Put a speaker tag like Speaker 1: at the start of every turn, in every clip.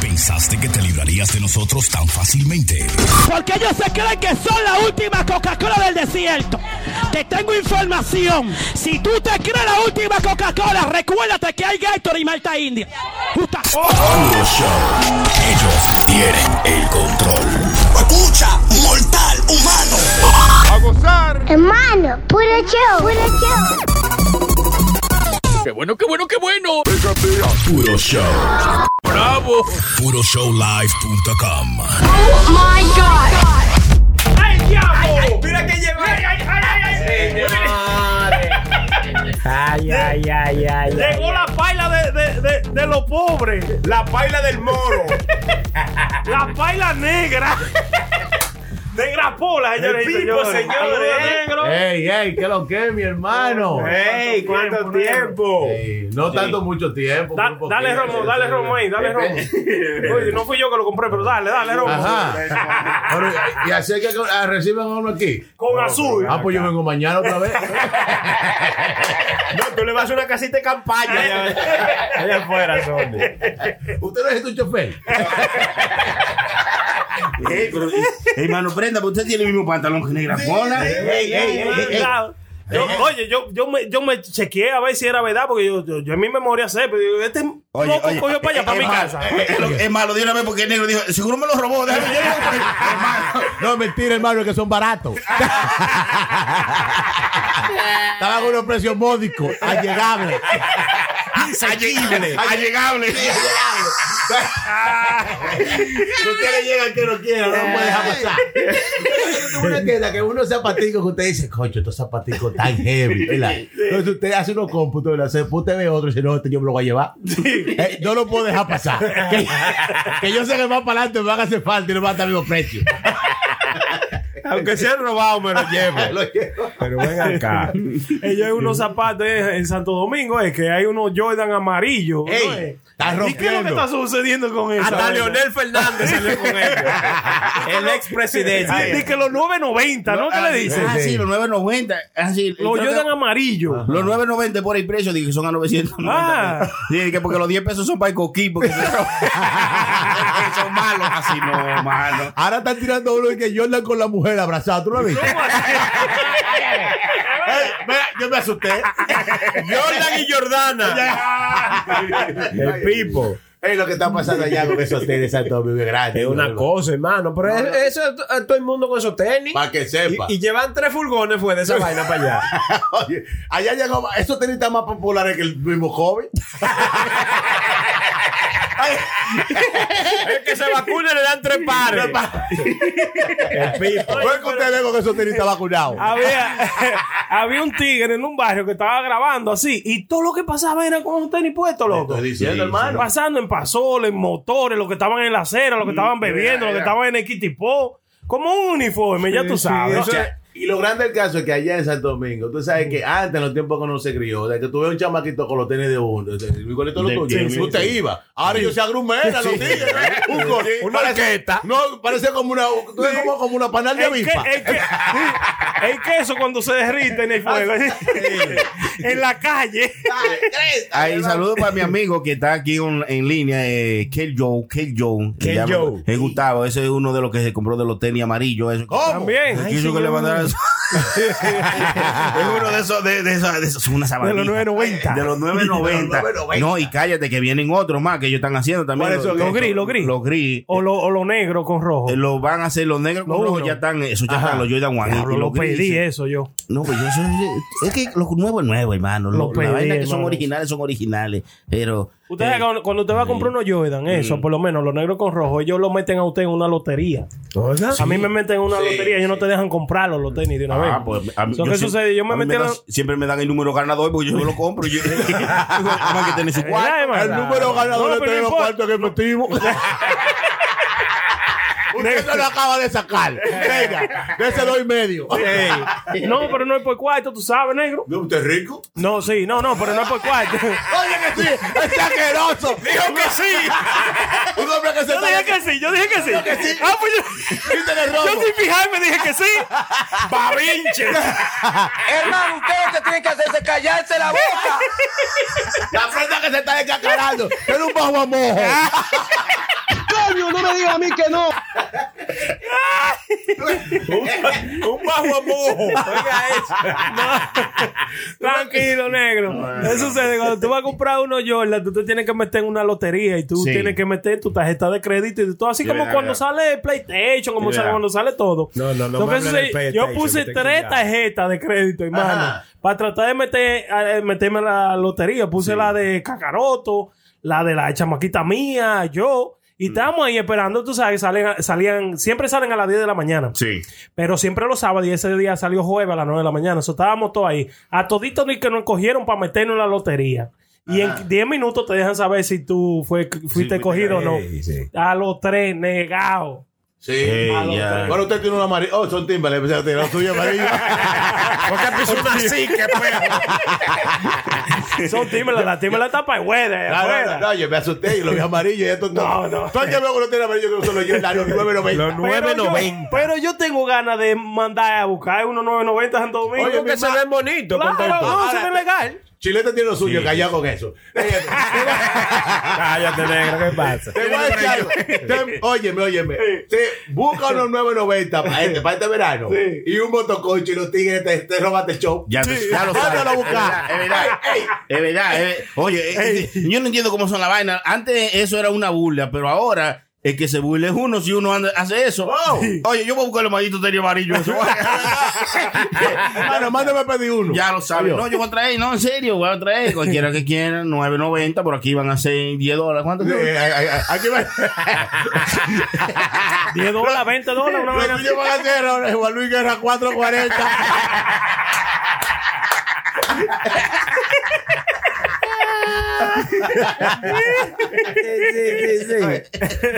Speaker 1: pensaste que te librarías de nosotros tan fácilmente?
Speaker 2: Porque ellos se creen que son la última Coca-Cola del desierto. Te tengo información. Si tú te crees la última Coca-Cola, recuérdate que hay Gator y Malta India. Puta.
Speaker 1: Puro show. Ellos tienen el control.
Speaker 3: Escucha, mortal humano.
Speaker 4: A gozar.
Speaker 5: Hermano, puro show, puro show.
Speaker 4: Qué bueno, qué bueno, qué bueno.
Speaker 1: Puro show.
Speaker 4: Bravo.
Speaker 1: PuroShowLive.com.
Speaker 4: ¡Ay, diablo!
Speaker 3: Mira que lleva.
Speaker 4: ¡Ay, ay, ay, ay!
Speaker 6: Ay, ay, ay, ay.
Speaker 4: Llegó la paila de, de, de, de los pobres.
Speaker 3: La paila del moro.
Speaker 4: La paila negra. Negra pola, señores y
Speaker 3: El pipo,
Speaker 4: señores.
Speaker 3: señores.
Speaker 4: Saludos, negro.
Speaker 6: Ey, ey, ¿qué lo que, mi hermano?
Speaker 3: ¡Ey! ¿Cuánto
Speaker 4: Tiempo,
Speaker 3: tiempo?
Speaker 6: Ey, eh, no tanto mucho tiempo.
Speaker 4: Da-
Speaker 6: muy poquito.
Speaker 4: dale Romo, dale Romo ahí, dale Romo. Oye, no fui yo que lo compré, pero dale, dale Romo.
Speaker 6: Ajá. Bueno, y así es que ah, reciben a uno aquí.
Speaker 4: Con azul.
Speaker 6: Ah, pues yo vengo mañana otra vez.
Speaker 3: No, tú le vas a una casita de
Speaker 6: pues,
Speaker 3: campaña allá, allá afuera, zombie.
Speaker 6: ¿Usted no es tu chofer?
Speaker 7: Ey, pero, hermano, prenda, pero usted tiene el mismo pantalón que negra pola. Ey, ey, ey, ey.
Speaker 4: Claro. Yo- oye, yo, yo, me, yo me chequeé a ver si era verdad, porque yo, yo, yo en mi memoria sé, pero digo, este loco cogió para
Speaker 7: eh,
Speaker 4: allá, para
Speaker 7: ah,
Speaker 4: mi casa.
Speaker 7: Es malo, es malo, de una vez porque el negro dijo, seguro me lo robó. déjame yo". Hermano,
Speaker 6: No, mentira, hermano, es que son baratos. Estaban a unos precios módicos, allegables.
Speaker 7: asequible, allegable.
Speaker 3: Ustedes llegan que no quieran.
Speaker 6: No puede dejar pasar. Una tienda que unos zapaticos que usted dice, coño, estos zapaticos tan heavy. ¿verdad? Entonces usted hace unos cómputos, ¿verdad? Se- usted ve otro y dice, no, este yo me lo voy a llevar. Eh, yo lo puedo dejar pasar. Que, que yo sé que más para adelante me van a hacer falta y no van a estar al mismo precio.
Speaker 3: Aunque sea robado, me lo llevo.
Speaker 6: Lo llevo.
Speaker 3: Pero ven acá.
Speaker 4: Ellos hay unos zapatos eh, en Santo Domingo, es que hay unos Jordan amarillos. ¿no
Speaker 6: Ey,
Speaker 4: es?
Speaker 6: está
Speaker 4: ¿Y qué es lo que
Speaker 6: rompiendo.
Speaker 4: está sucediendo con eso?
Speaker 3: Hasta Leonel Fernández salió con ellos. El expresidente.
Speaker 4: Dice que los 990, ¿no? ¿Qué le dicen?
Speaker 7: Ah, sí, los 9.90. Ah, sí.
Speaker 4: Los
Speaker 7: Entonces,
Speaker 4: Jordan amarillos.
Speaker 7: Los 9.90 por el precio, dije que son a 990.
Speaker 4: Ah.
Speaker 7: Dije que porque los 10 pesos son para el coquí, porque se son malos. Así no, mano.
Speaker 6: Ahora están tirando uno y que Jordan con la mujer abrazada. ¿Tú lo has visto?
Speaker 3: yo me asusté. Jordan y Jordana. El Pipo.
Speaker 6: Es lo que está pasando allá con esos tenis Santo Domingo es grande.
Speaker 3: Es una
Speaker 6: ¿no?
Speaker 3: cosa, hermano. Pero es- eso es todo el mundo con esos tenis.
Speaker 6: Para que sepa.
Speaker 3: Y, y llevan tres furgones, fue de esa vaina para allá.
Speaker 6: Oye, allá llegó. más- Esos tenis están más populares que el mismo joven.
Speaker 3: El que se vacuna le dan tres pares. El Pipo.
Speaker 6: ¿Por que usted ve con esos tenis está vacunado?
Speaker 4: había, había un tigre en un barrio que estaba grabando así, y todo lo que pasaba era con un tenis puesto, loco.
Speaker 6: diciendo, hermano.
Speaker 4: Pasando en pasoles, en motores, los que estaban en la acera,
Speaker 7: Mm,
Speaker 4: los que estaban bebiendo, los que estaban en equitipo. Como un uniforme, ya tú sabes.
Speaker 6: Ah, Y lo grande del caso es que allá en Santo Domingo, tú sabes que antes, en los tiempos que uno se crió, de que tuve un chamaquito con los tenis de uno, el igualito lo tuyo,
Speaker 4: sí,
Speaker 6: tú te ibas. Ahora yo se agrumera, los tigres, ¿no? un cor-
Speaker 3: Una
Speaker 6: parece-
Speaker 3: orquesta.
Speaker 6: No, parece como una, tú ves como, como una panal de
Speaker 4: El, que,
Speaker 6: avispa.
Speaker 4: el, que- el queso cuando se derrite en el
Speaker 7: Ah,
Speaker 4: fuego, en la calle.
Speaker 7: Ahí saludo para mi amigo que está aquí on- en línea, eh, Kel Joe, Kel Joe.
Speaker 3: Kel
Speaker 7: Se llama-
Speaker 3: Joe.
Speaker 7: Es Gustavo, ese es uno de los que se compró de los tenis amarillos. Eso.
Speaker 6: ¿Cómo?
Speaker 4: También.
Speaker 7: Que quiso que le mandaran- es uno de esos, de, de esos, de esos, una
Speaker 4: De los 990.
Speaker 7: sabanita. De los 990. No, y cállate que vienen otros más que ellos están haciendo también.
Speaker 6: ¿Cuáles son?
Speaker 4: Los gris, los gris.
Speaker 7: Los gris.
Speaker 4: O lo, o lo negro con rojo.
Speaker 7: Eh, Los van a hacer los negros con
Speaker 4: Los
Speaker 7: rojos,
Speaker 4: uno.
Speaker 7: ya están, eso ya están los Jordan One.
Speaker 4: Diablo,
Speaker 7: Eh,
Speaker 4: lo
Speaker 7: Y los grises.
Speaker 4: pedí eso yo.
Speaker 7: No, pues yo soy, es que lo nuevo es nuevo, hermano.
Speaker 4: Lo
Speaker 7: Lo, la
Speaker 4: pedí,
Speaker 7: vaina que son
Speaker 4: hermano.
Speaker 7: originales son originales. Pero.
Speaker 4: Usted
Speaker 7: eh,
Speaker 4: sabe que cuando, cuando usted va a comprar unos Jordan, eso, por lo menos los negros con rojo, ellos lo meten a usted en una lotería. A mí me meten en una lotería, ellos no te dejan comprarlos los tenis de una vez.
Speaker 7: Ah, pues, a mí-
Speaker 4: So, ¿Qué
Speaker 7: sie-
Speaker 4: sucede? Yo me
Speaker 7: a mí
Speaker 4: metí en
Speaker 7: dan-
Speaker 4: la.
Speaker 7: Siempre me dan el número ganador porque yo lo compro. Yo, Además que tiene su cuarto.
Speaker 4: ¿Verdad, hermano?
Speaker 6: El número ganador
Speaker 4: No,
Speaker 6: de
Speaker 4: pero no
Speaker 6: tenemos
Speaker 4: importa.
Speaker 6: cuarto que metimos. Usted se lo acaba de sacar. Venga, déselo y medio.
Speaker 4: No, pero no es por cuarto, tú sabes, negro.
Speaker 6: ¿No usted es rico?
Speaker 4: No, sí, no, no, pero no es por cuarto.
Speaker 6: Oye que sí, es asqueroso. Dijo que sí. Un hombre que se
Speaker 4: Yo dije que sí, yo dije que sí. Ah, pues yo, yo sin fijarme dije que sí.
Speaker 3: Babinche.
Speaker 8: Hermano, ustedes lo que tienen que hacer es callarse la boca.
Speaker 6: La prenda que se está descacarando. Era un bajo a mojo.
Speaker 8: Yo
Speaker 9: coño, no me digas a mí que no.
Speaker 3: Un, un bajo a mojo. Oiga eso.
Speaker 4: Tranquilo, negro. Eso sucede cuando tú vas a comprar uno Jordan, tú te tienes que meter en una lotería y tú
Speaker 7: Sí.
Speaker 4: tienes que meter tu tarjeta de crédito y todo. Así como
Speaker 7: Yeah.
Speaker 4: cuando sale PlayStation, como sale,
Speaker 7: Yeah.
Speaker 4: cuando sale todo.
Speaker 6: No, no, no me
Speaker 4: Entonces,
Speaker 6: hable del
Speaker 4: sí, yo
Speaker 6: PlayStation,
Speaker 4: puse
Speaker 6: que te
Speaker 4: tres
Speaker 6: quilla.
Speaker 4: tarjetas de crédito, hermano, para tratar de meter, eh, meterme en la lotería. Puse la de Cacaroto, la de la chamaquita mía, yo. Y
Speaker 6: Mm.
Speaker 4: estábamos ahí esperando, tú sabes, salen, a- salían, siempre salen a las 10 de la mañana.
Speaker 7: Sí.
Speaker 4: Pero siempre los sábados y ese día salió jueves a las 9 de la mañana. Eso estábamos todos ahí. A toditos ni que nos cogieron para meternos en la lotería. Y en 10 minutos te dejan saber si tú fue- fuiste cogido o no.
Speaker 6: Sí, sí.
Speaker 4: A los tres, negado.
Speaker 6: Sí. Ah,
Speaker 7: Ey, ya.
Speaker 6: Bueno, usted tiene una amarilla. Oh, son timbales. Pensé que tenía la suya amarilla.
Speaker 7: Porque piso una así, que perro.
Speaker 4: Son tímela, la tímela está para hueda.
Speaker 6: No, no, no,
Speaker 4: afuera.
Speaker 6: no, yo me asusté y lo vi amarillo y esto
Speaker 4: No, no.
Speaker 6: Todo el que veo que no tiene amarillo que no solo yo, la 990.
Speaker 7: Los
Speaker 4: Pero yo-
Speaker 7: 9.90.
Speaker 4: Pero yo tengo ganas de mandar a buscar uno 990 Santo Domingo.
Speaker 6: Oye,
Speaker 4: Porque
Speaker 6: mi
Speaker 4: se
Speaker 6: ma-
Speaker 4: ve-
Speaker 7: ven bonitos,
Speaker 4: Claro, vamos, se ve legal.
Speaker 6: Chilete tiene lo suyo, callado con eso.
Speaker 7: Cállate, negro, ¿qué pasa?
Speaker 6: Te voy a decir algo. Te- Óyeme, óyeme. Te busca unos 990 para este, para este verano. Y un motoconcho y los tigres te, te robaste el show.
Speaker 7: Ya, te- ya lo sabes.
Speaker 6: Vándalo a buscar.
Speaker 7: Es verdad. Es verdad. es verdad. Oye, eh, yo no entiendo cómo son las vainas. Antes eso era una burla, pero ahora el que se burle es uno si uno anda- hace eso. Oye, yo voy a buscar los malditos tenis amarillos. esos.
Speaker 6: Hermano, mándame a pedir uno.
Speaker 7: ya lo sabes. No, yo voy a traer. No, en serio, voy a traer. Cualquiera que quiera, 9.90. Por aquí van a ser 10 dólares. ¿Cuánto?
Speaker 6: Sí,
Speaker 7: te-
Speaker 6: ay, ay, ay, Aquí va.
Speaker 4: 10 dólares, 20 dólares, una vaina
Speaker 6: Los
Speaker 4: así.
Speaker 6: niños van a ser ahora, Juan Luis Guerra 440.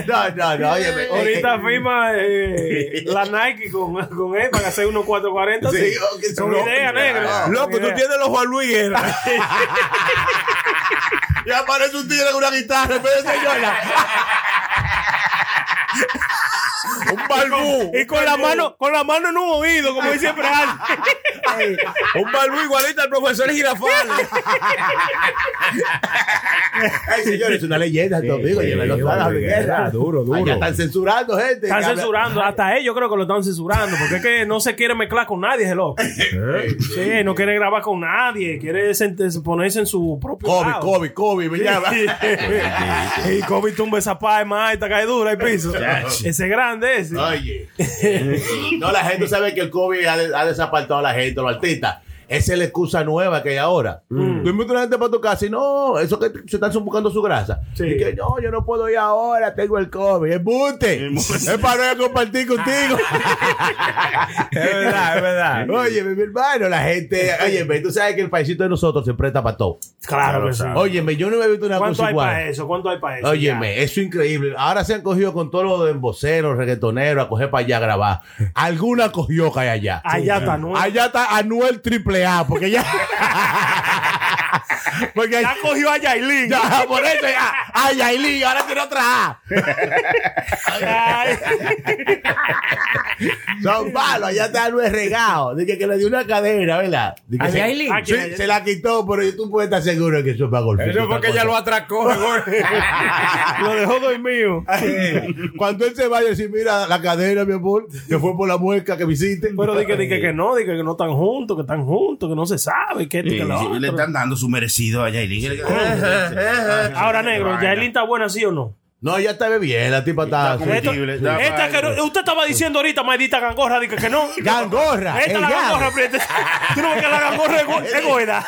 Speaker 6: No, no, no, óyeme.
Speaker 4: Ahorita
Speaker 6: Eh,
Speaker 4: firma eh, la Nike con, con él para hacer unos 440.
Speaker 6: Sí,
Speaker 4: Sí,
Speaker 6: oh, que
Speaker 4: con
Speaker 6: no.
Speaker 4: idea, negro.
Speaker 3: Loco,
Speaker 4: Con
Speaker 3: tú
Speaker 4: idea.
Speaker 3: tienes los Juan Luis Guerra.
Speaker 6: Ya aparece un tigre con una guitarra, pero señora.
Speaker 3: Un balbú.
Speaker 4: Y con la mano, con la mano en un oído, como dice Fran.
Speaker 3: Un balbú igualito al profesor Girafales.
Speaker 6: Ay, señores, es una leyenda, esto, amigo. Llévelo a la guerra.
Speaker 3: Duro, duro.
Speaker 6: Allá están censurando, gente.
Speaker 4: Están
Speaker 6: Que habla-
Speaker 4: censurando, hasta ellos creo que lo están censurando, porque es que no se quiere mezclar con nadie, hello. Sí, no quiere grabar con nadie, quiere sen- ponerse en su propio
Speaker 6: Kobe,
Speaker 4: lado.
Speaker 6: Kobe, Kobe, me llama.
Speaker 4: y Kobe tumba esa paja más alta, cae dura el piso. ese grande ese.
Speaker 6: Oye. No, la gente sabe que el COVID ha, de- ha desapartado a la gente, a los artistas. Esa es la excusa nueva que hay ahora. Tú invitas a la gente para tu casa y no, eso que se están buscando su grasa.
Speaker 4: Sí.
Speaker 6: Y que no, yo no puedo ir ahora, tengo el COVID. Es buste. es para no compartir contigo.
Speaker 3: Es verdad, es verdad.
Speaker 6: Oye, Ah, mi hermano, la gente. Oye, tú sabes que el paisito de nosotros se presta para todo.
Speaker 4: Claro que sí.
Speaker 6: Óyeme, yo no me he visto una
Speaker 4: ¿Cuánto
Speaker 6: cosa
Speaker 4: hay para
Speaker 6: igual.
Speaker 4: eso? ¿Cuánto hay para eso?
Speaker 6: Óyeme, eso es increíble. Ahora se han cogido con todos los emboceros, reggaetoneros, a coger para allá a grabar. Alguna cogió que hay allá.
Speaker 4: Ah, Ya. Allá está nuevo.
Speaker 6: Allá está Anuel Triple A, porque ya. porque
Speaker 4: Ya cogió a Yailin.
Speaker 6: ya, por eso ya. Ay, Yailin, ahora tiene otra A.
Speaker 4: Ay.
Speaker 6: Son malos, allá está Anuel regado. Dije que le dio una cadera, ¿verdad? Dije
Speaker 4: ¿A
Speaker 6: se-
Speaker 4: Yailin? ¿A
Speaker 6: Sí,
Speaker 4: quién?
Speaker 6: se la quitó, pero tú puedes estar seguro de que eso es para golpear.
Speaker 3: Eso fue que ella lo atracó.
Speaker 4: Lo dejó dormido.
Speaker 6: Eh, Cuando él se vaya a decir, mira la cadera, mi amor, que fue por la mueca que me hiciste.
Speaker 4: Pero dije, dije que no, dije que no están juntos, que están juntos, que no se sabe, que esto y
Speaker 7: Sí,
Speaker 4: que lo
Speaker 7: sí,
Speaker 4: otro.
Speaker 7: le están dando su merecido a Yailin.
Speaker 4: Ahora, negro, ¿Yailin está buena, sí o no?
Speaker 6: No, ya está bien, la tipa está.
Speaker 7: Está
Speaker 6: Esto-
Speaker 7: comestible, está
Speaker 4: Esta que no- usted estaba diciendo ahorita, maldita gangorra, dije que no.
Speaker 6: Gangorra.
Speaker 4: Esta es la
Speaker 6: el gang.
Speaker 4: gangorra, pero este- tú no ves que la gangorra es go- es goera.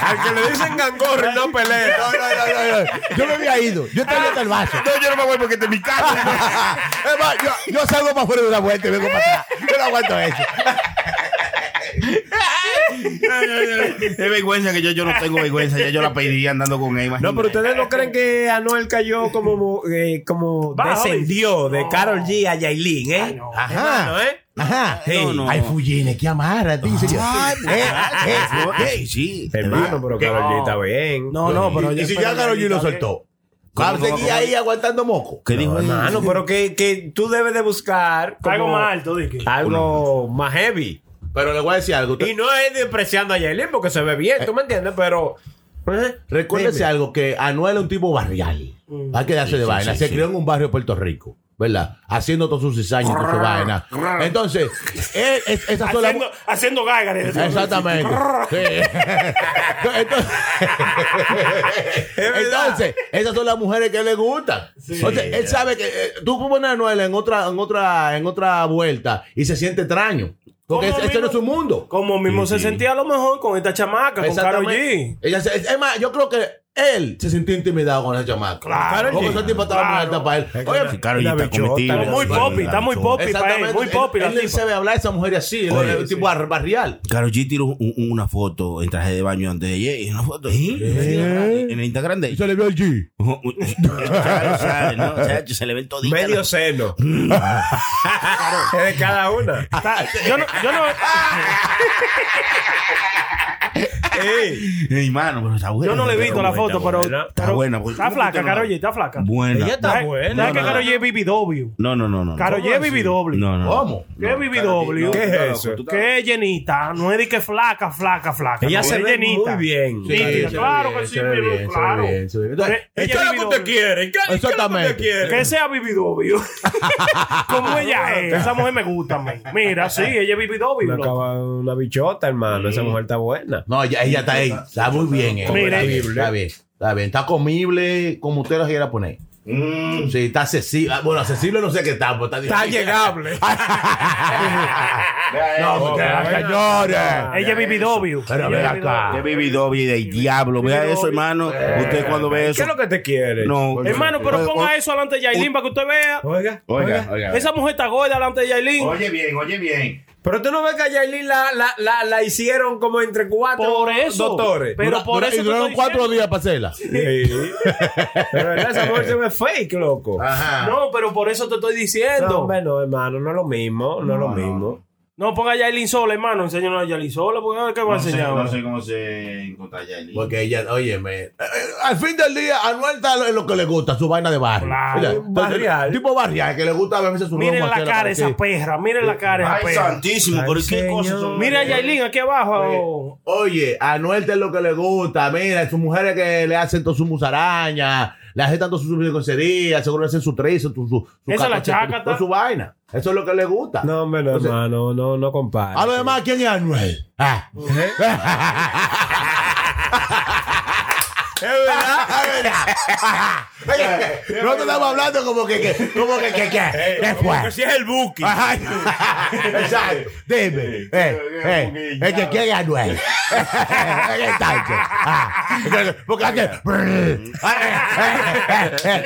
Speaker 3: Al que le dicen gangorra y no pelea.
Speaker 6: No, no, no, no, no. Yo me había ido. Yo estoy hasta el vaso.
Speaker 7: No, yo no me voy porque te mi casa.
Speaker 6: Es más, yo, yo salgo para afuera de una vuelta y vengo para atrás. Yo no aguanto eso.
Speaker 7: es vergüenza que yo, yo no tengo vergüenza. Ya yo la pediría andando con él.
Speaker 3: No, pero
Speaker 7: imagínate.
Speaker 3: ustedes no creen que Anuel cayó como, eh, como
Speaker 4: Bajo,
Speaker 3: descendió de Carol G a Yailin, ¿eh?
Speaker 6: Ajá. Ajá.
Speaker 7: No, no.
Speaker 6: Ay, Fujine, qué amarra, dice yo. Eh,
Speaker 7: Sí, sí.
Speaker 3: Hermano, pero Carol G está bien.
Speaker 4: No, no, pero
Speaker 6: Y si ya Karol G lo soltó. Va a seguir ahí aguantando moco.
Speaker 7: ¿Qué dijo él?
Speaker 3: Hermano, pero que, que tú debes de buscar como
Speaker 4: ¿eh? Algo más alto, dije.
Speaker 3: algo más heavy.
Speaker 6: Pero le voy a decir algo.
Speaker 7: Eh.
Speaker 3: Y no es despreciando a Yailin porque se ve bien, ¿tú me entiendes? Pero
Speaker 9: ¿eh?
Speaker 6: Recuérdese
Speaker 7: Dime.
Speaker 6: algo que Anuel es un tipo barrial.
Speaker 4: Mm.
Speaker 6: Hay que darse de
Speaker 7: sí,
Speaker 6: vaina.
Speaker 7: sí,
Speaker 6: Se
Speaker 7: sí.
Speaker 6: crió en un barrio de Puerto Rico, ¿verdad? Haciendo todos sus cizañas y todas sus vainas. Entonces, él, es- esas son las-
Speaker 4: Haciendo, haciendo gárgaras.
Speaker 6: Exactamente. Sí. Entonces, Entonces, esas son las mujeres que le gustan. Entonces, él sabe que eh, tú pones a Anuel en otra, en otra, en otra vuelta y se siente extraño. Porque
Speaker 4: ¿Cómo
Speaker 6: es- este
Speaker 4: mismo?
Speaker 6: no es su mundo.
Speaker 4: Como mismo se sentía a lo mejor con esta chamaca, con Karol G.
Speaker 6: Exactamente. Ella se- es más, yo creo que él se sintió intimidado con esa chamaca.
Speaker 4: Claro,
Speaker 6: Porque
Speaker 4: G.
Speaker 6: esa tipa estaba muy
Speaker 4: Claro.
Speaker 6: alta para él. Oye,
Speaker 7: Claro,
Speaker 9: La
Speaker 7: y está
Speaker 9: bichota,
Speaker 7: cometido.
Speaker 4: Está muy
Speaker 9: Claro,
Speaker 4: popi, está muy popi para él,
Speaker 6: exactamente.
Speaker 4: muy popi la
Speaker 6: él, él ni
Speaker 4: tipa.
Speaker 6: sabe hablar a esa mujer así. él
Speaker 7: Oye,
Speaker 6: es un tipo bar- barrial.
Speaker 7: Karol G tiró un- un- una foto en traje de baño antes de ayer. y Una foto. Sí, En el Instagram de
Speaker 6: le vio el G.
Speaker 7: Claro, sabe, ¿no? O sea, se le ve el todito.
Speaker 9: Medio seno. es de cada una.
Speaker 4: Está- Yo no, yo no.
Speaker 9: Ey,
Speaker 7: Ey, mano, pero está buena.
Speaker 4: Yo no le he visto la
Speaker 7: Está
Speaker 4: foto, pero.
Speaker 7: buena,
Speaker 9: buena.
Speaker 7: Está
Speaker 4: pero-
Speaker 7: buena, porque-
Speaker 4: Está flaca,
Speaker 7: ¿cómo te
Speaker 4: Karol
Speaker 7: la-
Speaker 4: G, está flaca.
Speaker 7: Buena.
Speaker 9: Ella está
Speaker 4: ¿Sabes-
Speaker 9: buena.
Speaker 4: ¿Sabes que Karol G es BBW?
Speaker 7: No, no, no, no. no.
Speaker 4: Karol G es BBW.
Speaker 7: No, no, no.
Speaker 6: ¿Cómo?
Speaker 4: ¿Qué es BBW?
Speaker 9: ¿Qué es eso?
Speaker 4: Que es llenita, no es de que flaca, flaca, flaca.
Speaker 9: Ella
Speaker 4: no,
Speaker 9: se
Speaker 4: es
Speaker 9: ve
Speaker 4: llenita.
Speaker 9: muy bien.
Speaker 4: Sí, claro que sí, pero claro.
Speaker 6: Entonces,
Speaker 4: Ella
Speaker 9: ¿Qué es lo que
Speaker 4: vivido-
Speaker 9: usted quiere? ¿Qué es lo que
Speaker 6: Exactamente.
Speaker 9: usted quiere?
Speaker 4: Que sea vividobio. Como ella es. Esa mujer me gusta, man. Mira, sí, ella es
Speaker 9: Una
Speaker 4: vividobio. loco.
Speaker 9: caba- Una bichota, hermano. Esa mujer está buena.
Speaker 6: No, ella, ella está ahí. Está muy bien. eh.
Speaker 4: Mira.
Speaker 6: Está bien, está bien. Está bien. Está comible como usted la quiera poner.
Speaker 9: Mm.
Speaker 6: Sí, está accesible. Ah, Bueno, accesible no sé qué está, pero está
Speaker 9: Está
Speaker 6: difícil.
Speaker 9: llegable.
Speaker 6: No, porque, señores.
Speaker 4: Ella es vividobio.
Speaker 6: Pero
Speaker 4: Ella es
Speaker 6: ven acá.
Speaker 7: Qué vividobia del diablo. Vea eso, hermano. Usted cuando ve
Speaker 9: ¿Qué
Speaker 7: eso.
Speaker 9: es lo que te quiere?
Speaker 7: No.
Speaker 4: Hermano, pero
Speaker 7: Oye,
Speaker 4: ponga eso delante de Yailin para que usted vea.
Speaker 9: Oiga,
Speaker 7: Oiga,
Speaker 9: oiga.
Speaker 7: oiga.
Speaker 4: Esa mujer está gorda delante de Yailin.
Speaker 7: Oye bien, oye bien.
Speaker 9: Pero tú no ves que a Yailin la, la, la, la hicieron como entre cuatro
Speaker 4: Por eso.
Speaker 9: doctores.
Speaker 4: Pero
Speaker 6: Dura-
Speaker 4: por
Speaker 6: dura-
Speaker 4: eso
Speaker 6: Y
Speaker 4: te
Speaker 6: duraron
Speaker 4: estoy
Speaker 6: cuatro
Speaker 4: diciendo.
Speaker 6: días para hacerla.
Speaker 9: Sí. Pero ¿verdad? esa mujer se ve fake, loco.
Speaker 6: Ajá.
Speaker 4: No, pero por eso te estoy diciendo.
Speaker 9: No, hombre, no, hermano, no es lo mismo, no es lo mismo.
Speaker 4: No, ponga a Yailin sola, hermano. Enséñanos a Yailin sola, porque a ver qué va a enseñar. ahora.
Speaker 7: cómo se encuentra Yailin.
Speaker 6: Porque ella, óyeme, eh, eh, al fin del día, Anuel está lo- en lo que le gusta, su vaina de barrio.
Speaker 4: Claro.
Speaker 6: Mira, entonces,
Speaker 9: Barrial.
Speaker 6: Tipo barrial, que le gusta a veces su
Speaker 4: Miren
Speaker 6: romo
Speaker 4: la
Speaker 6: aquí en
Speaker 4: cara de esa
Speaker 6: calle.
Speaker 4: perra. Miren la cara de esa
Speaker 7: Ay,
Speaker 4: perra.
Speaker 7: santísimo,
Speaker 9: Ay,
Speaker 7: pero qué
Speaker 9: señor.
Speaker 7: cosas son.
Speaker 4: Mira a Yailin aquí abajo.
Speaker 6: Oye, Anuel está en lo que le gusta. Mira, sus mujeres que le hacen todas sus musarañas, le hacen tanto sus coserías, seguro le hacen su tres, su, su, su
Speaker 4: Esa es la
Speaker 6: catorce,
Speaker 4: chácata.
Speaker 6: toda su vaina. Eso es lo que le gusta.
Speaker 9: No, hombre, no,
Speaker 6: Entonces,
Speaker 9: hermano, no, no compare.
Speaker 6: a lo demás, ¿quién es Anuel? Ah. Es verdad, es verdad. No te estamos hablando como que, que como que, que, que, que fue.
Speaker 9: Eh, si es el buki.
Speaker 6: Ajá. Exacto. Dime. Eh, eh, es que quién es Anuel. Es tanto. Ah. Porque antes. eh,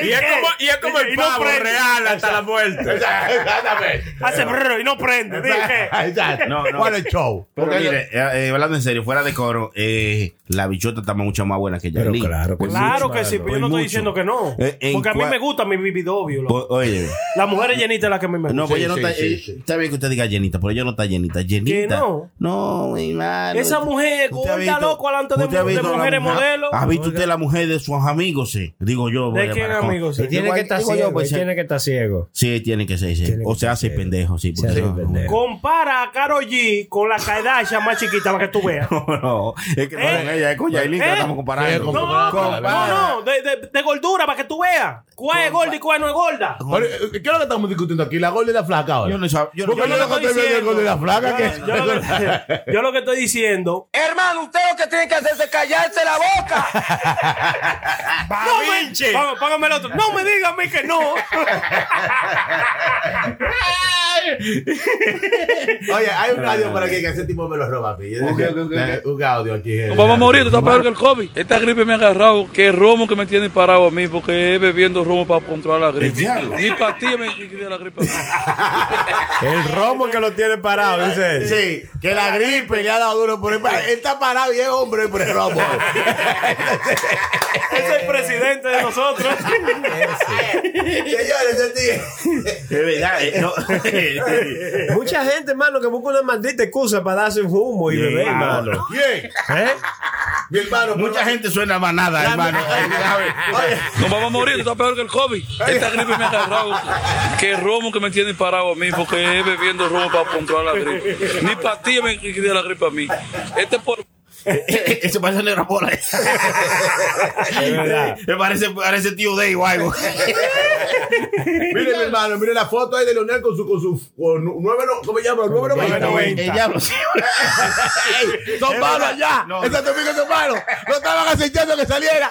Speaker 9: Y es como, y es como el pavo real hasta la muerte.
Speaker 6: Exactamente.
Speaker 4: Hace brr y no prende. Dije que.
Speaker 6: Exacto.
Speaker 7: No, no.
Speaker 6: ¿Cuál es el show?
Speaker 7: Pero
Speaker 6: Porque-
Speaker 7: mire, eh, eh, hablando en serio, fuera de coro, eh, la bichota está mucho más buena que Yailin. Pues
Speaker 4: Claro
Speaker 9: mucho,
Speaker 4: que sí,
Speaker 9: mano,
Speaker 4: pero yo no estoy
Speaker 7: por mucho.
Speaker 4: diciendo que no.
Speaker 7: Eh, en
Speaker 4: Porque a mí
Speaker 7: cua-
Speaker 4: me gusta mi vividobio.
Speaker 7: po-
Speaker 4: loco.
Speaker 7: Pues, Oye,
Speaker 4: La mujer es llenita la que a mí me gusta.
Speaker 7: no, pues
Speaker 6: Sí,
Speaker 7: ella no
Speaker 6: sí,
Speaker 7: está.
Speaker 6: sí,
Speaker 7: eh,
Speaker 6: sí.
Speaker 7: Está bien que usted diga llenita, pero ella no está llenita. Llenita.
Speaker 4: no?
Speaker 7: No, mi hermano.
Speaker 4: Esa mujer es
Speaker 7: ¿Usted ha
Speaker 4: gorda,
Speaker 7: visto-
Speaker 4: loco, alante de,
Speaker 7: usted ha
Speaker 4: mu- de
Speaker 7: visto a la
Speaker 4: mujeres
Speaker 7: mujer- Ah,
Speaker 4: modelo.
Speaker 7: ¿Ha visto usted la mujer de sus amigos? Sí, digo yo.
Speaker 4: ¿De
Speaker 7: vaya,
Speaker 4: quién
Speaker 7: maracón.
Speaker 4: amigos?
Speaker 9: Y tiene
Speaker 7: Igual-
Speaker 9: que estar
Speaker 7: igual yo,
Speaker 9: ciego,
Speaker 7: pues,
Speaker 9: y tiene que estar ciego.
Speaker 7: Sí, tiene que ser. sí.
Speaker 9: Tiene
Speaker 7: O
Speaker 9: que
Speaker 7: se
Speaker 9: ser.
Speaker 7: hace pendejo, sí. porque
Speaker 9: hace
Speaker 7: no, no,
Speaker 9: pendejo.
Speaker 4: Compara a Karol G con la Kardashian más chiquita para que tú veas.
Speaker 7: No, no, es que no
Speaker 4: ¿Eh?
Speaker 7: es con ella, es con Yailin que
Speaker 4: ¿Eh?
Speaker 7: la estamos
Speaker 6: Sí,
Speaker 7: comparando.
Speaker 6: es con-
Speaker 4: No,
Speaker 6: Compara,
Speaker 4: no, no,
Speaker 6: compara.
Speaker 4: no, de, de- de gordura para que tú veas. ¿Cuál es gorda y cuál no es gorda?
Speaker 6: Pero, eh, ¿Qué es lo que estamos discutiendo aquí? ¿La gorda y la flaca ahora?
Speaker 7: Yo no sab- yo no-
Speaker 6: Porque
Speaker 7: yo
Speaker 6: yo
Speaker 7: no
Speaker 6: no
Speaker 4: estoy
Speaker 6: estoy
Speaker 4: diciendo.
Speaker 6: viendo el gordo y la flaca. que-
Speaker 4: Yo lo que, yo lo que estoy diciendo.
Speaker 8: Hermano, usted lo que tiene que hacer es callarse la boca.
Speaker 4: No me, Pá- págame el otro. No me digas a mí que no.
Speaker 6: Oye, hay un audio por aquí que ese tipo me lo roba a mí. Un audio aquí. eh.
Speaker 10: Vamos a morir, está peor que el COVID. Esta gripe me ha agarrado, que romo que me tiene parado a mí, porque es bebiendo romo para controlar la gripe. Ni pastilla me quita la gripe.
Speaker 9: El romo que lo tiene parado, dice él.
Speaker 6: Sí, que la gripe le ha dado duro por el Él está parado y es hombre por el robo.
Speaker 4: Ese es el presidente de nosotros.
Speaker 6: Señores, ese tío.
Speaker 7: Es verdad. eh, no.
Speaker 9: Mucha gente, hermano, que busca una maldita excusa para darse un humo y beber, hermano.
Speaker 6: Bien.
Speaker 9: ¿Eh?
Speaker 6: Mi hermano,
Speaker 7: Mucha gente suena a manada, hermano.
Speaker 10: Nos vamos a morir, está peor que el COVID. Esta gripe me ha agarrado, que romo que me tiene parado a mí, porque es bebiendo romo para controlar la gripe. Ni pastilla me quita la gripe a mí. Este por...
Speaker 7: Ese parece negro bola. Me parece, parece tío Dave o algo.
Speaker 6: Mire, mi hermano, mire la foto ahí de Leonel con su, con su, con nu- nueve, no- ¿cómo se llama? Nueve noventa.
Speaker 7: El diablo, sí.
Speaker 6: Ey, Son Pablo allá.
Speaker 7: No,
Speaker 6: Ese domingo Son Pablo. Lo estaban acechando que saliera.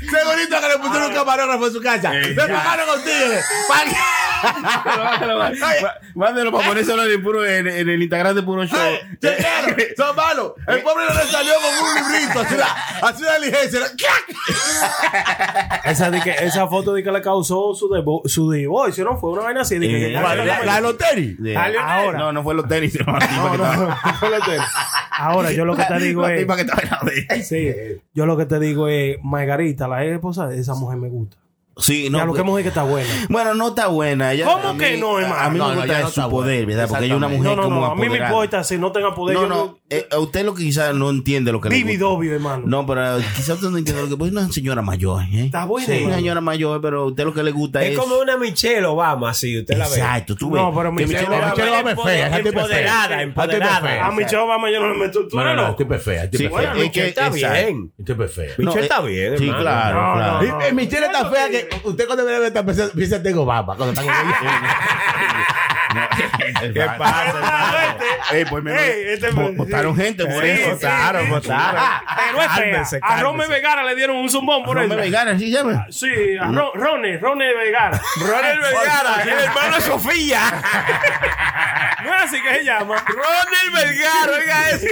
Speaker 6: Segurito que le pusieron un camarógrafo en su casa. Le pagaron con tigres.
Speaker 7: Mándelo para ponérselo en el, puro, en, en el Instagram de Puro Show.
Speaker 6: Chequearon, son malos. El pobre no le salió con un librito, así la, así la ligencia. era, ¡clac!
Speaker 4: Esa, de que, esa foto de que le causó su, devo- su divorcio, ¿no? Fue una vaina así. De que,
Speaker 7: Eh,
Speaker 6: La, la, la de los tenis.
Speaker 7: De-
Speaker 4: Ah, Leonel.
Speaker 7: Ahora. No, no fue los tenis. No, la tipa que estaba-
Speaker 4: Ahora, yo lo que te digo
Speaker 7: la
Speaker 4: es.
Speaker 7: tipa que estaba al lado de ella.
Speaker 4: Sí, yo lo que te digo es, Margarita, la esposa de esa mujer me gusta. ya
Speaker 7: Sí, no. pues.
Speaker 4: lo que
Speaker 7: porque-
Speaker 4: hemos dicho que está buena.
Speaker 7: Bueno, no está buena. Ella,
Speaker 4: ¿Cómo
Speaker 7: a mí-
Speaker 4: que no, hermano?
Speaker 7: A mí
Speaker 6: No,
Speaker 7: me
Speaker 6: no,
Speaker 7: gusta
Speaker 6: ella no
Speaker 7: su
Speaker 6: está
Speaker 7: poder,
Speaker 6: buena.
Speaker 7: ¿verdad? Porque ella es una
Speaker 6: Exactamente.
Speaker 4: No,
Speaker 7: mujer
Speaker 4: no, no.
Speaker 7: como
Speaker 4: A mí me
Speaker 7: apoderada.
Speaker 4: importa si no tenga poder.
Speaker 7: No,
Speaker 4: yo
Speaker 7: no. eh, a usted lo que quizás no entiende lo que le gusta.
Speaker 4: Vívido, obvio, hermano.
Speaker 7: No, pero quizás usted no entiende lo que... Pues una señora mayor, ¿eh?
Speaker 4: Está buena,
Speaker 7: Sí, una
Speaker 4: hermano.
Speaker 7: señora mayor, pero a usted lo que le gusta es...
Speaker 9: Es como una Michelle Obama, así, usted la ve.
Speaker 7: Exacto, tú ves.
Speaker 4: No, pero
Speaker 7: que
Speaker 4: Michelle Obama-
Speaker 6: Michelle Obama es fea, esa tipa es fea.
Speaker 9: Empoderada,
Speaker 6: Esa tipa es
Speaker 9: empoderada.
Speaker 6: fea.
Speaker 4: A Ah, mi chavo, mamá, yo no le meto tú,
Speaker 6: No, no, no,
Speaker 4: no.
Speaker 6: este es fea, este
Speaker 7: Sí,
Speaker 6: es fea.
Speaker 7: bueno,
Speaker 6: Este
Speaker 9: Michelle está
Speaker 7: exacto.
Speaker 9: bien.
Speaker 6: es fea.
Speaker 9: Michelle
Speaker 7: No,
Speaker 9: está
Speaker 7: eh,
Speaker 9: bien,
Speaker 7: Sí,
Speaker 9: hermano.
Speaker 7: claro,
Speaker 4: No,
Speaker 7: claro.
Speaker 4: no, no.
Speaker 6: Y- y Michelle está fea que usted cuando ve esta piensa piensa tengo baba cuando está con ella.
Speaker 7: ¿Qué pasa, hermano? Ey, pues menos-
Speaker 4: Ey, este-
Speaker 7: vo- votaron gente por
Speaker 4: Sí,
Speaker 7: eso.
Speaker 4: sí,
Speaker 7: votaron,
Speaker 4: sí.
Speaker 7: votaron.
Speaker 4: Pero es fea.
Speaker 9: Cálmese,
Speaker 4: A
Speaker 9: cálmese.
Speaker 4: Rome Vegara le dieron un zumbón por
Speaker 7: No
Speaker 4: eso.
Speaker 7: me veganas, ¿sí llama?
Speaker 4: Sí, a Ro- Rone, Rone Vegara.
Speaker 9: Ronald Vergara, el hermano de Sofía.
Speaker 4: No es así que se llama.
Speaker 9: Ronald Vergara, oiga eso.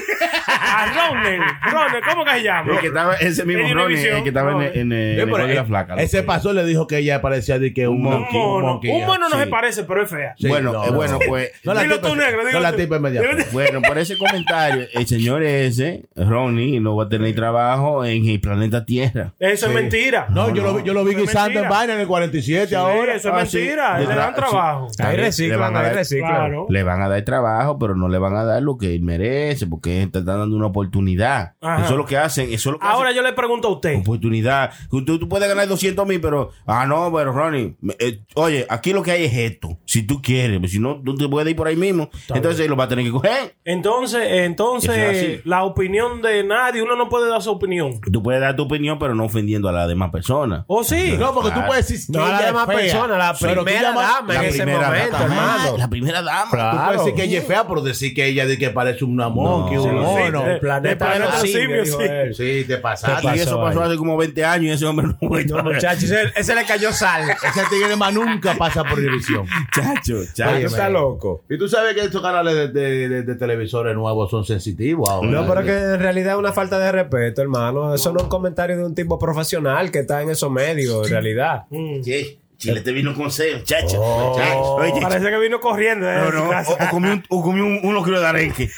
Speaker 4: A Rone, Rone, ¿cómo que se llama?
Speaker 7: El que estaba, ese mismo
Speaker 4: En
Speaker 7: Ronnie,
Speaker 4: Univision.
Speaker 7: el que estaba en, en, en
Speaker 6: Sí,
Speaker 7: el
Speaker 6: pero
Speaker 7: Gol de la
Speaker 6: e-
Speaker 7: flaca. lo
Speaker 6: Ese
Speaker 7: que-
Speaker 6: pasó le dijo que ella parecía de que un
Speaker 4: Un
Speaker 6: monkey.
Speaker 4: mono. Un mono no
Speaker 6: sí.
Speaker 4: se parece, pero es fea.
Speaker 6: Sí,
Speaker 7: bueno,
Speaker 6: no,
Speaker 7: eh,
Speaker 6: no.
Speaker 7: bueno, pues.
Speaker 6: No la
Speaker 4: Dilo
Speaker 6: tipa-
Speaker 4: tú, negro,
Speaker 6: No
Speaker 4: dilo
Speaker 6: la
Speaker 4: tú.
Speaker 6: tipa es media
Speaker 4: Dilo
Speaker 6: fea.
Speaker 7: Bueno, por ese comentario, el señor ese, Ronnie, no va a tener trabajo en el planeta Tierra.
Speaker 4: Eso es mentira.
Speaker 6: No, yo lo vi- yo lo vi
Speaker 4: Eso es
Speaker 6: guisando en
Speaker 4: mentira.
Speaker 6: vaina en el 47
Speaker 4: Ahora,
Speaker 6: ahora.
Speaker 4: eso es
Speaker 7: Ah, sí.
Speaker 4: mentira.
Speaker 7: De
Speaker 4: Le dan
Speaker 7: tra-
Speaker 4: trabajo.
Speaker 7: sí.
Speaker 9: Ahí
Speaker 7: Le van
Speaker 9: reciclan,
Speaker 7: a
Speaker 9: ahí
Speaker 7: dar-
Speaker 9: reciclan.
Speaker 4: Claro.
Speaker 7: Le van a dar trabajo, pero no le van a dar lo que él merece, porque te están dando una oportunidad.
Speaker 4: Ajá.
Speaker 7: Eso es lo que hacen, eso es lo que hacen.
Speaker 4: Ahora yo le pregunto a usted.
Speaker 7: oportunidad. Tú, tú puedes ganar 200 mil, pero. Ah, no, pero Ronnie. me- eh, oye, aquí lo que hay es esto. Si tú quieres, pues, si no, tú te puedes ir por ahí mismo. entonces lo vas a tener que coger.
Speaker 4: Entonces,
Speaker 7: Eso es
Speaker 4: entonces
Speaker 7: así.
Speaker 4: la opinión de nadie, uno no puede dar su opinión.
Speaker 7: Tú puedes dar tu opinión, pero no ofendiendo a las demás personas.
Speaker 4: ¿O sí?
Speaker 6: No, porque tú
Speaker 7: Claro.
Speaker 6: puedes decir que
Speaker 9: No a la
Speaker 6: ella es
Speaker 9: demás
Speaker 6: fea,
Speaker 9: persona, la
Speaker 6: pero tú
Speaker 9: primera
Speaker 6: llamas-
Speaker 9: dama en
Speaker 6: la
Speaker 9: ese
Speaker 6: primera
Speaker 9: momento,
Speaker 6: dama.
Speaker 9: hermano.
Speaker 7: La primera dama.
Speaker 6: Tú
Speaker 9: Claro.
Speaker 6: puedes decir que ella es fea, pero decir que ella de que parece una monkey,
Speaker 7: No,
Speaker 6: un
Speaker 7: sí,
Speaker 6: mono.
Speaker 4: sí,
Speaker 9: El planeta de los
Speaker 4: Sí,
Speaker 9: simios,
Speaker 4: sí.
Speaker 9: dijo él.
Speaker 6: Sí, te
Speaker 7: Ah,
Speaker 6: pasaste.
Speaker 7: y eso pasó hace como 20 años y ese hombre no vuelve.
Speaker 9: No, muchachos, ese, ese le cayó sal.
Speaker 6: Ese tigre más nunca pasa por división.
Speaker 7: Chacho,
Speaker 9: Tú
Speaker 7: chacho.
Speaker 9: estás loco.
Speaker 6: Y tú sabes que estos canales de, de- de- de televisores nuevos son sensitivos ahora. ¿eh?
Speaker 9: No, pero que en realidad es una falta de respeto, hermano. Eso no es un comentario de un tipo profesional que está en esos medios, en realidad.
Speaker 7: Sí, Chile te vino con sed, chacho. Chacho. Mm. Oye,
Speaker 4: Parece que vino corriendo. ¿eh?
Speaker 7: Oh. No, Oh, no, o, o comí, un, o comí un- unos kilos de arenque.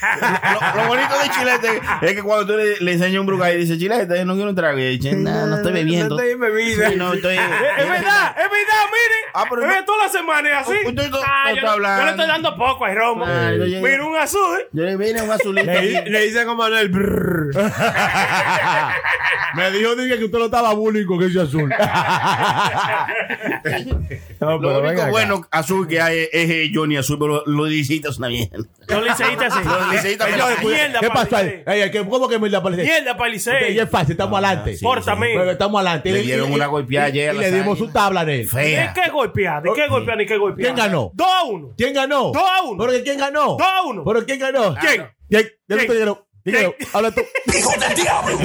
Speaker 7: Lo, lo bonito de Chilete es que cuando tú le, le enseñas un brugal y dice, Chilete, yo no quiero un trago. Y dice, no, no estoy bebiendo.
Speaker 9: No estoy bebida.
Speaker 7: Sí, no, estoy...
Speaker 4: Es, es verdad, es verdad, mire.
Speaker 7: Ah, pero
Speaker 4: Mire,
Speaker 7: no-
Speaker 4: toda la semana es así.
Speaker 7: U- usted no-
Speaker 4: Ah,
Speaker 7: no
Speaker 4: yo,
Speaker 7: está hablando.
Speaker 4: yo le estoy dando poco a Romo.
Speaker 7: Ah, yo llegué.
Speaker 4: Mira un azul. ¿eh?
Speaker 7: Yo le vine un azulito.
Speaker 9: Le,
Speaker 7: aquí.
Speaker 9: le hice como en el brrr.
Speaker 6: Me dijo dije que usted lo estaba bullying con ese azul.
Speaker 7: Lo
Speaker 9: No, pero ven
Speaker 7: único
Speaker 9: acá.
Speaker 7: bueno azul que hay es, es Johnny Azul, pero los licitas también.
Speaker 4: Los liceístas así.
Speaker 7: Los liceístas
Speaker 4: Eh,
Speaker 7: así.
Speaker 4: Mierda,
Speaker 6: ¿Qué pasó ahí?
Speaker 4: Licey.
Speaker 6: Ey, que- ¿Cómo que me la parece?
Speaker 4: Mierda, para
Speaker 6: Usted, ya
Speaker 4: Licey.
Speaker 6: es fácil, estamos adelante.
Speaker 7: Ah, sí,
Speaker 4: Pórtame.
Speaker 6: Pero estamos adelante.
Speaker 7: Le
Speaker 6: Y-
Speaker 7: dieron
Speaker 6: y-
Speaker 7: una golpeada ayer a
Speaker 6: Y
Speaker 7: las
Speaker 6: le dimos
Speaker 7: águilas.
Speaker 6: su tabla a él.
Speaker 4: ¿De
Speaker 7: Fea.
Speaker 4: qué golpear? ¿De qué golpear? ¿Ni qué golpear?
Speaker 6: ¿Quién ganó?
Speaker 4: 2 a 1.
Speaker 6: ¿Quién ganó?
Speaker 4: Dos a uno.
Speaker 6: ¿Pero que quién ganó?
Speaker 4: Dos a uno.
Speaker 6: ¿Pero quién ganó?
Speaker 4: ¿Quién?
Speaker 6: ¿Quién? ¿Quién?
Speaker 4: ¿Quién?
Speaker 6: te dieron? Dígalo, habla tú. ¡Hijo del diablo!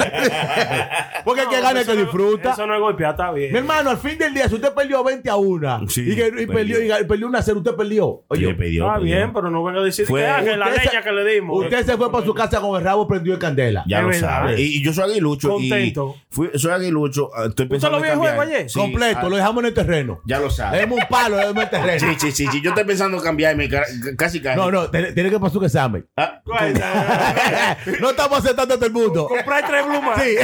Speaker 6: Porque el que gana es
Speaker 4: eso
Speaker 6: que
Speaker 4: no-
Speaker 6: disfruta.
Speaker 4: Eso no es golpear, está bien.
Speaker 6: Mi hermano, al fin del día, si usted perdió 20 a 1
Speaker 7: Sí,
Speaker 6: y, que, y perdió,
Speaker 7: perdió.
Speaker 6: y perdió una 0, usted perdió.
Speaker 7: Le
Speaker 6: Oye,
Speaker 7: pidió,
Speaker 4: Está
Speaker 7: pidió.
Speaker 4: Ah, bien, pero no venga a decir
Speaker 7: Fue-
Speaker 4: que, ah, que la
Speaker 6: Usted se-
Speaker 4: leña que le dimos.
Speaker 6: usted se fue para su casa con el rabo prendido en candela.
Speaker 7: Ya
Speaker 4: Es
Speaker 7: lo
Speaker 4: verdad.
Speaker 7: sabes. Y, y yo soy aguilucho.
Speaker 4: Contento.
Speaker 7: Y fui- soy aguilucho. ah, Estoy pensando
Speaker 4: lo vio el
Speaker 7: cambiar.
Speaker 4: juego ayer?
Speaker 7: Sí,
Speaker 6: Completo,
Speaker 7: ah,
Speaker 6: lo dejamos en el terreno.
Speaker 7: Ya lo sabes.
Speaker 6: Le damos un palo, le damos en el terreno.
Speaker 7: Sí, sí, sí, sí. Yo estoy pensando cambiarme ca- casi casi.
Speaker 6: No, no, tiene tiene que pasar un examen.
Speaker 7: Ah,
Speaker 6: no estamos aceptando a todo el mundo.
Speaker 4: Comprar tres plumas.
Speaker 6: Sí.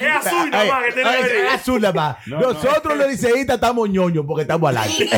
Speaker 4: Es azul, nada
Speaker 6: Ay,
Speaker 4: más, que tiene
Speaker 6: ay,
Speaker 4: que venir.
Speaker 6: es azul nada más. Nosotros los
Speaker 4: Ah,
Speaker 6: liceístas estamos ñoños porque estamos al aire.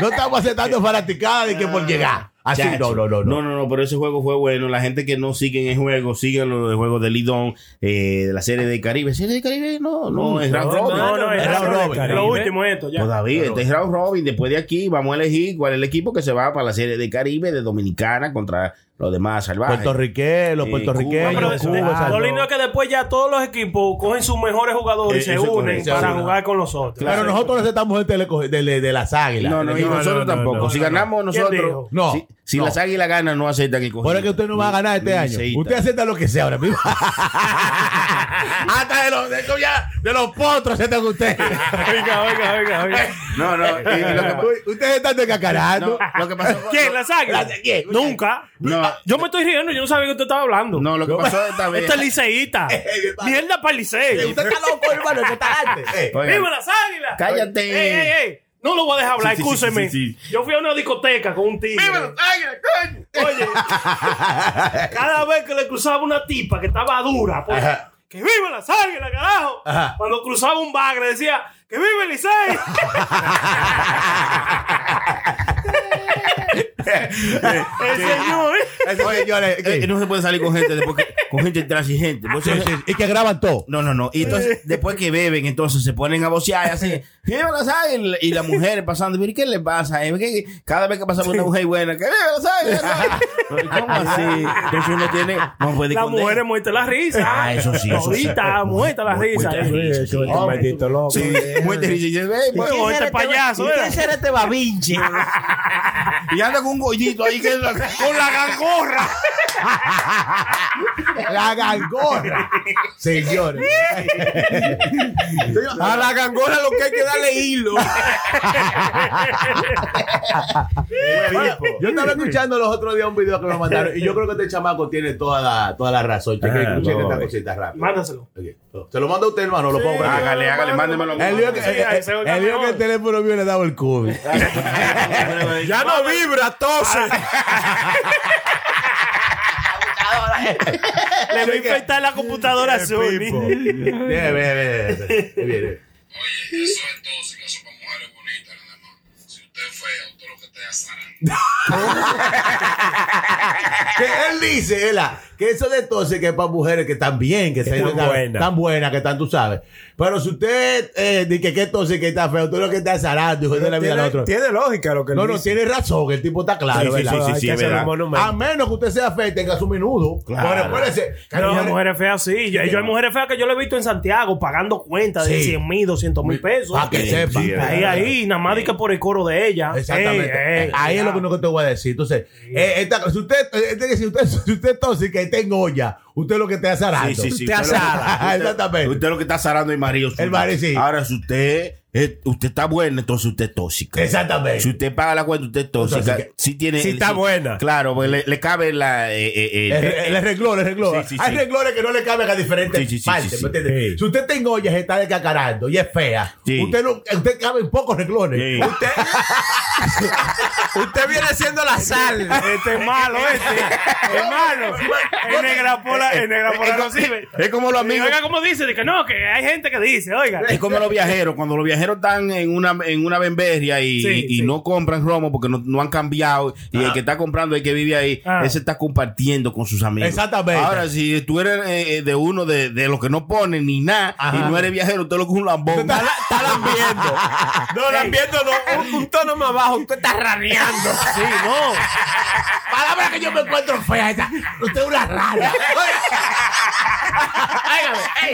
Speaker 6: no estamos aceptando fanaticada de que por llegar. Así, no,
Speaker 7: Chacho.
Speaker 6: no, no, no.
Speaker 7: No, pero ese juego fue bueno. La gente que no sigue el juego, sigue los de juegos de Lidón, eh, de la serie de Caribe. ¿Serie de Caribe? No, no, es Round Robin.
Speaker 4: No, no, es
Speaker 6: Era
Speaker 4: Round
Speaker 6: Robin,
Speaker 4: Robin.
Speaker 6: Caribe.
Speaker 4: Lo último es esto, ya.
Speaker 7: Todavía, este es Round Robin. Después de aquí, vamos a elegir cuál es el equipo que se va para la serie de Caribe, de Dominicana, contra los demás salvajes.
Speaker 6: Puertorriqueños, los
Speaker 7: Eh,
Speaker 6: puertorriqueños,
Speaker 4: Pero
Speaker 7: Cuba,
Speaker 6: Cuba,
Speaker 4: de-
Speaker 7: Cuba,
Speaker 4: de-
Speaker 6: exacto.
Speaker 4: lo lindo es que después ya todos los equipos cogen sus mejores jugadores y se
Speaker 7: Eh, eso es
Speaker 4: unen
Speaker 7: correcto.
Speaker 4: para
Speaker 7: Sí,
Speaker 4: jugar con los otros.
Speaker 6: Pero nosotros necesitamos gente de, co- de- de- de las águilas.
Speaker 7: No, no, y
Speaker 4: No, no,
Speaker 7: nosotros
Speaker 4: no, no,
Speaker 7: tampoco.
Speaker 4: no,
Speaker 7: si
Speaker 4: no, no.
Speaker 7: ganamos
Speaker 4: ¿Quién
Speaker 7: nosotros,
Speaker 4: dijo?
Speaker 6: No,
Speaker 7: si, si
Speaker 6: no.
Speaker 7: las águilas ganan, no aceptan el cogido.
Speaker 6: Pero es que usted no va a ganar este
Speaker 7: Ni-
Speaker 6: año.
Speaker 7: ni
Speaker 6: Usted
Speaker 7: aceita.
Speaker 6: acepta lo que sea ahora mismo. Hasta de los, de, ¿cómo ya? de los potros acepta que usted.
Speaker 4: Oiga, oiga, oiga, oiga.
Speaker 7: No, no. y- y lo que pa-
Speaker 6: Ustedes están descacarando.
Speaker 7: no, lo que pasó.
Speaker 4: ¿Quién? ¿Las águilas?
Speaker 6: ¿Quién?
Speaker 4: Nunca.
Speaker 7: No,
Speaker 4: Yo me estoy riendo, yo no sabía que usted estaba hablando.
Speaker 7: no, lo que pasó esta vez.
Speaker 4: Esto es liceísta. Mierda para el liceo.
Speaker 6: Usted está loco, hermano, usted está arte. Eh,
Speaker 7: Oigan,
Speaker 4: ¡Viva las águilas!
Speaker 7: Cállate.
Speaker 4: ¡Ey, ey, ey! No lo voy a dejar hablar,
Speaker 7: Sí, sí, sí,
Speaker 4: escúcheme.
Speaker 7: sí, sí.
Speaker 4: Yo fui a una discoteca con un tigre.
Speaker 7: ¡Viva las águilas, coño!
Speaker 4: Oye, cada vez que le cruzaba una tipa que estaba dura, pues,
Speaker 6: Ajá.
Speaker 4: que viva las águilas, carajo.
Speaker 6: Ajá.
Speaker 4: Cuando cruzaba un bagre decía, que viva el Licey. el señor.
Speaker 6: ese señor es-
Speaker 7: Eh, no se puede salir con gente después que- con gente intransigente. Por eso-
Speaker 6: Sí, sí, Y que graban todo.
Speaker 7: No, no, no. Y entonces, después que beben, entonces se ponen a vocear y así. ¡Viva las águilas! Y las mujeres pasando. Mire, ¿qué le pasa? eh? ¿Qué- qué- Cada vez que pasamos una mujer buena, ¡que viva las águilas! Pero, ¿Cómo así? Entonces uno tiene. No puede
Speaker 4: La
Speaker 7: esconder.
Speaker 4: mujer muerte la risa.
Speaker 7: Ah, eso sí, eso sí.
Speaker 4: Todita, muerta la risa.
Speaker 7: Muerta la risa.
Speaker 9: Sí, que un maldito loco.
Speaker 7: Sí, muy triste. Y dice, "Ey, pues,
Speaker 4: Oye, este payaso, ¿eh?
Speaker 7: Y anda con un gollito ahí que es la- con la gangorra.
Speaker 6: La gangorra. Señores. Señor, A la gangorra lo que hay que darle hilo. Bueno, yo estaba escuchando los otros días un video que me mandaron y yo creo que este chamaco tiene toda la, toda la razón. Chequen, escuchen esta cosita rápida.
Speaker 4: Mándaselo.
Speaker 6: Ok. Se lo manda a usted, hermano, lo pongo.
Speaker 7: Hágale, hágale, mándemelo.
Speaker 6: El lío que,
Speaker 4: Sí, ahí se ve el
Speaker 6: el lío
Speaker 4: camión.
Speaker 6: que el teléfono mío le daba el COVID.
Speaker 7: Ya no vibra.
Speaker 4: Ah. Le voy a infectar la computadora a Sony.
Speaker 6: Ve, ve, ve, ve, ve. Viene.
Speaker 1: Eso entonces, que eso con mujeres bonitas nada más. Si usted es fea, usted lo que te asarán.
Speaker 6: que él dice, ¿verdad? Que eso de entonces que es para mujeres que están bien, que, se-
Speaker 9: están
Speaker 6: están
Speaker 9: buenas.
Speaker 6: están buenas, que están, tú sabes. Pero si usted eh, dice que entonces que está feo, tú lo que está zarando, hijo de la vida al
Speaker 9: Tiene-
Speaker 6: otro.
Speaker 9: Tiene lógica lo que
Speaker 6: No,
Speaker 9: él
Speaker 6: no,
Speaker 9: dice.
Speaker 6: tiene razón, el tipo está claro,
Speaker 7: Sí, sí,
Speaker 6: ¿verdad?
Speaker 7: sí, sí,
Speaker 9: Hay
Speaker 7: sí,
Speaker 9: que
Speaker 7: es
Speaker 9: hacer
Speaker 7: verdad.
Speaker 9: un monumento.
Speaker 6: A menos que usted sea feo y tenga su menudo. Pero acuérdese, que
Speaker 4: No,
Speaker 6: hay mujeres-
Speaker 4: mujeres feas sí. Yo, yo hay mujeres feas que yo le he visto en Santiago pagando cuentas de
Speaker 6: Sí.
Speaker 4: 100 mil, 200 mil pesos.
Speaker 6: para que
Speaker 7: Sí,
Speaker 6: sepa.
Speaker 7: sí, es
Speaker 4: Ahí, ahí, nada más de que por el coro de ella.
Speaker 6: Exactamente.
Speaker 4: Ey, ey,
Speaker 6: Ahí es lo
Speaker 4: cuidado.
Speaker 6: que no que te voy a decir. Entonces, eh, esta- si usted, eh, si usted, si usted tóxica y está en olla, usted lo que está azarando.
Speaker 7: Sí, sí, sí.
Speaker 6: Usted azara. Exactamente.
Speaker 7: Usted lo que está zarando es Ah, marido. suyo.
Speaker 6: El marido, sí.
Speaker 7: Ahora, si usted, es- usted está buena, entonces usted es tóxica.
Speaker 6: Exactamente.
Speaker 7: Si usted paga la cuenta, usted es
Speaker 6: Entonces,
Speaker 7: tóxica.
Speaker 6: que-
Speaker 7: Si, tiene,
Speaker 9: Si está buena.
Speaker 7: Claro, porque le, le cabe la. eh, eh, eh,
Speaker 6: Le le arregló, le arregló.
Speaker 7: Sí, sí,
Speaker 6: Hay
Speaker 7: sí.
Speaker 6: reglones que no le caben a diferentes
Speaker 7: Sí, sí, sí,
Speaker 6: partes.
Speaker 7: sí, sí.
Speaker 6: ¿me entiendes?
Speaker 9: Sí.
Speaker 6: Si usted está en olla, se está descacarando y es fea.
Speaker 7: Sí.
Speaker 6: Usted, no, usted cabe en pocos reglones.
Speaker 7: Sí.
Speaker 6: Usted,
Speaker 9: Usted viene siendo la sal.
Speaker 4: Este es malo, este. es malo. El negra pola, el negra
Speaker 6: Eh,
Speaker 4: pola no sirve.
Speaker 7: Es como los
Speaker 4: Y
Speaker 7: amigos.
Speaker 4: oiga cómo dice, de que no, que hay gente que dice, oiga.
Speaker 7: Es como los viajeros, cuando los viajeros están en una en una bemberria y,
Speaker 4: Sí,
Speaker 7: y
Speaker 4: sí.
Speaker 7: no compran romo porque no, no han cambiado y el que está comprando, el que vive ahí,
Speaker 4: Ah.
Speaker 7: ese está compartiendo con sus amigos.
Speaker 6: Exactamente.
Speaker 7: Ahora, si tú eres eh, eh, de uno de, de los que no ponen ni nada
Speaker 6: Ajá.
Speaker 7: y no eres viajero, tú lo que es un lambón.
Speaker 6: Está la- está lambiendo.
Speaker 9: No, la viendo no, un, un tono más bajo. Usted está raneando.
Speaker 6: Sí, no. Palabra que yo me encuentro fea. Esa. Usted es una rara.
Speaker 4: Ey,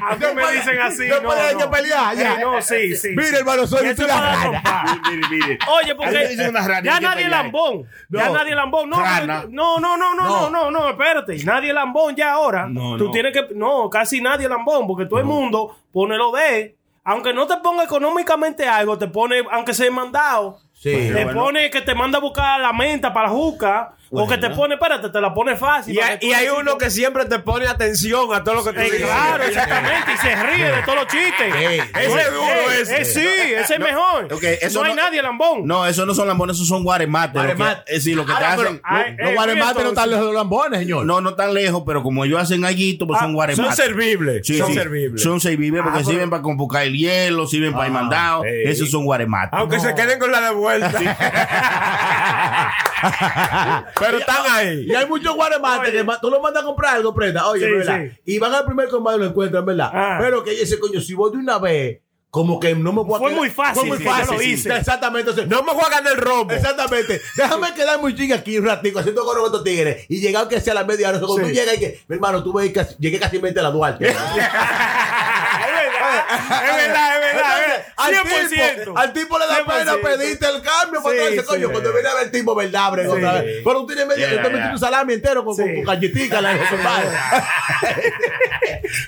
Speaker 4: a mí me dicen así.
Speaker 6: No,
Speaker 4: No,
Speaker 6: puede
Speaker 4: no.
Speaker 6: pelear. ya.
Speaker 4: Ey, no, sí, sí.
Speaker 6: Mire, hermano, soy
Speaker 4: Eso
Speaker 6: usted
Speaker 4: es
Speaker 6: una
Speaker 4: para
Speaker 6: rara.
Speaker 4: trompar. Oye,
Speaker 7: Ahí
Speaker 4: porque
Speaker 7: dicen unas raras,
Speaker 4: ya
Speaker 7: que
Speaker 4: nadie
Speaker 7: pelear.
Speaker 4: lambón. Ya
Speaker 6: No.
Speaker 4: nadie lambón. No,
Speaker 7: Rana.
Speaker 4: no, no, no, no, no, no, no, espérate. Nadie lambón ya ahora.
Speaker 7: No,
Speaker 4: tú
Speaker 7: no.
Speaker 4: tienes que. No, casi nadie lambón, porque todo el mundo pone lo de. Aunque no te ponga económicamente algo, te pone, aunque sea mandado,
Speaker 6: Sí.
Speaker 4: te pone que te manda a buscar la menta para la juca. O que te pone, espérate, te la pone fácil.
Speaker 9: Y
Speaker 4: para
Speaker 9: hay,
Speaker 4: que tú
Speaker 9: y hay
Speaker 4: decidas.
Speaker 9: uno que siempre te pone atención a todo lo que tú
Speaker 4: Eh,
Speaker 9: dices.
Speaker 4: claro, exactamente. Y se ríe de todos los chistes.
Speaker 6: Ey,
Speaker 9: ese es duro,
Speaker 4: Eh,
Speaker 9: ese.
Speaker 4: eh, sí, ese es mejor.
Speaker 7: ok,
Speaker 4: no,
Speaker 7: eso
Speaker 4: hay
Speaker 7: no-
Speaker 4: nadie, Lambón.
Speaker 7: No, eso no son lambones, esos son guaremates. Lo que,
Speaker 6: Guaremate.
Speaker 7: eh, sí, lo que te
Speaker 6: Ahora,
Speaker 7: hacen.
Speaker 4: pero- Ay,
Speaker 6: Los
Speaker 4: eh,
Speaker 6: guaremates
Speaker 4: Cristo,
Speaker 6: no están lejos de los lambones, señor.
Speaker 7: No, no tan lejos, pero como ellos hacen allito, pues son guaremates.
Speaker 9: Son servibles.
Speaker 7: Sí,
Speaker 9: son
Speaker 7: sí.
Speaker 9: servibles.
Speaker 7: Son servibles porque sirven para compucar el hielo, sirven para el mandado.
Speaker 9: sí.
Speaker 7: Esos son guaremates.
Speaker 9: Aunque se queden con la de vuelta. Pero están ahí.
Speaker 6: Y hay muchos guaremates que ma- tú los mandas a comprar algo, prenda. Oye,
Speaker 4: Sí,
Speaker 6: ¿verdad?
Speaker 4: sí.
Speaker 6: Y van al primer combate y lo encuentran, ¿verdad?
Speaker 4: Ah.
Speaker 6: Pero que ese coño, si voy de una vez, como que no me voy a
Speaker 4: Fue
Speaker 6: quedar-
Speaker 4: muy fácil,
Speaker 6: Fue muy
Speaker 4: sí,
Speaker 6: fácil.
Speaker 4: yo lo
Speaker 6: sí.
Speaker 4: hice.
Speaker 6: Exactamente. entonces,
Speaker 9: No me juegan el rombo.
Speaker 6: Exactamente. Déjame quedar muy chingue aquí un ratico haciendo coro con estos tigres y llegar que sea a la media hora. O sea, Cuando tú llegas y que, mi hermano, tú ves casi, llegué casi 20 a la Duarte. es
Speaker 4: Ah, es verdad, es
Speaker 6: Al tipo,
Speaker 4: 100%.
Speaker 6: al tipo le da
Speaker 4: 100%.
Speaker 6: pena pedirte el cambio para
Speaker 4: Sí,
Speaker 6: ese
Speaker 4: sí.
Speaker 6: coño. Cuando viene a ver el tipo, verdad, abre otra vez. Pero tú tienes media, tú metiste un salami entero con, con, con galletica, la de compadre.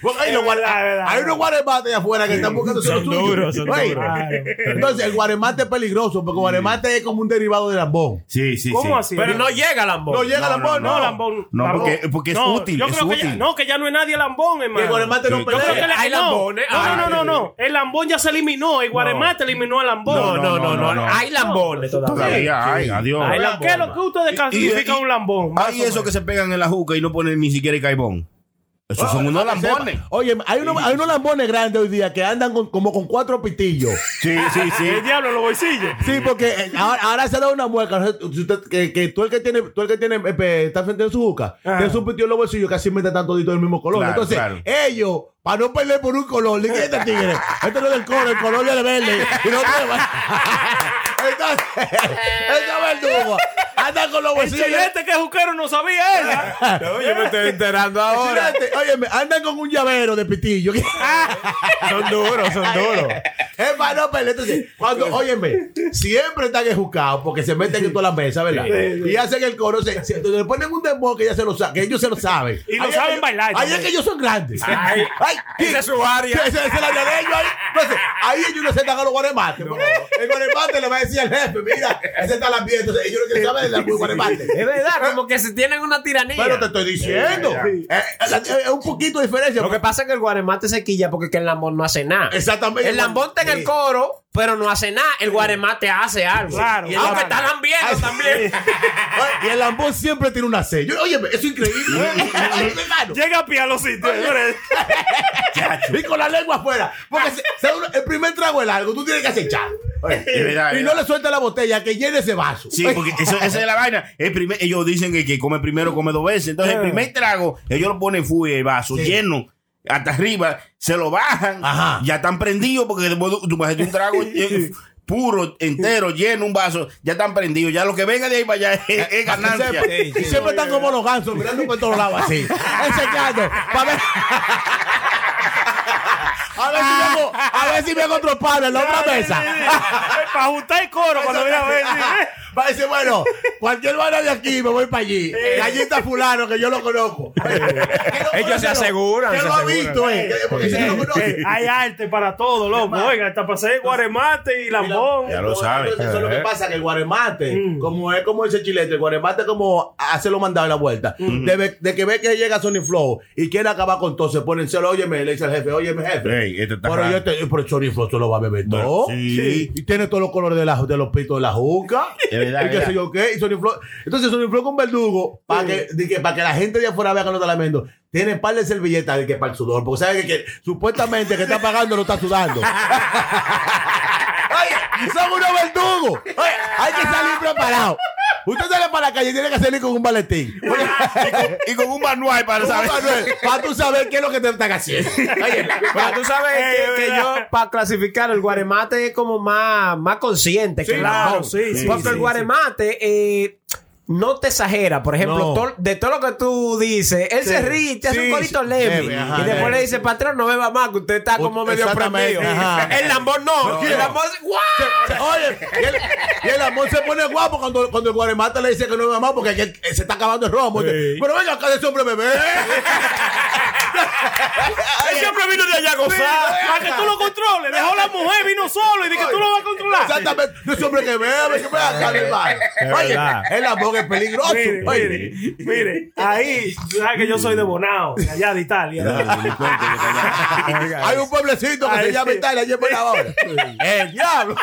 Speaker 6: Porque hay, los guare-
Speaker 4: verdad, es verdad.
Speaker 6: hay unos guaremates allá afuera que están buscando Son
Speaker 9: duros, son duros.
Speaker 6: Entonces, el guaremate es peligroso porque el guaremate es como un derivado de lambón.
Speaker 7: Sí, sí,
Speaker 4: ¿Cómo
Speaker 7: sí.
Speaker 4: así?
Speaker 9: Pero no llega Lambón.
Speaker 6: No llega
Speaker 7: No,
Speaker 6: el lambón,
Speaker 4: No,
Speaker 6: no.
Speaker 4: Lambón.
Speaker 7: No,
Speaker 4: Lambón.
Speaker 7: porque- porque es útil,
Speaker 4: Yo
Speaker 7: es
Speaker 4: creo que ya,
Speaker 7: útil.
Speaker 4: no, que ya no es nadie Lambón, hermano.
Speaker 6: Que Guaremate no
Speaker 7: Yo
Speaker 4: Yo
Speaker 6: pelea.
Speaker 4: creo que la-
Speaker 9: Hay
Speaker 4: no.
Speaker 9: lambones.
Speaker 4: No, no,
Speaker 9: Ay.
Speaker 4: no, no, no. El Lambón ya se eliminó. El Guaremate eliminó al Lambón.
Speaker 9: No, no, no, no,
Speaker 7: no.
Speaker 9: Hay Lambones todavía.
Speaker 7: Todavía, ay, adiós.
Speaker 9: Ay, la-
Speaker 4: ¿Qué es lo que ustedes clasifican un Lambón?
Speaker 7: Hay esos que se pegan en la juca y no ponen ni siquiera el caibón.
Speaker 6: Ah,
Speaker 7: Esos son unos lambones.
Speaker 6: Oye, hay unos, hay unos lambones grandes hoy día que andan con- como con cuatro pitillos.
Speaker 7: Sí, sí, sí.
Speaker 4: El diablo en los bolsillos.
Speaker 6: Sí, porque eh, ahora, ahora se da una mueca. no sé, si usted- que, que tú el que tiene, tú el que tiene, eh, eh, está frente a su juca,
Speaker 4: Ah.
Speaker 6: tienes un pitillo en los bolsillos casi mete tanto dito del mismo color.
Speaker 7: Claro,
Speaker 6: Entonces,
Speaker 7: claro.
Speaker 6: ellos, para no perder por un color, le dicen, este tigre, este no es del color, el color es de verde. Y no te va. Entonces, esa verdugo anda con los bolsillos.
Speaker 4: Este que es juquero no sabía ¿eh? ella.
Speaker 9: No, yo me estoy enterando ahora.
Speaker 6: Oye, andan con un llavero de pitillo.
Speaker 9: Son duros, son duros.
Speaker 6: Es para no perder. Entonces, cuando, óyeme, siempre están enjucados porque se meten en toda la mesa, ¿verdad? Y hacen el coro, se, se- entonces le ponen un dembow que ya se lo sa- que ellos se lo saben.
Speaker 4: Y lo
Speaker 6: Ahí es
Speaker 4: saben
Speaker 6: que ellos-
Speaker 4: bailar
Speaker 6: Ahí es
Speaker 4: también.
Speaker 6: que ellos son grandes.
Speaker 9: Ay,
Speaker 6: sí.
Speaker 9: esa es su área.
Speaker 6: Sí, esa- esa es la área de ellos ahí. Entonces, ahí ellos no se están a los guaremates. porque El guaremate le va a decir al jefe, mira, ese está la piel. Entonces, ellos no quieren saber de la guaremate.
Speaker 3: Es verdad, como que se tienen una tiranía.
Speaker 6: Pero te estoy diciendo, eh, eh, es un poquito de diferencia.
Speaker 3: Lo que
Speaker 6: porque-
Speaker 3: pasa es que el guaremate se quilla porque que el lambón no hace nada.
Speaker 6: Exactamente.
Speaker 3: El lambón está en el
Speaker 6: Sí.
Speaker 3: coro, pero no hace nada. El guaremate hace algo.
Speaker 4: Claro,
Speaker 3: Y
Speaker 4: claro.
Speaker 3: aunque está lambiendo también.
Speaker 6: Oye, Y el lambón siempre tiene una C. Yo, oye, eso es increíble. Ay, hermano.
Speaker 4: Llega a pie a los sitios. señores.
Speaker 6: Y con la lengua afuera. Porque se- se da uno- el primer trago es largo, tú tienes que acechar.
Speaker 7: es verdad,
Speaker 6: Y
Speaker 7: es
Speaker 6: no
Speaker 7: verdad.
Speaker 6: le suelta la botella, que llene ese vaso.
Speaker 7: Sí, porque eso, esa es la vaina. El primer, ellos dicen que el que come primero come dos veces. Entonces, el
Speaker 4: Eh.
Speaker 7: primer trago, ellos lo ponen full el vaso lleno hasta arriba, se lo bajan,
Speaker 6: Ajá.
Speaker 7: ya están prendidos porque después tú- tú bajaste un trago eh, puro, entero, lleno, un vaso, ya están prendidos. Ya lo que venga de ahí para allá
Speaker 4: Eh,
Speaker 7: es, es ganancia.
Speaker 6: Siempre- y siempre, están como los gansos mirando por todos lados así. Enseñando. Para ver. A ver, si vengo, a ver si vengo otro palo en la otra mesa.
Speaker 4: Para juntar el coro cuando viene a ver. sí.
Speaker 6: Va a decir, bueno, cualquier vaina de aquí me voy para allí. Allí está fulano, que yo lo conozco.
Speaker 9: Ellos se aseguran,
Speaker 6: Que
Speaker 9: se
Speaker 6: lo ha
Speaker 9: aseguran.
Speaker 6: visto, eh. que- Porque si no lo conoce.
Speaker 4: Eh, Hay arte para todo, loco. Oiga, hasta pasé guaremate y lambón.
Speaker 7: Ya lo sabe. Eh.
Speaker 6: Entonces, Eso es lo que pasa, que el guaremate,
Speaker 4: Mm.
Speaker 6: como es como ese chilete, el guaremate como hace lo mandado en la vuelta.
Speaker 4: Mm.
Speaker 6: De, ve- de que ve que llega Sony Flow y quiere acabar con todo, se pone en celo, óyeme, le dice al jefe, óyeme, jefe.
Speaker 7: Ey, este está
Speaker 6: Pero
Speaker 7: raro.
Speaker 6: yo te, pero Sony Flow se lo va a beber
Speaker 7: Bueno,
Speaker 6: todo.
Speaker 7: sí.
Speaker 6: Y tiene todos los colores de, la, de los pitos de la juca.
Speaker 7: Es verdad,
Speaker 6: y
Speaker 7: es
Speaker 6: qué
Speaker 7: verdad.
Speaker 6: sé yo qué. Y Sony Flow. Entonces Sony Flow con verdugo, para que, de que, para que la gente de afuera vea que no está lamento. Tiene un par de servilletas de que para el sudor. Porque sabe que, que supuestamente que está pagando no está sudando. Oye, son unos verdugos. Oye, hay que salir preparado. Usted sale para la calle y tiene que salir con un maletín. Oye,
Speaker 7: y con un manual
Speaker 3: Ah,
Speaker 7: para saber.
Speaker 6: para tú saber qué es lo que te están haciendo. Oye,
Speaker 3: Pero tú sabes que, que yo, para clasificar, el guaremate es como más, más consciente que el
Speaker 4: claro,
Speaker 3: lambón.
Speaker 4: sí, sí,
Speaker 3: Porque
Speaker 4: sí,
Speaker 3: el guaremate eh, no te exagera. Por ejemplo,
Speaker 6: No.
Speaker 3: tol- de todo lo que tú dices, él se ríe, y te hace
Speaker 6: Sí,
Speaker 3: un corito
Speaker 6: sí.
Speaker 3: leve.
Speaker 6: Leve, ajá,
Speaker 3: y después
Speaker 6: leve.
Speaker 3: le dice, patrón, no beba más, que usted está como medio
Speaker 6: Exactamente,
Speaker 3: prendido.
Speaker 6: ajá.
Speaker 3: El lambón no. el lambón, ¡guau!
Speaker 6: Oye, y el, y el amor se pone guapo cuando, cuando el guaremate le dice que no es mamá porque aquí se está acabando el romo. Pero venga acá de ese hombre bebé.
Speaker 4: Él siempre vino de allá a gozar. Para que tú lo controles. Dejó la mujer, vino solo y de que tú lo vas a controlar. Eh,
Speaker 6: Exactamente. No es hombre que bebe, que me da carne, hermano. Oye, el amor es peligroso.
Speaker 4: Mire,
Speaker 6: Oye.
Speaker 4: mire, mire, ahí, tú sabes que yo soy de Bonao, de allá de Italia.
Speaker 6: Hay un pueblecito que
Speaker 4: Ay,
Speaker 6: se llama
Speaker 4: sí.
Speaker 6: Italia, allí en Bonavón. El diablo.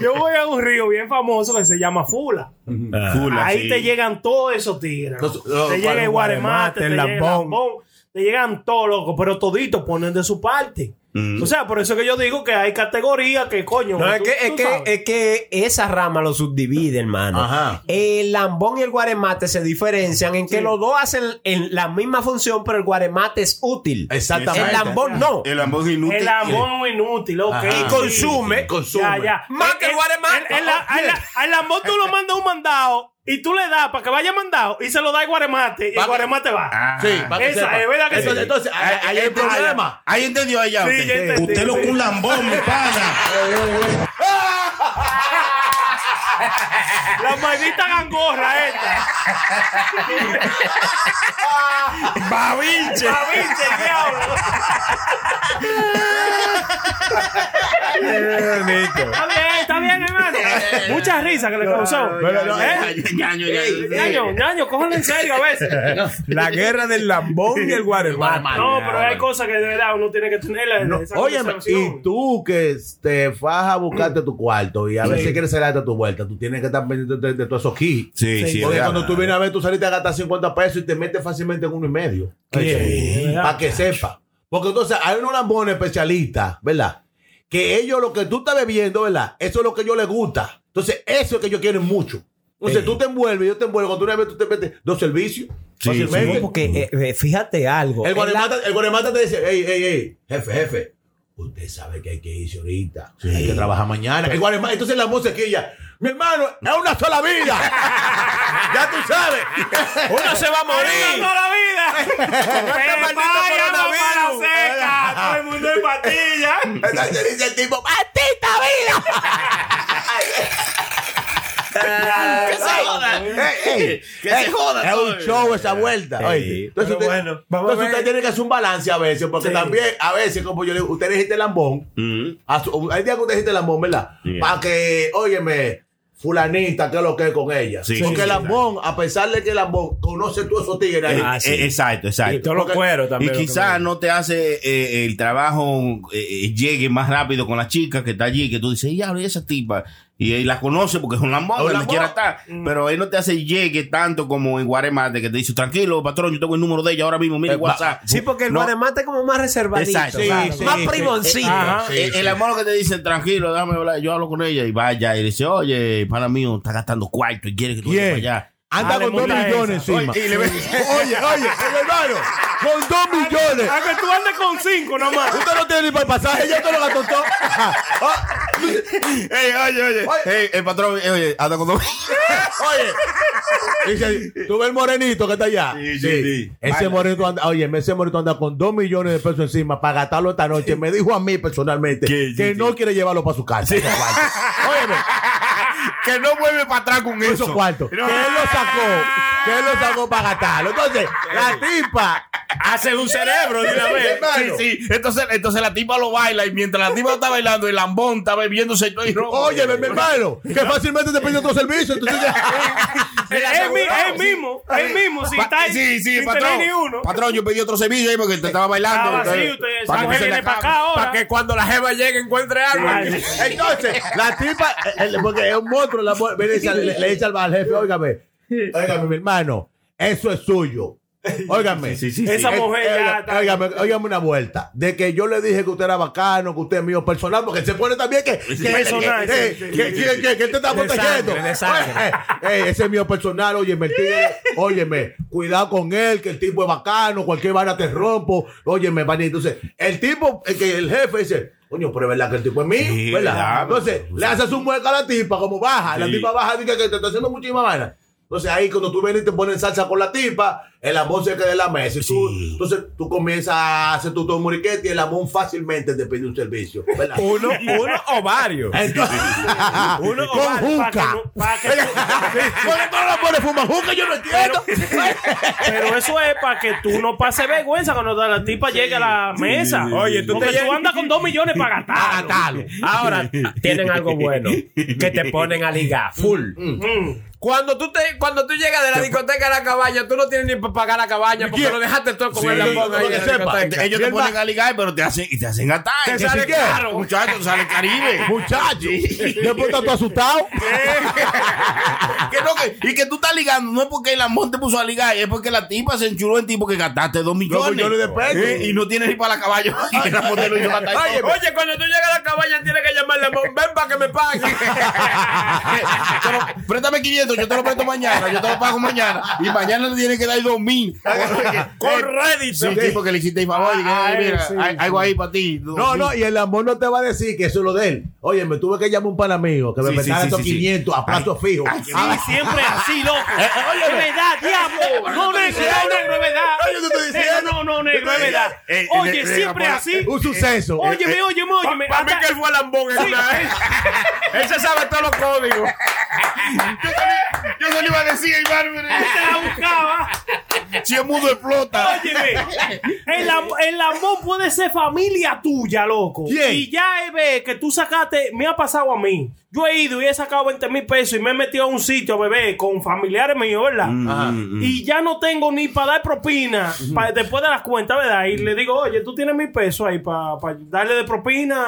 Speaker 4: Yo voy a un río bien famoso que se llama Fula.
Speaker 7: Ah,
Speaker 4: Ahí te llegan todos esos tigres. ¿no?
Speaker 6: Los- los-
Speaker 4: te llega el guaremate, te
Speaker 6: el
Speaker 4: llega el
Speaker 6: lambón.
Speaker 4: lambón, te llegan todos locos, pero toditos ponen de su parte. O sea, por eso que yo digo que hay categorías que coño.
Speaker 9: No, es
Speaker 4: tú-
Speaker 9: que, es,
Speaker 4: tú
Speaker 9: que,
Speaker 4: sabes.
Speaker 9: es que esa rama lo subdivide, hermano.
Speaker 6: Ajá.
Speaker 9: El lambón y el guaremate se diferencian en que los dos hacen en la misma función, pero el guaremate es útil.
Speaker 6: Exactamente.
Speaker 9: El lambón no.
Speaker 7: El ambos inútil.
Speaker 4: El lambón inútil, ok.
Speaker 6: Y consume, Ah, consume.
Speaker 4: Ya, ya.
Speaker 9: Más que el guaremate.
Speaker 4: el- el-
Speaker 6: Ah,
Speaker 4: la- el- la- Al lambón tú lo mandas un mandado y tú le das para que vaya mandado y se lo da el guaremate y
Speaker 6: Va
Speaker 4: el
Speaker 6: que-
Speaker 4: guaremate va.
Speaker 6: Sí, para Ah, que
Speaker 4: Esa,
Speaker 6: sepa.
Speaker 4: es verdad que sí.
Speaker 6: entonces, entonces, ah. ahí ahí hay un problema.
Speaker 7: Ahí entendió allá.
Speaker 4: Sí,
Speaker 7: usted.
Speaker 4: ya entendí.
Speaker 7: Usted lo que un lambón, mi pana.
Speaker 4: La maldita gangorra esta.
Speaker 7: Babinche.
Speaker 4: La pinche diablo. Está bien, está bien, hermano. Mucha risa que le causó.
Speaker 6: Pero no,
Speaker 4: ¿Eh? Ñaño,
Speaker 7: Eh,
Speaker 4: ñaño, cójanlo en serio a veces.
Speaker 3: La guerra del lambón y el guaremate.
Speaker 4: No, pero hay cosas que de verdad uno tiene que tener.
Speaker 6: No,
Speaker 4: esa
Speaker 6: óyeme,
Speaker 4: conversación.
Speaker 6: y tú que te vas a buscarte tu cuarto y a veces quieres salir a tu vuelta, tú tienes que estar pendiente de, de tu asoquí.
Speaker 7: Sí, sí.
Speaker 6: Porque
Speaker 7: es
Speaker 6: cuando
Speaker 7: verdad.
Speaker 6: tú vienes a ver, tú saliste a gastar 50 pesos y te metes fácilmente en uno y medio. Para que sepa. Porque entonces hay unos lambones especialistas, ¿verdad? Que ellos lo que tú estás bebiendo, ¿verdad? Eso es lo que yo les gusta. Entonces, eso es que yo quiero mucho. Entonces, tú te envuelves, yo te envuelvo. Cuando una vez tú te metes dos servicios, fácilmente.
Speaker 9: No, porque eh, eh, fíjate algo.
Speaker 6: El
Speaker 9: en la-
Speaker 6: guaremata, el guaremata te dice, hey, hey, hey, jefe, jefe, usted sabe que hay que irse ahorita. Hay que trabajar mañana. El guaremata, entonces la musiquilla, mi hermano, es una sola vida. ya tú sabes. Uno se va a
Speaker 4: ¡Ay, no,
Speaker 6: morir. Este
Speaker 4: no, la vida! ¡Que
Speaker 6: maldito
Speaker 4: vaya, vamos para la
Speaker 6: coronavirus!
Speaker 4: seca! ¡Todo el mundo en patilla!
Speaker 6: Entonces dice el tipo, ¡maldita vida! ¡Que se jodan! ¡Que se jodan! Es un show esa vuelta. oíste. Entonces,
Speaker 3: Pero
Speaker 6: usted,
Speaker 3: bueno, vamos a
Speaker 6: entonces
Speaker 3: ver.
Speaker 6: usted tiene que hacer un balance a veces, porque también, a veces, como yo le digo, usted es este lambón. A su- Hay días que usted dijiste lambón, ¿verdad? Para que, óyeme, fulanita, que lo que es con ella.
Speaker 7: Sí,
Speaker 6: Porque
Speaker 7: sí,
Speaker 6: lambón, a pesar de que lambón conoce todos esos tigres ahí.
Speaker 7: Eh, eh, Exacto, exacto.
Speaker 3: Y todos los
Speaker 6: Porque-
Speaker 3: cueros
Speaker 7: Y
Speaker 3: también.
Speaker 7: quizás no te hace eh, el trabajo eh, eh, llegue más rápido con la chica que está allí, que tú dices, ya, y esa tipa. Y él la conoce porque es un lambón,
Speaker 6: Es un
Speaker 7: donde
Speaker 6: lambón.
Speaker 7: quiera estar. Pero él no te hace llegue tanto como en Guaremate, que te dice, tranquilo, patrón, yo tengo el número de ella ahora mismo, mira el
Speaker 6: Eh, va-
Speaker 7: WhatsApp.
Speaker 9: Sí, porque el
Speaker 7: No.
Speaker 9: guaremate es como más reservadito.
Speaker 7: Exacto.
Speaker 9: Sí,
Speaker 7: Claro,
Speaker 9: más
Speaker 3: sí,
Speaker 9: privoncito.
Speaker 4: Ajá.
Speaker 6: Sí,
Speaker 7: el,
Speaker 6: sí.
Speaker 7: el hermano que te dice, tranquilo, déjame hablar, yo hablo con ella y vaya. Y le dice, oye, pana mío, está gastando cuarto y quiere que tú vayas para allá.
Speaker 6: Anda
Speaker 4: Ah, le
Speaker 6: con dos
Speaker 4: monta
Speaker 6: millones
Speaker 4: esa.
Speaker 6: encima. Oye, oye, hermano, con dos millones.
Speaker 4: A que tú andes con cinco nomás.
Speaker 6: Usted no tiene ni para el pasaje, ya usted lo gastó todo. Ah,
Speaker 7: Ey, oye, oye, ey, el patrón, eh, oye, anda con dos.
Speaker 6: Oye, dice, tú ves el morenito que está allá.
Speaker 7: Sí, sí, sí.
Speaker 6: Ese morenito anda, oye, ese morenito anda con dos millones de pesos encima para gastarlo esta noche. Me dijo a mí personalmente
Speaker 7: Que sí,
Speaker 6: que
Speaker 7: sí.
Speaker 6: no quiere llevarlo para su casa. esos cuartos. Óyeme,
Speaker 7: que no vuelve para atrás con
Speaker 6: esos cuartos. Que él lo sacó, que él lo sacó para gastarlo. Entonces, la tipa
Speaker 7: Hace un cerebro de una vez.
Speaker 6: Hermano.
Speaker 7: Sí, sí. Entonces, entonces la tipa lo baila y mientras la tipa lo está bailando, el lambón está bebiéndose todo y rojo.
Speaker 6: Oye, mi hermano, que fácilmente te pide otro servicio. Entonces,
Speaker 4: Es mi- es mismo, es mismo. Si
Speaker 7: Pa-
Speaker 4: está ahí,
Speaker 7: sí, sí,
Speaker 4: sin
Speaker 7: patrón.
Speaker 4: tener ni uno.
Speaker 7: Patrón, yo pedí otro servicio ahí porque te estaba bailando.
Speaker 4: Estaba así,
Speaker 7: entonces,
Speaker 4: usted, esa
Speaker 7: para que no
Speaker 4: mujer
Speaker 7: se le
Speaker 4: viene para
Speaker 7: acabe.
Speaker 4: acá ahora.
Speaker 9: Para que cuando la jeva llegue encuentre algo.
Speaker 4: Ay,
Speaker 6: entonces, la tipa, el- porque es un monstruo, la mujer, viene y se- le, le dice al, al jefe, óigame, óigame, mi hermano, eso es suyo. Óigame, Eh,
Speaker 4: Esa mujer ya
Speaker 6: Óigame,
Speaker 4: está-
Speaker 6: óigame, óigame una vuelta. De que yo le dije que usted era bacano, que usted es mío personal, porque se pone también que. que-
Speaker 4: Personal,
Speaker 6: que-
Speaker 4: sí, sí,
Speaker 6: que- que- que- que- que él te está
Speaker 9: De
Speaker 6: protegiendo.
Speaker 9: sangre, de sangre.
Speaker 6: Oye, Eh, ey, ese es mío personal, óyeme, el tigre, óyeme, cuidado con él, que el tipo es bacano, cualquier vara te rompo, óyeme, vaina. Entonces, el tipo, el, que el jefe dice, coño, pero es verdad que el tipo es mío,
Speaker 7: Sí,
Speaker 6: ¿verdad?
Speaker 7: ¿verdad?
Speaker 6: Entonces, le haces un mueca a la tipa, como baja, la
Speaker 7: Sí.
Speaker 6: tipa baja, dice que te está haciendo muchísima vaina. Entonces, ahí cuando tú vienes y te ponen salsa con la tipa, el amor cerca de la mesa. Y tú- entonces tú comienzas a hacer tu tomuriquete y el amor fácilmente te pide un servicio. ¿verdad? Eh,
Speaker 9: Uno, uno o varios.
Speaker 6: Entonces,
Speaker 4: Uno o
Speaker 6: con
Speaker 4: varios, para que
Speaker 6: juca.
Speaker 4: no- para que
Speaker 6: Oiga,
Speaker 4: tú-
Speaker 6: Porque todos los amores fuman juca, yo no entiendo.
Speaker 4: Pero eso es para que tú no pases vergüenza cuando la tipa llegue a la mesa.
Speaker 9: Oye, tú te
Speaker 4: Porque tú
Speaker 9: llegas-
Speaker 4: andas con dos millones para gastar.
Speaker 9: Agátalo. Ahora tienen algo bueno que te ponen a ligar full. Cuando tú te, cuando tú llegas de la discoteca a la cabaña, tú no tienes ni para pagar la cabaña porque lo dejaste todo con el lambón ahí
Speaker 7: Porque
Speaker 9: en la
Speaker 7: sepa,
Speaker 9: discoteca.
Speaker 7: ellos te
Speaker 6: Bien,
Speaker 7: ponen
Speaker 6: va.
Speaker 7: a ligar, pero te hacen, y te hacen atar.
Speaker 9: Te sale caro.
Speaker 7: Muchachos, te sale caribe.
Speaker 6: Muchacho,
Speaker 7: Sí.
Speaker 6: después estás tú asustado.
Speaker 7: Que no, que- y que tú estás ligando, no es porque el amor te puso a ligar, es porque la tipa se enchuló en ti porque gastaste dos millones.
Speaker 6: millones de pesos.
Speaker 7: Eh, Y no tienes ni para la caballo. Y el amor te lo hizo gastar
Speaker 9: Oye,
Speaker 7: todo.
Speaker 9: oye, cuando tú llegas a la cabaña tienes que llamarle lambón, ven para que me pague.
Speaker 7: Pero préstame 500, yo te lo presto mañana, yo te lo pago mañana. Y mañana le tienes que dar 2000.
Speaker 9: con Reddit.
Speaker 7: Sí, tipo que le hiciste el favor. y que,
Speaker 9: Ah,
Speaker 7: mira,
Speaker 9: sí,
Speaker 7: hay-
Speaker 9: sí.
Speaker 7: algo ahí para ti.
Speaker 6: No, no, y el amor no te va a decir que eso es lo de él. Oye, me tuve que llamar un pana mío que me
Speaker 7: Sí,
Speaker 6: prestara
Speaker 7: sí, sí,
Speaker 6: esos
Speaker 7: sí, sí.
Speaker 6: 500 a plazo fijo. Ah,
Speaker 4: Sí, siempre así, loco. Es verdad, diablo. No, negro, no, negro, es verdad.
Speaker 6: Oye, yo te estoy
Speaker 4: Negro,
Speaker 6: diciendo.
Speaker 4: No, no, negro, es verdad.
Speaker 7: Eh,
Speaker 4: Oye,
Speaker 7: eh,
Speaker 4: siempre
Speaker 7: eh,
Speaker 4: así.
Speaker 6: Un suceso. Eh,
Speaker 4: Óyeme, óyeme, óyeme.
Speaker 9: Para mí
Speaker 4: Hasta-
Speaker 9: que él fue lambón en una, ¿eh? Él se sabe todos los códigos.
Speaker 7: Yo no le iba a decir, hermano.
Speaker 4: te la buscaba.
Speaker 7: Si el mundo explota.
Speaker 4: Óyeme, el, am- el amor puede ser familia tuya, loco.
Speaker 6: ¿Quién?
Speaker 4: Y ya eh, ve que tú sacaste, me ha pasado a mí. Yo he ido y he sacado 20 mil pesos y me he metido a un sitio, bebé, con familiares míos, ¿verdad? Ajá. Y ya no tengo ni para dar propina pa- después de las cuentas, ¿verdad? Y le digo, oye, tú tienes mil pesos ahí para darle de propina.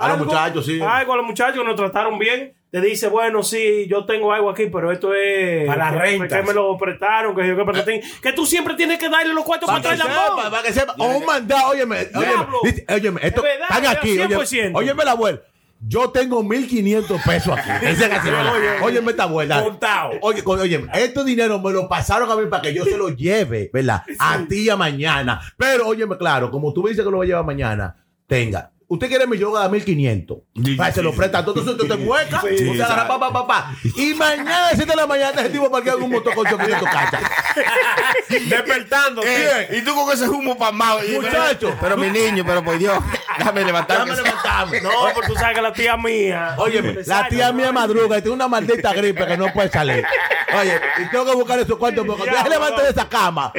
Speaker 6: A los muchachos, sí.
Speaker 4: Algo a los muchachos que nos trataron bien. Te dice, bueno, sí, yo tengo algo aquí, pero esto es.
Speaker 9: Para
Speaker 4: que-
Speaker 9: las rentas.
Speaker 4: que me lo prestaron, que yo que para ti. Que tú siempre tienes que darle los cuartos para
Speaker 6: Para que
Speaker 4: traer la
Speaker 6: sepa,
Speaker 4: bomba.
Speaker 6: para que sepa. O un mandado, óyeme, óyeme,
Speaker 4: Diablo.
Speaker 6: dice, óyeme, esto,
Speaker 4: Es verdad,
Speaker 6: están
Speaker 4: ya,
Speaker 6: aquí, óyeme,
Speaker 4: 100%.
Speaker 6: óyeme la abuela. Yo tengo 1500 pesos aquí. Esa es la señora. Óyeme esta abuela.
Speaker 9: Contado.
Speaker 6: Oye, con- óyeme, estos dineros me lo pasaron a mí para que yo se los lleve, ¿verdad? A ti a mañana. Pero óyeme, claro, como tú me dices que lo va a llevar mañana, tenga. Usted quiere mi yoga de 1500.
Speaker 7: Sí,
Speaker 6: Para que
Speaker 7: sí,
Speaker 6: se lo
Speaker 7: sí,
Speaker 6: presta todo eso, te mueca. usted agarra pa, pa, pa, pa. Y mañana, a las 7 de la mañana, ese tipo parquea en un motor con 800 cachas.
Speaker 9: Despertando.
Speaker 7: Eh, y tú con ese humo palmado. Y-
Speaker 6: Muchacho.
Speaker 7: Pero mi niño, pero por Dios. Déjame levantarme.
Speaker 6: Déjame levantarme. No,
Speaker 4: Pero tú sabes que la tía mía.
Speaker 6: Oye, la tía mía madruga y tiene una maldita gripe que no puede salir. Oye, y tengo que buscar esos cuartos porque cuando ya se levante de esa cama,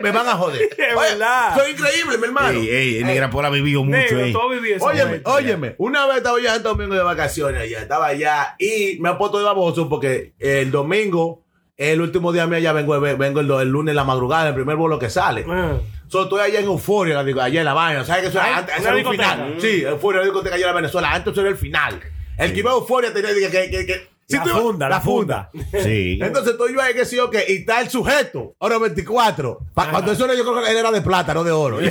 Speaker 6: me van a joder.
Speaker 4: Es verdad.
Speaker 6: Soy increíble, mi hermano.
Speaker 7: Ey, ey, el negra Pola ha vivido mucho.
Speaker 4: Negro,
Speaker 7: ey.
Speaker 4: todo viví eso.
Speaker 6: Óyeme,
Speaker 4: güey.
Speaker 6: óyeme, una vez estaba yo en domingo de vacaciones allá, estaba allá y me ha puesto de baboso porque el domingo, el último día mío, ya vengo, vengo el, el lunes en la madrugada, el primer vuelo que sale.
Speaker 4: Ah.
Speaker 6: So, estoy allá en Euforia, la digo, allá en la vaina. ¿Sabes que eso
Speaker 4: Ay,
Speaker 9: Ah,
Speaker 6: era antes? Eso
Speaker 4: una
Speaker 6: era un
Speaker 4: discoteca.
Speaker 6: final. Sí, Euforia, la discoteca allá en la Venezuela. Antes eso era el final. El que iba a Euforia tenía que. que, que, que-
Speaker 9: La
Speaker 6: tú ibas-
Speaker 9: funda, la
Speaker 7: Sí.
Speaker 6: Entonces estoy yo ahí, que sí o qué, y está el sujeto, oro 24. Pa- cuando eso era, yo creo que él era de plata, no de oro. y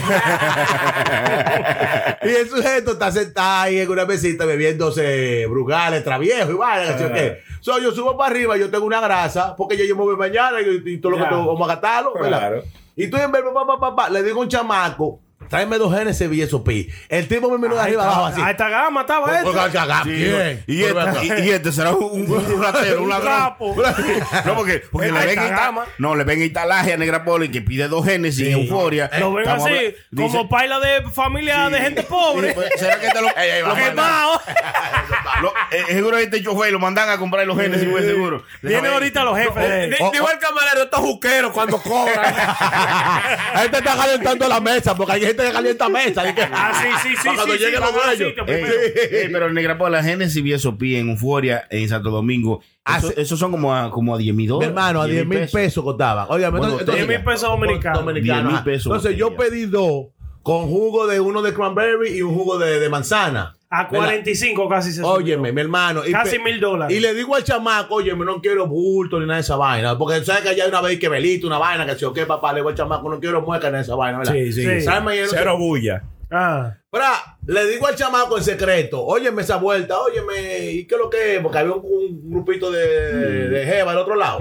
Speaker 6: el sujeto está sentado ahí en una mesita bebiéndose brugales, traviejo y vaina, que sí o qué. So, yo subo para arriba, yo tengo una grasa, porque yo, yo me voy mañana y, y todo lo
Speaker 4: Ya.
Speaker 6: que tengo, vamos a gastarlo. ¿verdad?
Speaker 9: Claro.
Speaker 6: Y estoy en verbo, papá, papá, le digo a un chamaco, tráeme dos genes y eso, pi. El tipo me miró de arriba abajo así.
Speaker 4: A esta gama estaba
Speaker 6: Por-
Speaker 4: esto.
Speaker 6: por- por-
Speaker 7: Sí,
Speaker 6: bien.
Speaker 7: y, este, y- y este será un, un ratero, un
Speaker 4: Un
Speaker 7: ladrón.
Speaker 4: trapo.
Speaker 7: no, porque, porque le,
Speaker 4: Alta
Speaker 7: ven ita-
Speaker 4: gama.
Speaker 7: no, le ven italaje a Negra Poli que pide dos genes sin euforia.
Speaker 4: Lo ven
Speaker 7: Estamos
Speaker 4: así,
Speaker 7: hablando- dice-
Speaker 4: como paila de familia de gente pobre.
Speaker 7: Sí, pues, ¿Será que te lo,
Speaker 6: Ey, ey,
Speaker 7: lo
Speaker 6: vamos a
Speaker 7: mandan?
Speaker 4: Quemado.
Speaker 7: Lo- eh, seguro este chofer lo mandan a comprar los genes, sí, güey, seguro.
Speaker 4: Vienen ahorita los jefes. de-
Speaker 6: oh,
Speaker 9: Di- Dijo el camarero, estos juqueros cuando cobran.
Speaker 6: La gente este está calentando la mesa, porque hay gente que calienta mesa. así que-
Speaker 4: Ah, sí, sí, sí.
Speaker 6: Para cuando
Speaker 4: sí, sí,
Speaker 6: lleguen los
Speaker 4: vamos al
Speaker 6: dueños.
Speaker 4: sitio
Speaker 7: Ey,
Speaker 4: primero.
Speaker 7: ey, pero Negra Pola, Genesis y eso en Euforia, en Santo Domingo. Eso-
Speaker 6: Hace-
Speaker 7: Esos son como a, como a 10 mil
Speaker 6: Eh, Mi
Speaker 7: dólares.
Speaker 6: Ah, hermano, a 10 mil pesos costaban. Oye,
Speaker 7: Bueno, 10
Speaker 4: mil pesos dominicanos.
Speaker 7: 10 mil
Speaker 6: ajá.
Speaker 7: pesos
Speaker 6: Entonces yo
Speaker 7: botella.
Speaker 6: pedí dos con jugo de uno de cranberry y un jugo de, de manzana.
Speaker 4: A 45 casi se subió.
Speaker 6: Óyeme, mi hermano. y
Speaker 4: Casi
Speaker 6: pe-
Speaker 4: mil dólares.
Speaker 6: Y le digo al chamaco, óyeme, no quiero bulto ni nada de esa vaina. Porque sabes que allá hay una vez que velito, una vaina, que si o qué, papá, le digo al chamaco, no quiero mueca ni esa vaina, ¿verdad?
Speaker 4: Sí.
Speaker 6: Salme y el-
Speaker 9: Cero bulla.
Speaker 4: Ah.
Speaker 6: Pra, Le digo al chamaco en secreto, óyeme esa vuelta, óyeme, ¿y qué es lo que es? Porque había un, un grupito
Speaker 4: Mm.
Speaker 6: de, de jeva al otro lado.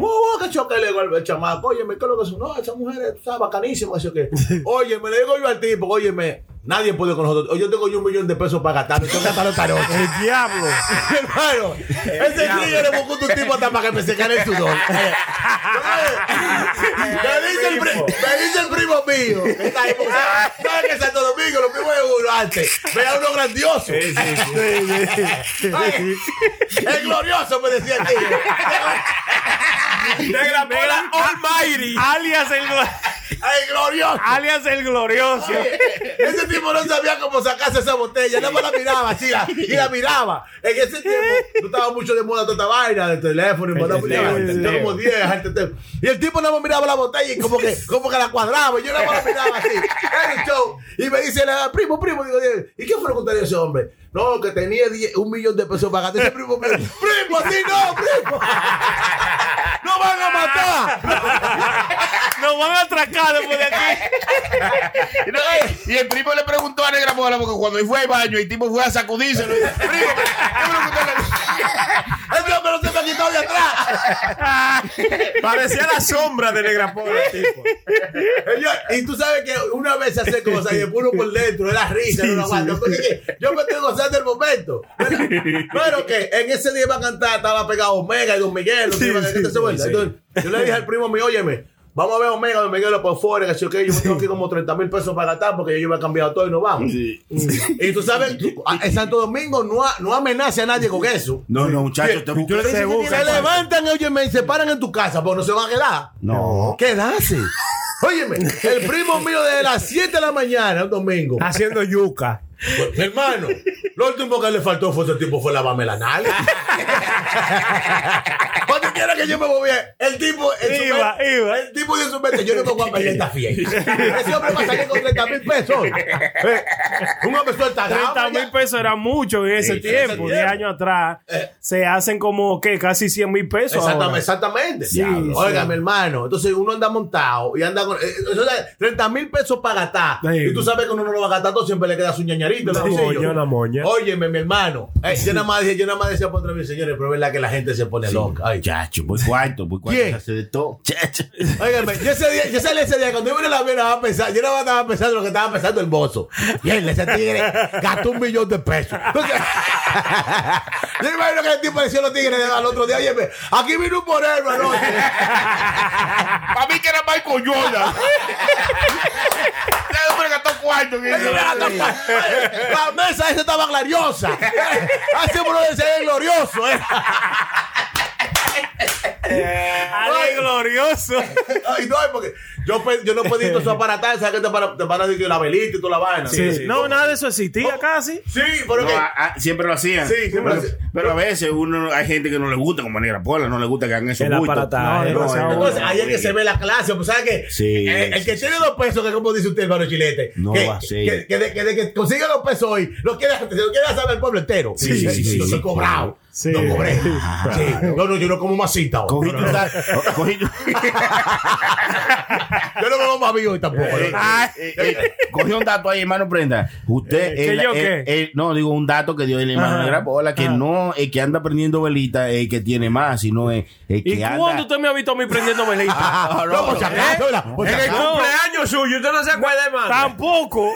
Speaker 6: ¡Oh, qué choque! Le digo al, al chamaco, óyeme, ¿qué es lo que es? No, esa mujer está bacanísima, así que. Óyeme, le digo yo al tipo, óyeme, nadie puede con nosotros. Yo tengo yo un millón de pesos para gastar, tengo que gastarlo esta noche.
Speaker 4: El diablo.
Speaker 6: Hermano, ese tigre le buscó un tipo hasta para que me secara el sudor. me, dice el pri- me dice el primo mío. que está ahí, porque sabe- sabe que en Santo Domingo los primos de uno antes. Vea uno grandioso. Ay, Es glorioso, me decía el tigre.
Speaker 4: Negra Pola Almighty. Alias el,
Speaker 6: Es glorioso.
Speaker 4: alias el glorioso.
Speaker 6: Ese tipo no sabía cómo sacarse esa botella, nada más la miraba así la- y la miraba. En ese tiempo no estaba mucho de moda toda esta vaina de teléfono y mandaba
Speaker 4: teteo, el
Speaker 6: mucha- como 10 al teteo. Y el tipo nada más miraba la botella y como que, como que la cuadraba. Y yo nada más la miraba así. Era un show. Y me dice, la- primo, primo, digo, ¿y qué fue lo que usted dijo a ese hombre? No, que tenía 10 un millón de pesos para gastar. Ese primo, primo, primo, así no, primo. No van a matar.
Speaker 4: Nos van a atracar después de aquí.
Speaker 9: Y, no, y el primo le preguntó a Negra Mola, porque cuando él fue al baño, el tipo fue a sacudírselo. Primo, ¿qué fue lo que usted le-
Speaker 6: Ese hombre no se me quitó de atrás.
Speaker 3: Parecía la sombra de Negra Pola, tipo.
Speaker 6: Ellos- y tú sabes que una vez se hace cosas y el puro por dentro, era risa, no lo aguanto. Porque Yo me estoy gozando el momento. ¿verdad? Pero que en ese día iba a cantar, estaba pegado Omega y Don Miguel. los que iban a cantar esa vuelta. Entonces, yo le dije al primo mío, óyeme, vamos a ver Omega, Don Miguel, por fuera, que si ok, yo me tengo que como 30 mil pesos para gastar porque yo iba a cambiar todo y nos vamos. Y tú sabes, tú- a- en Santo Domingo no, ha- no amenace a nadie con eso.
Speaker 7: No, no, muchachos, te
Speaker 6: Yo le dije,
Speaker 7: Se busca.
Speaker 6: se levantan, óyeme, y se paran en tu casa, porque no se van a quedar.
Speaker 7: No.
Speaker 6: Quedarse. Óyeme, el primo mío desde las 7 de la mañana, un domingo.
Speaker 3: Haciendo yuca.
Speaker 6: Pues, mi hermano, lo último que le faltó fue ese tipo fue lavarme la nalga. Cuando quiera que yo me movía, el tipo en su
Speaker 4: Iba,
Speaker 6: mente-
Speaker 4: iba.
Speaker 6: el tipo de su mente, yo no me voy a perder esta fiesta. Ese hombre va a salir con 30 mil pesos. Eh, un hombre suelta
Speaker 4: 30
Speaker 6: gama,
Speaker 4: mil
Speaker 6: ya.
Speaker 4: pesos era mucho en ese
Speaker 6: Sí, en ese
Speaker 4: tiempo, 10
Speaker 6: tiempo.
Speaker 4: años atrás.
Speaker 6: Eh.
Speaker 4: Se hacen como, ¿qué? Casi 100 mil pesos.
Speaker 6: Exactamente.
Speaker 4: ahora.
Speaker 6: exactamente.
Speaker 4: Sí, sí.
Speaker 6: Oiga, mi hermano. Entonces uno anda montado y anda con. eh, eso es 30 mil pesos para gastar.
Speaker 4: Sí.
Speaker 6: Y tú sabes que uno no lo va a gastar todo, siempre le queda su ñañarito.
Speaker 3: Una
Speaker 6: lo dice
Speaker 3: moña,
Speaker 6: yo.
Speaker 3: una moña.
Speaker 6: Óyeme, mi hermano. Eh, yo nada más dije- yo nada más decía por mil señores, pero es verdad que la gente se pone loca. Ay,
Speaker 7: Muchacho, voy pues cuarto, voy cuarto.
Speaker 6: ¿Quién?
Speaker 7: se hace de todo. Chacho.
Speaker 6: Óigame, yo ese día, yo salí ese día, cuando yo vine a la mierda, estaba pensando, yo no estaba pensando lo que estaba pensando el mozo. Y él, ese tigre, gastó un millón de pesos. Entonces, yo me imagino que el tipo decía a los tigres al otro día, oye, aquí vino un moreno anoche.
Speaker 9: Para mí que era Michael Jordan. Ese hombre gastó cuarto. en eso.
Speaker 6: eh, La mesa esa estaba gloriosa. Ah, Hace uno de ser glorioso, eh.
Speaker 4: ¡Ale, glorioso!
Speaker 6: Ay, no, porque yo, pe- yo no pedí todos esos aparatajes, ¿sabes que te para, te para decir que la velita y toda la vaina?
Speaker 4: Sí, No, nada de eso existía casi.
Speaker 6: Sí, pero
Speaker 7: No,
Speaker 6: que.
Speaker 7: a- a- siempre lo hacían.
Speaker 6: Sí, siempre
Speaker 7: pero,
Speaker 6: lo hacían.
Speaker 7: pero a veces uno hay gente que no le gusta, como Negra Pola, no le gusta que hagan esos
Speaker 3: El
Speaker 7: bultos.
Speaker 6: eh.
Speaker 3: aparataje.
Speaker 7: No, no,
Speaker 4: Demasiado
Speaker 7: no,
Speaker 6: Entonces,
Speaker 7: no,
Speaker 6: ahí es que
Speaker 7: sí.
Speaker 6: se ve la clase, pues ¿sabes qué?
Speaker 7: Sí,
Speaker 6: el, el que tiene dos pesos, que como dice usted, hermano Chilete,
Speaker 7: No,
Speaker 6: que,
Speaker 7: así.
Speaker 6: que, que, de- que de que consiga dos pesos hoy, lo quiere, se lo quiere saber el pueblo entero.
Speaker 7: Sí, sí, sí,
Speaker 6: Yo
Speaker 7: sí.
Speaker 6: soy cobrado.
Speaker 4: Sí.
Speaker 6: No cobré. Sí. No, no, yo no como masita. hoy.
Speaker 7: Cogí
Speaker 6: No,
Speaker 7: tu
Speaker 6: no, no.
Speaker 7: sa- cogí tu-
Speaker 6: Yo no como más hoy tampoco. no, no.
Speaker 7: Ah, eh, eh, Cogió un dato ahí, hermano Prenda. Usted,
Speaker 4: ¿Que
Speaker 7: él-
Speaker 4: yo
Speaker 7: él-
Speaker 4: qué?
Speaker 7: él- no, digo un dato que dio el hermano
Speaker 4: Ajá.
Speaker 7: Negra Pola, que
Speaker 4: Ajá.
Speaker 7: no es que anda prendiendo velita, es que tiene más, sino es es
Speaker 4: ¿Y
Speaker 7: que anda.
Speaker 4: cuándo usted me ha visto a mí prendiendo velita?
Speaker 7: Ah,
Speaker 6: No, por si acaso, ¿verdad? Por si
Speaker 9: En el
Speaker 6: acaso.
Speaker 9: cumpleaños suyo, usted no se acuerda, hermano.
Speaker 4: Tampoco.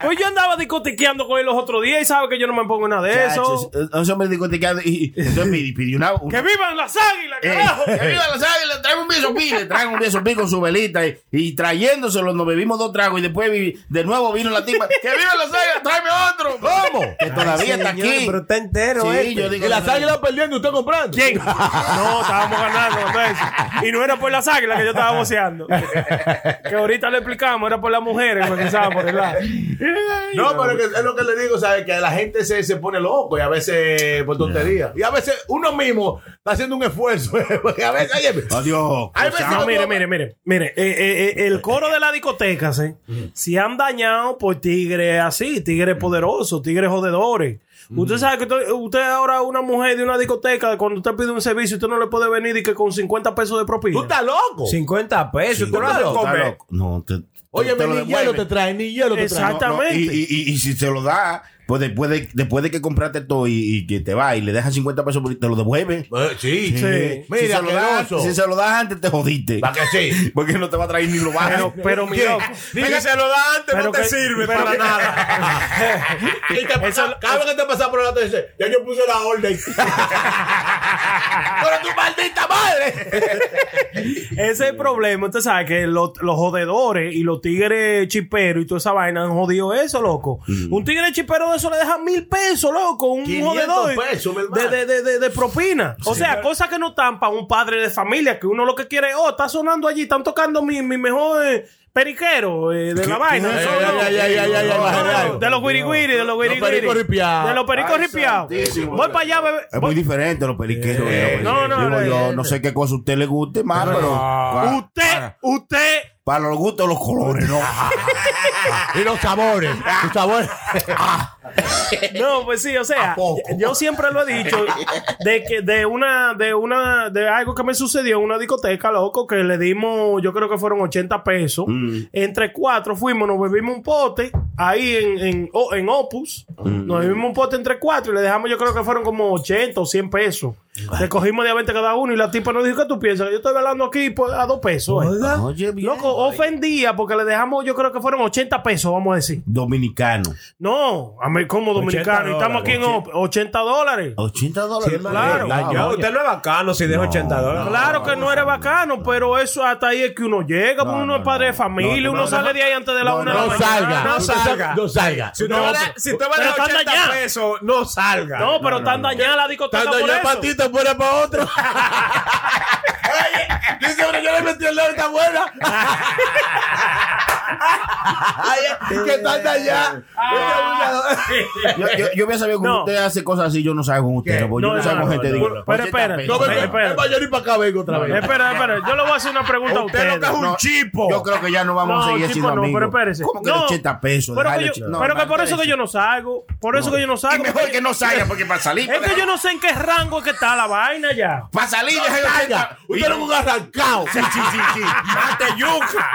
Speaker 4: Pues yo andaba discotequeando con él los otros días y sabe que yo no me pongo nada de eso.
Speaker 7: Chacho, Ese hombre dijo, te quedas- y- y- entonces pidi- pidió una. una-
Speaker 4: ¡Que vivan las águilas,
Speaker 7: Eh,
Speaker 4: carajo!
Speaker 7: que viva los águilas, traen un beso pi, le traen un beso pi con su velita y, y trayéndoselo, nos bebimos dos tragos y después vi- de nuevo vino la tipa. ¡Que viva los águilas, tráeme otro! ¿Cómo? Que todavía está eh.
Speaker 3: Señores,
Speaker 7: aquí.
Speaker 3: Pero está entero,
Speaker 7: Sí,
Speaker 3: este.
Speaker 7: yo digo,
Speaker 6: Y las águilas perdiendo y usted comprando.
Speaker 4: ¿Quién? No, estábamos ganando. hombre. Y no era por las águilas que yo estaba voceando. Que ahorita lo explicamos, era por las mujeres que estaban por el lado.
Speaker 9: Pues,
Speaker 6: No, pero que- es lo que le digo, ¿sabes? Que la gente se, se pone loco y a veces por tontería. Y a veces uno mismo está haciendo un esfuerzo. Porque a veces, oye,
Speaker 7: Adiós. pues,
Speaker 6: hay veces
Speaker 4: No,
Speaker 6: que
Speaker 4: Ah, mire,
Speaker 6: uno-
Speaker 4: mire, mire, mire, eh, eh, eh, el coro de la discoteca, ¿sí? si han dañado por tigres así, tigres poderosos, tigres jodedores. Usted sabe que usted, usted ahora una mujer de una discoteca, cuando usted pide un servicio, usted no le puede venir y que con 50 pesos de
Speaker 6: Tú
Speaker 4: propina.
Speaker 6: estás loco.
Speaker 3: 50 pesos. tú
Speaker 7: Sí,
Speaker 3: no
Speaker 7: está
Speaker 3: haces
Speaker 7: loco,
Speaker 3: comer.
Speaker 7: está loco. No, te-
Speaker 6: Oye,
Speaker 7: te lo
Speaker 6: ni hielo
Speaker 7: devuelven.
Speaker 6: te traen, ni hielo te traen.
Speaker 4: Exacto. Exactamente.
Speaker 7: y, y- y- y si te lo da, pues después de, después de que compraste todo y, y que te va y le dejas 50 pesos, te lo devuelven.
Speaker 6: Eh, sí,
Speaker 7: Sí. si,
Speaker 6: Mira,
Speaker 7: se lo das,
Speaker 6: asqueroso.
Speaker 7: si se lo das antes, te jodiste.
Speaker 6: ¿Para qué sí?
Speaker 7: Porque no te va a traer ni lo bajas.
Speaker 4: Pero, pero mi loco,
Speaker 9: Dile, se lo da antes,
Speaker 4: pero
Speaker 9: no te
Speaker 4: que-
Speaker 9: sirve
Speaker 4: pero
Speaker 9: para
Speaker 4: que-
Speaker 9: nada.
Speaker 6: Y te pasa, cada vez que te pasa por el lado te dice, ya yo puse la orden. ¡Pero tu maldita madre!
Speaker 4: ese es el problema. Usted sabe que lo- los jodedores y los tigres chiperos y toda esa vaina han jodido eso, loco. Un tigre chipero de eso le deja mil pesos, loco. Un
Speaker 6: 500
Speaker 4: jodedor
Speaker 6: pesos, mi hermano.
Speaker 4: de, de, de, de- de propina. O sea, cosas que no tampa un padre de familia, que uno lo que quiere, oh, está sonando allí, están tocando mi, mi mejor eh, periquero eh, de la vaina.
Speaker 7: qué-
Speaker 4: Eso
Speaker 7: ay,
Speaker 4: no.
Speaker 6: ay, ay, ay, ay,
Speaker 4: No,
Speaker 6: ay,
Speaker 4: no,
Speaker 6: ay,
Speaker 4: no, De los guiriguiri, de los guiriguiri.
Speaker 6: pericos ripiados.
Speaker 4: De los pericos
Speaker 7: Ay,
Speaker 4: ripiados.
Speaker 7: santísimo.
Speaker 4: Voy para allá, bebé.
Speaker 7: Es muy
Speaker 4: Voy-
Speaker 7: diferente los periqueros.
Speaker 6: Eh,
Speaker 7: yo-
Speaker 4: no, no,
Speaker 7: digo
Speaker 4: no,
Speaker 7: yo,
Speaker 4: eh,
Speaker 7: no sé qué cosa a usted le guste más, pero para- Ah.
Speaker 4: Usted, usted.
Speaker 7: para los gustos los colores, no.
Speaker 6: y los sabores, los sabores.
Speaker 4: No, pues sí, o sea,
Speaker 6: poco?
Speaker 4: yo siempre lo he dicho de que de una de una de algo que me sucedió en una discoteca, loco, que le dimos, yo creo que fueron 80 pesos. Entre cuatro fuimos, nos bebimos un pote ahí en, en, o- en Opus. Nos bebimos un pote entre cuatro y le dejamos, yo creo que fueron como 80 o 100 pesos. Le cogimos de a 20 cada uno y la tipa nos dijo, ¿qué tú piensas? Yo estoy hablando aquí por- a dos pesos. eh".
Speaker 7: Oye, bien.
Speaker 4: Loco,
Speaker 6: oh.
Speaker 4: ofendía porque le dejamos, yo creo que fueron 80 pesos, vamos a decir.
Speaker 7: Dominicano.
Speaker 4: No, amer- como dominicano. Y estamos aquí en op- 80 dólaño.
Speaker 7: 80 dólares.
Speaker 4: claro.
Speaker 9: No,
Speaker 7: Dañado.
Speaker 9: usted no es bacano si deja 80 dólares.
Speaker 4: Claro que no era bacano, pero eso hasta ahí es que uno llega, porque uno es padre de familia, uno sale de ahí antes de la una de
Speaker 6: No
Speaker 4: la mañana.
Speaker 6: salga.
Speaker 9: no
Speaker 6: Usted sa-
Speaker 9: salga.
Speaker 6: No salga.
Speaker 9: Si usted va a dar- si usted va a
Speaker 4: Pero
Speaker 9: dar
Speaker 4: están
Speaker 9: 80
Speaker 4: dañados.
Speaker 9: pesos, no salga.
Speaker 4: No, pero están dañadas las discotecas
Speaker 6: Tanto
Speaker 4: por
Speaker 6: yo
Speaker 4: eso.
Speaker 6: para ti, te fuera para otro. Oye, dice, pero yo le metí el dedo, está buena. Ay, que están allá.
Speaker 7: Ah. Yo, yo, yo voy a saber cómo
Speaker 4: No.
Speaker 7: usted hace cosas así, yo no salgo con usted.
Speaker 6: ¿Qué?
Speaker 7: no, porque
Speaker 4: No,
Speaker 7: yo no,
Speaker 4: no,
Speaker 7: salgo con
Speaker 4: no,
Speaker 7: gente
Speaker 4: no,
Speaker 7: de
Speaker 4: no, pero espera,
Speaker 6: No,
Speaker 4: Espera,
Speaker 6: vengo,
Speaker 4: espera.
Speaker 6: es mayor y para acá vengo otra vez.
Speaker 4: Espera, espera. Yo le voy a hacer una pregunta a
Speaker 9: Usted
Speaker 4: ustedes.
Speaker 9: lo que es un chipo.
Speaker 7: Yo creo que ya no vamos
Speaker 4: No,
Speaker 7: a seguir
Speaker 4: tipo,
Speaker 7: siendo
Speaker 4: no,
Speaker 7: amigos.
Speaker 4: pero espérese.
Speaker 7: ¿Cómo que
Speaker 4: No,
Speaker 7: 80 pesos?
Speaker 4: Pero que,
Speaker 7: Dale,
Speaker 4: yo,
Speaker 7: chico.
Speaker 4: pero que
Speaker 7: No,
Speaker 4: por eso que yo no salgo. Por eso que yo no
Speaker 7: Y
Speaker 4: salgo.
Speaker 7: mejor que no salga, porque para salir.
Speaker 4: Es que yo no sé en qué rango es que está la vaina ya.
Speaker 7: Para salir, deja el 80.
Speaker 6: Usted no es un arrancado.
Speaker 7: Sí, sí, sí, sí. Mate yuca.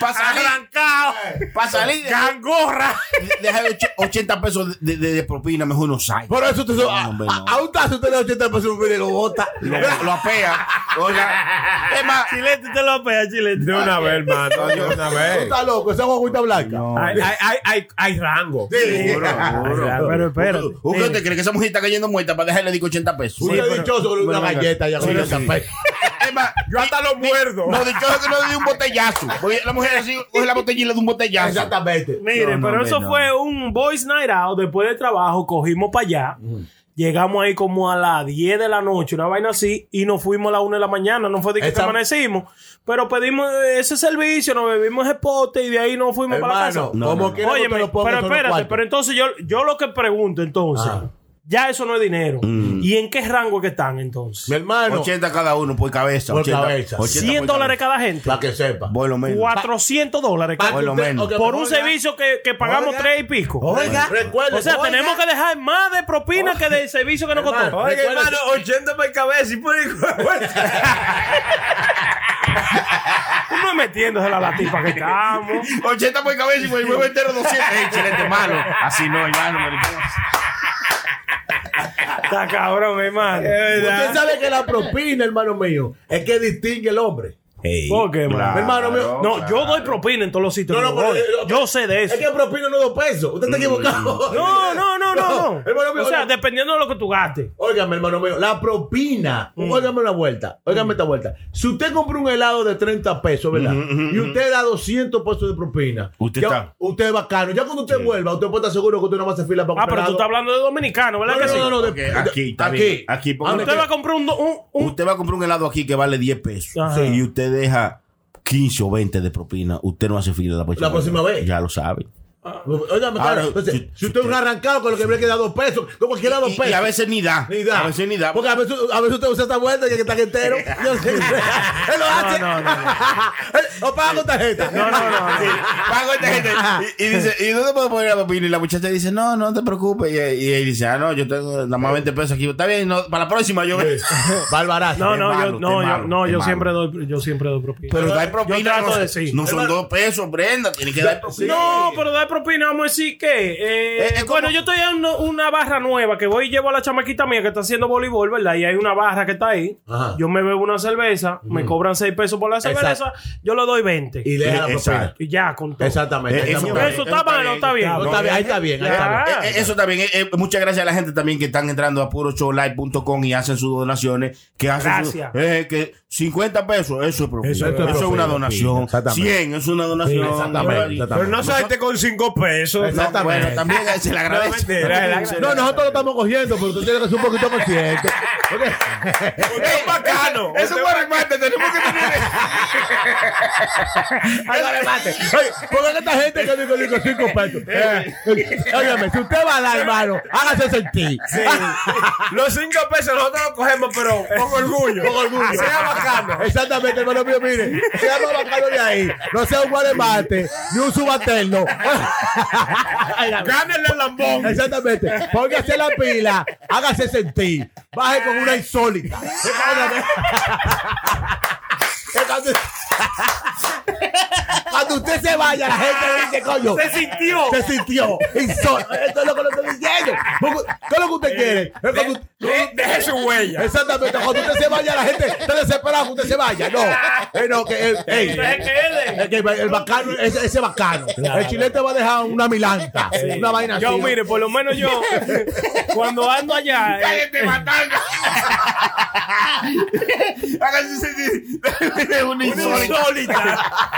Speaker 7: Para salir.
Speaker 9: Arrancado.
Speaker 7: Para salir. deja-
Speaker 9: Gangorra.
Speaker 7: Deja el och- 80 pesos de, de- de propina, mejor no salga.
Speaker 6: Por eso usted se- a,
Speaker 7: hombre,
Speaker 6: a- a un tazo usted le da 80 pesos un y lo bota.
Speaker 7: Lo, lo apea. Oiga. Es más,
Speaker 4: Chilete, te lo pega, chilete.
Speaker 9: De una vez, hermano. De una
Speaker 6: Tú
Speaker 9: vez.
Speaker 6: estás loco, esa guaguita blanca.
Speaker 9: Hay, hay, hay, hay, hay rango.
Speaker 6: Sí.
Speaker 4: Pero espera.
Speaker 7: ¿Usted usted cree que esa mujer está cayendo muerta para dejarle digo 80 pesos?
Speaker 6: Usted es dichoso con una galleta ya con
Speaker 7: Sí,
Speaker 6: una
Speaker 7: sí.
Speaker 6: café.
Speaker 7: Es más,
Speaker 9: Yo hasta lo muerdo.
Speaker 7: no dichoso que no le di un botellazo. Porque la mujer así coge la botella y le da un botellazo.
Speaker 6: Exactamente.
Speaker 4: Mire,
Speaker 7: No, no,
Speaker 4: pero eso
Speaker 7: no.
Speaker 4: fue un boys night out después del trabajo, cogimos para allá. Llegamos ahí como a las 10 de la noche, una vaina así, y nos fuimos a las 1 de la mañana. No fue de que
Speaker 6: Esa-
Speaker 4: amanecimos, pero pedimos ese servicio, nos bebimos el pote y de ahí nos fuimos para la casa.
Speaker 6: Hermano, como quiera no
Speaker 4: Oye,
Speaker 6: te lo pongo
Speaker 4: pero
Speaker 6: con los
Speaker 4: espérate,
Speaker 6: cuartos.
Speaker 4: pero entonces yo, yo lo que pregunto entonces,
Speaker 6: Ah.
Speaker 4: ya eso no es dinero. ¿Y en qué rango es que están entonces?
Speaker 6: Mi hermano,
Speaker 7: 80 cada uno por cabeza.
Speaker 6: Por
Speaker 7: 80,
Speaker 6: cabeza.
Speaker 7: 80
Speaker 4: 100
Speaker 7: por
Speaker 4: dólares cada gente.
Speaker 6: para que sepa.
Speaker 7: Por lo menos.
Speaker 4: 400 dólares
Speaker 6: Pa' que
Speaker 7: por lo
Speaker 6: usted-
Speaker 7: menos.
Speaker 6: o que
Speaker 4: por
Speaker 6: me
Speaker 4: un
Speaker 6: oiga,
Speaker 4: servicio que, que pagamos
Speaker 6: Oiga.
Speaker 4: tres y pico.
Speaker 6: Oiga, recuerde.
Speaker 4: O sea,
Speaker 6: oiga,
Speaker 4: tenemos que dejar más de propina que del servicio que nos costó.
Speaker 9: Oiga, hermano, 80 por cabeza y por el
Speaker 4: Uno metiéndose la latifa que estamos.
Speaker 7: 80 por cabeza y por el huevo entero 200. Ey, chilete malo. Así no, hermano. maricón.
Speaker 4: Está cabrón, mi hermano.
Speaker 6: Usted sabe que la propina, hermano mío, es que distingue el hombre.
Speaker 4: ¿Por qué, hermano?
Speaker 6: hermano mío.
Speaker 4: No, yo doy propina en todos los sitios.
Speaker 6: No, no,
Speaker 4: que yo
Speaker 6: pero- Mm.
Speaker 4: voy.
Speaker 6: eh,
Speaker 4: yo sé de
Speaker 6: Es
Speaker 4: eso.
Speaker 6: que propina no es dos pesos. Usted está equivocado.
Speaker 4: No, no, no, no,
Speaker 6: Hermano
Speaker 4: no.
Speaker 6: mío,
Speaker 4: O sea,
Speaker 6: oiga.
Speaker 4: dependiendo de lo que tú gastes.
Speaker 6: Óigame, hermano mío, la propina.
Speaker 7: Mm.
Speaker 6: Óigame una vuelta. Óigame esta vuelta. Si usted compra un helado de 30 pesos, ¿verdad?
Speaker 7: Mm,
Speaker 6: Y usted da 200 pesos de propina.
Speaker 7: Usted
Speaker 6: ya-
Speaker 7: está-
Speaker 6: Usted es bacano. Ya cuando usted vuelva, usted puede estar seguro que usted no va a hacer fila para
Speaker 4: Ah,
Speaker 6: comprar
Speaker 4: pero tú
Speaker 6: helado.
Speaker 4: estás hablando de dominicano, ¿verdad
Speaker 6: No,
Speaker 4: que sí? Ah,
Speaker 6: no, no, no, de-
Speaker 7: Ok, aquí, está
Speaker 6: aquí.
Speaker 7: bien. Aquí, porque-
Speaker 6: Ahora
Speaker 4: Usted
Speaker 6: que-
Speaker 4: va a comprar un, un, un-
Speaker 7: Usted va a comprar un helado aquí que vale 10 pesos.
Speaker 4: Ajá.
Speaker 7: Y usted deja 15 o 20 de propina. Usted no hace fila la próxima,
Speaker 6: La próxima vez.
Speaker 7: Ya lo sabe.
Speaker 6: Óigame, claro.
Speaker 7: Ahora,
Speaker 6: Entonces,
Speaker 7: si-
Speaker 6: si usted es un arrancado con lo que le queda dos pesos, como quiera dos
Speaker 7: Y-
Speaker 6: pesos.
Speaker 7: y a veces ni da.
Speaker 6: Ni da.
Speaker 7: A veces ni da.
Speaker 6: Porque a veces, a veces usted usa esta vuelta y que está entero. Yo sé. Él lo hace.
Speaker 4: no,
Speaker 6: o paga con tarjeta.
Speaker 4: No, no, no. no.
Speaker 7: Pago esta gente. Y, y dice, ¿y dónde puedo poner la papilla? Y la muchacha dice, no, no te preocupes. Y, y él dice, ah, no, yo tengo nada más 20 pesos aquí. Está bien, no, para la próxima yo veo.
Speaker 6: Barbarazo.
Speaker 4: No, no,
Speaker 7: malo,
Speaker 4: yo,
Speaker 7: qué
Speaker 4: no, yo,
Speaker 7: malo,
Speaker 4: no,
Speaker 7: qué
Speaker 4: yo
Speaker 7: malo.
Speaker 4: siempre doy, yo siempre doy propina.
Speaker 7: Pero da propina.
Speaker 4: Yo trato
Speaker 7: no,
Speaker 4: de sí.
Speaker 7: no son dos pesos, Brenda. Tiene que dar propina.
Speaker 4: No, pero dar propina, vamos a decir que. eh,
Speaker 7: Es- es como-
Speaker 4: bueno, yo estoy en uno- una barra nueva que voy y llevo a la chamaquita mía que está haciendo voleibol, ¿verdad? Y hay una barra que está ahí.
Speaker 6: Ajá.
Speaker 4: Yo me bebo una cerveza, me cobran 6 pesos por la cerveza, yo le doy 20.
Speaker 6: Y le da la
Speaker 7: Eh, Exacto.
Speaker 6: propina.
Speaker 4: Y ya, con todo.
Speaker 6: Exactamente.
Speaker 7: Eh,
Speaker 6: ahí
Speaker 7: eso-
Speaker 6: estamos
Speaker 4: Pero Eso está mal, no está bien.
Speaker 6: No, está bien, ahí está bien, ahí está bien.
Speaker 4: Ah.
Speaker 7: Eh, eh, Eso también, eh, eh, muchas gracias a la gente también que están entrando a puroshowlive.com y hacen sus donaciones. Que hacen sus-
Speaker 4: Gracias.
Speaker 7: eh, que 50 pesos, eso es propina.
Speaker 6: Eso
Speaker 7: Eso,
Speaker 6: es
Speaker 7: es
Speaker 6: propina,
Speaker 7: una
Speaker 6: sí,
Speaker 7: donación.
Speaker 6: exactamente.
Speaker 7: 100 es una donación.
Speaker 6: Sí, exactamente, exactamente.
Speaker 9: Pero no salte con cinco
Speaker 4: Pues
Speaker 9: pesos.
Speaker 7: No, bueno,
Speaker 6: Exactamente.
Speaker 7: también eh, se le agradece.
Speaker 9: mentira, se
Speaker 7: Se
Speaker 9: le agradece.
Speaker 7: le
Speaker 6: No, nosotros lo estamos cogiendo, pero tú tienes que ser un poquito más cierto.
Speaker 9: Es bacano.
Speaker 6: eh,
Speaker 7: Eso fue remate, tenemos que tener.
Speaker 6: Oye, porque esta gente que digo, digo, cinco pesos. Eh, Óigame, si usted va a dar, hermano, hágase sentir.
Speaker 9: Los cinco pesos nosotros los cogemos, pero
Speaker 4: eh,
Speaker 9: con orgullo.
Speaker 6: Con orgullo.
Speaker 9: Ah, Sea bacano.
Speaker 6: Exactamente, hermano mío, mire. Sea más bacano de ahí. No sea un guaremate, ni un subalterno.
Speaker 9: Gánenle el lambón.
Speaker 6: Exactamente. Póngase la pila, hágase sentir. Baje con una insólita. Óigame. Cuando- Cuando usted se vaya, la gente dice, coño.
Speaker 4: Se sintió.
Speaker 6: Se sintió. insólito. Esto es lo que le estoy diciendo. Porque- ¿Qué es lo que
Speaker 9: Eh,
Speaker 6: usted quiere? Es cuando-
Speaker 4: eh,
Speaker 9: De- Deje su huella.
Speaker 6: Exactamente, cuando usted se vaya, la gente está desesperada que usted se vaya. No, Eh, no, que, eh, ey.
Speaker 4: Deje que él-
Speaker 6: Es que el, el bacano, ese, ese bacano. El chilete va a dejar una milanta, una vaina
Speaker 4: Yo,
Speaker 6: así.
Speaker 4: mire, por lo menos yo, cuando ando allá, eh,
Speaker 7: Cállate, matanga. Hágase sentir. Una
Speaker 4: una
Speaker 7: insólita.
Speaker 4: insólita.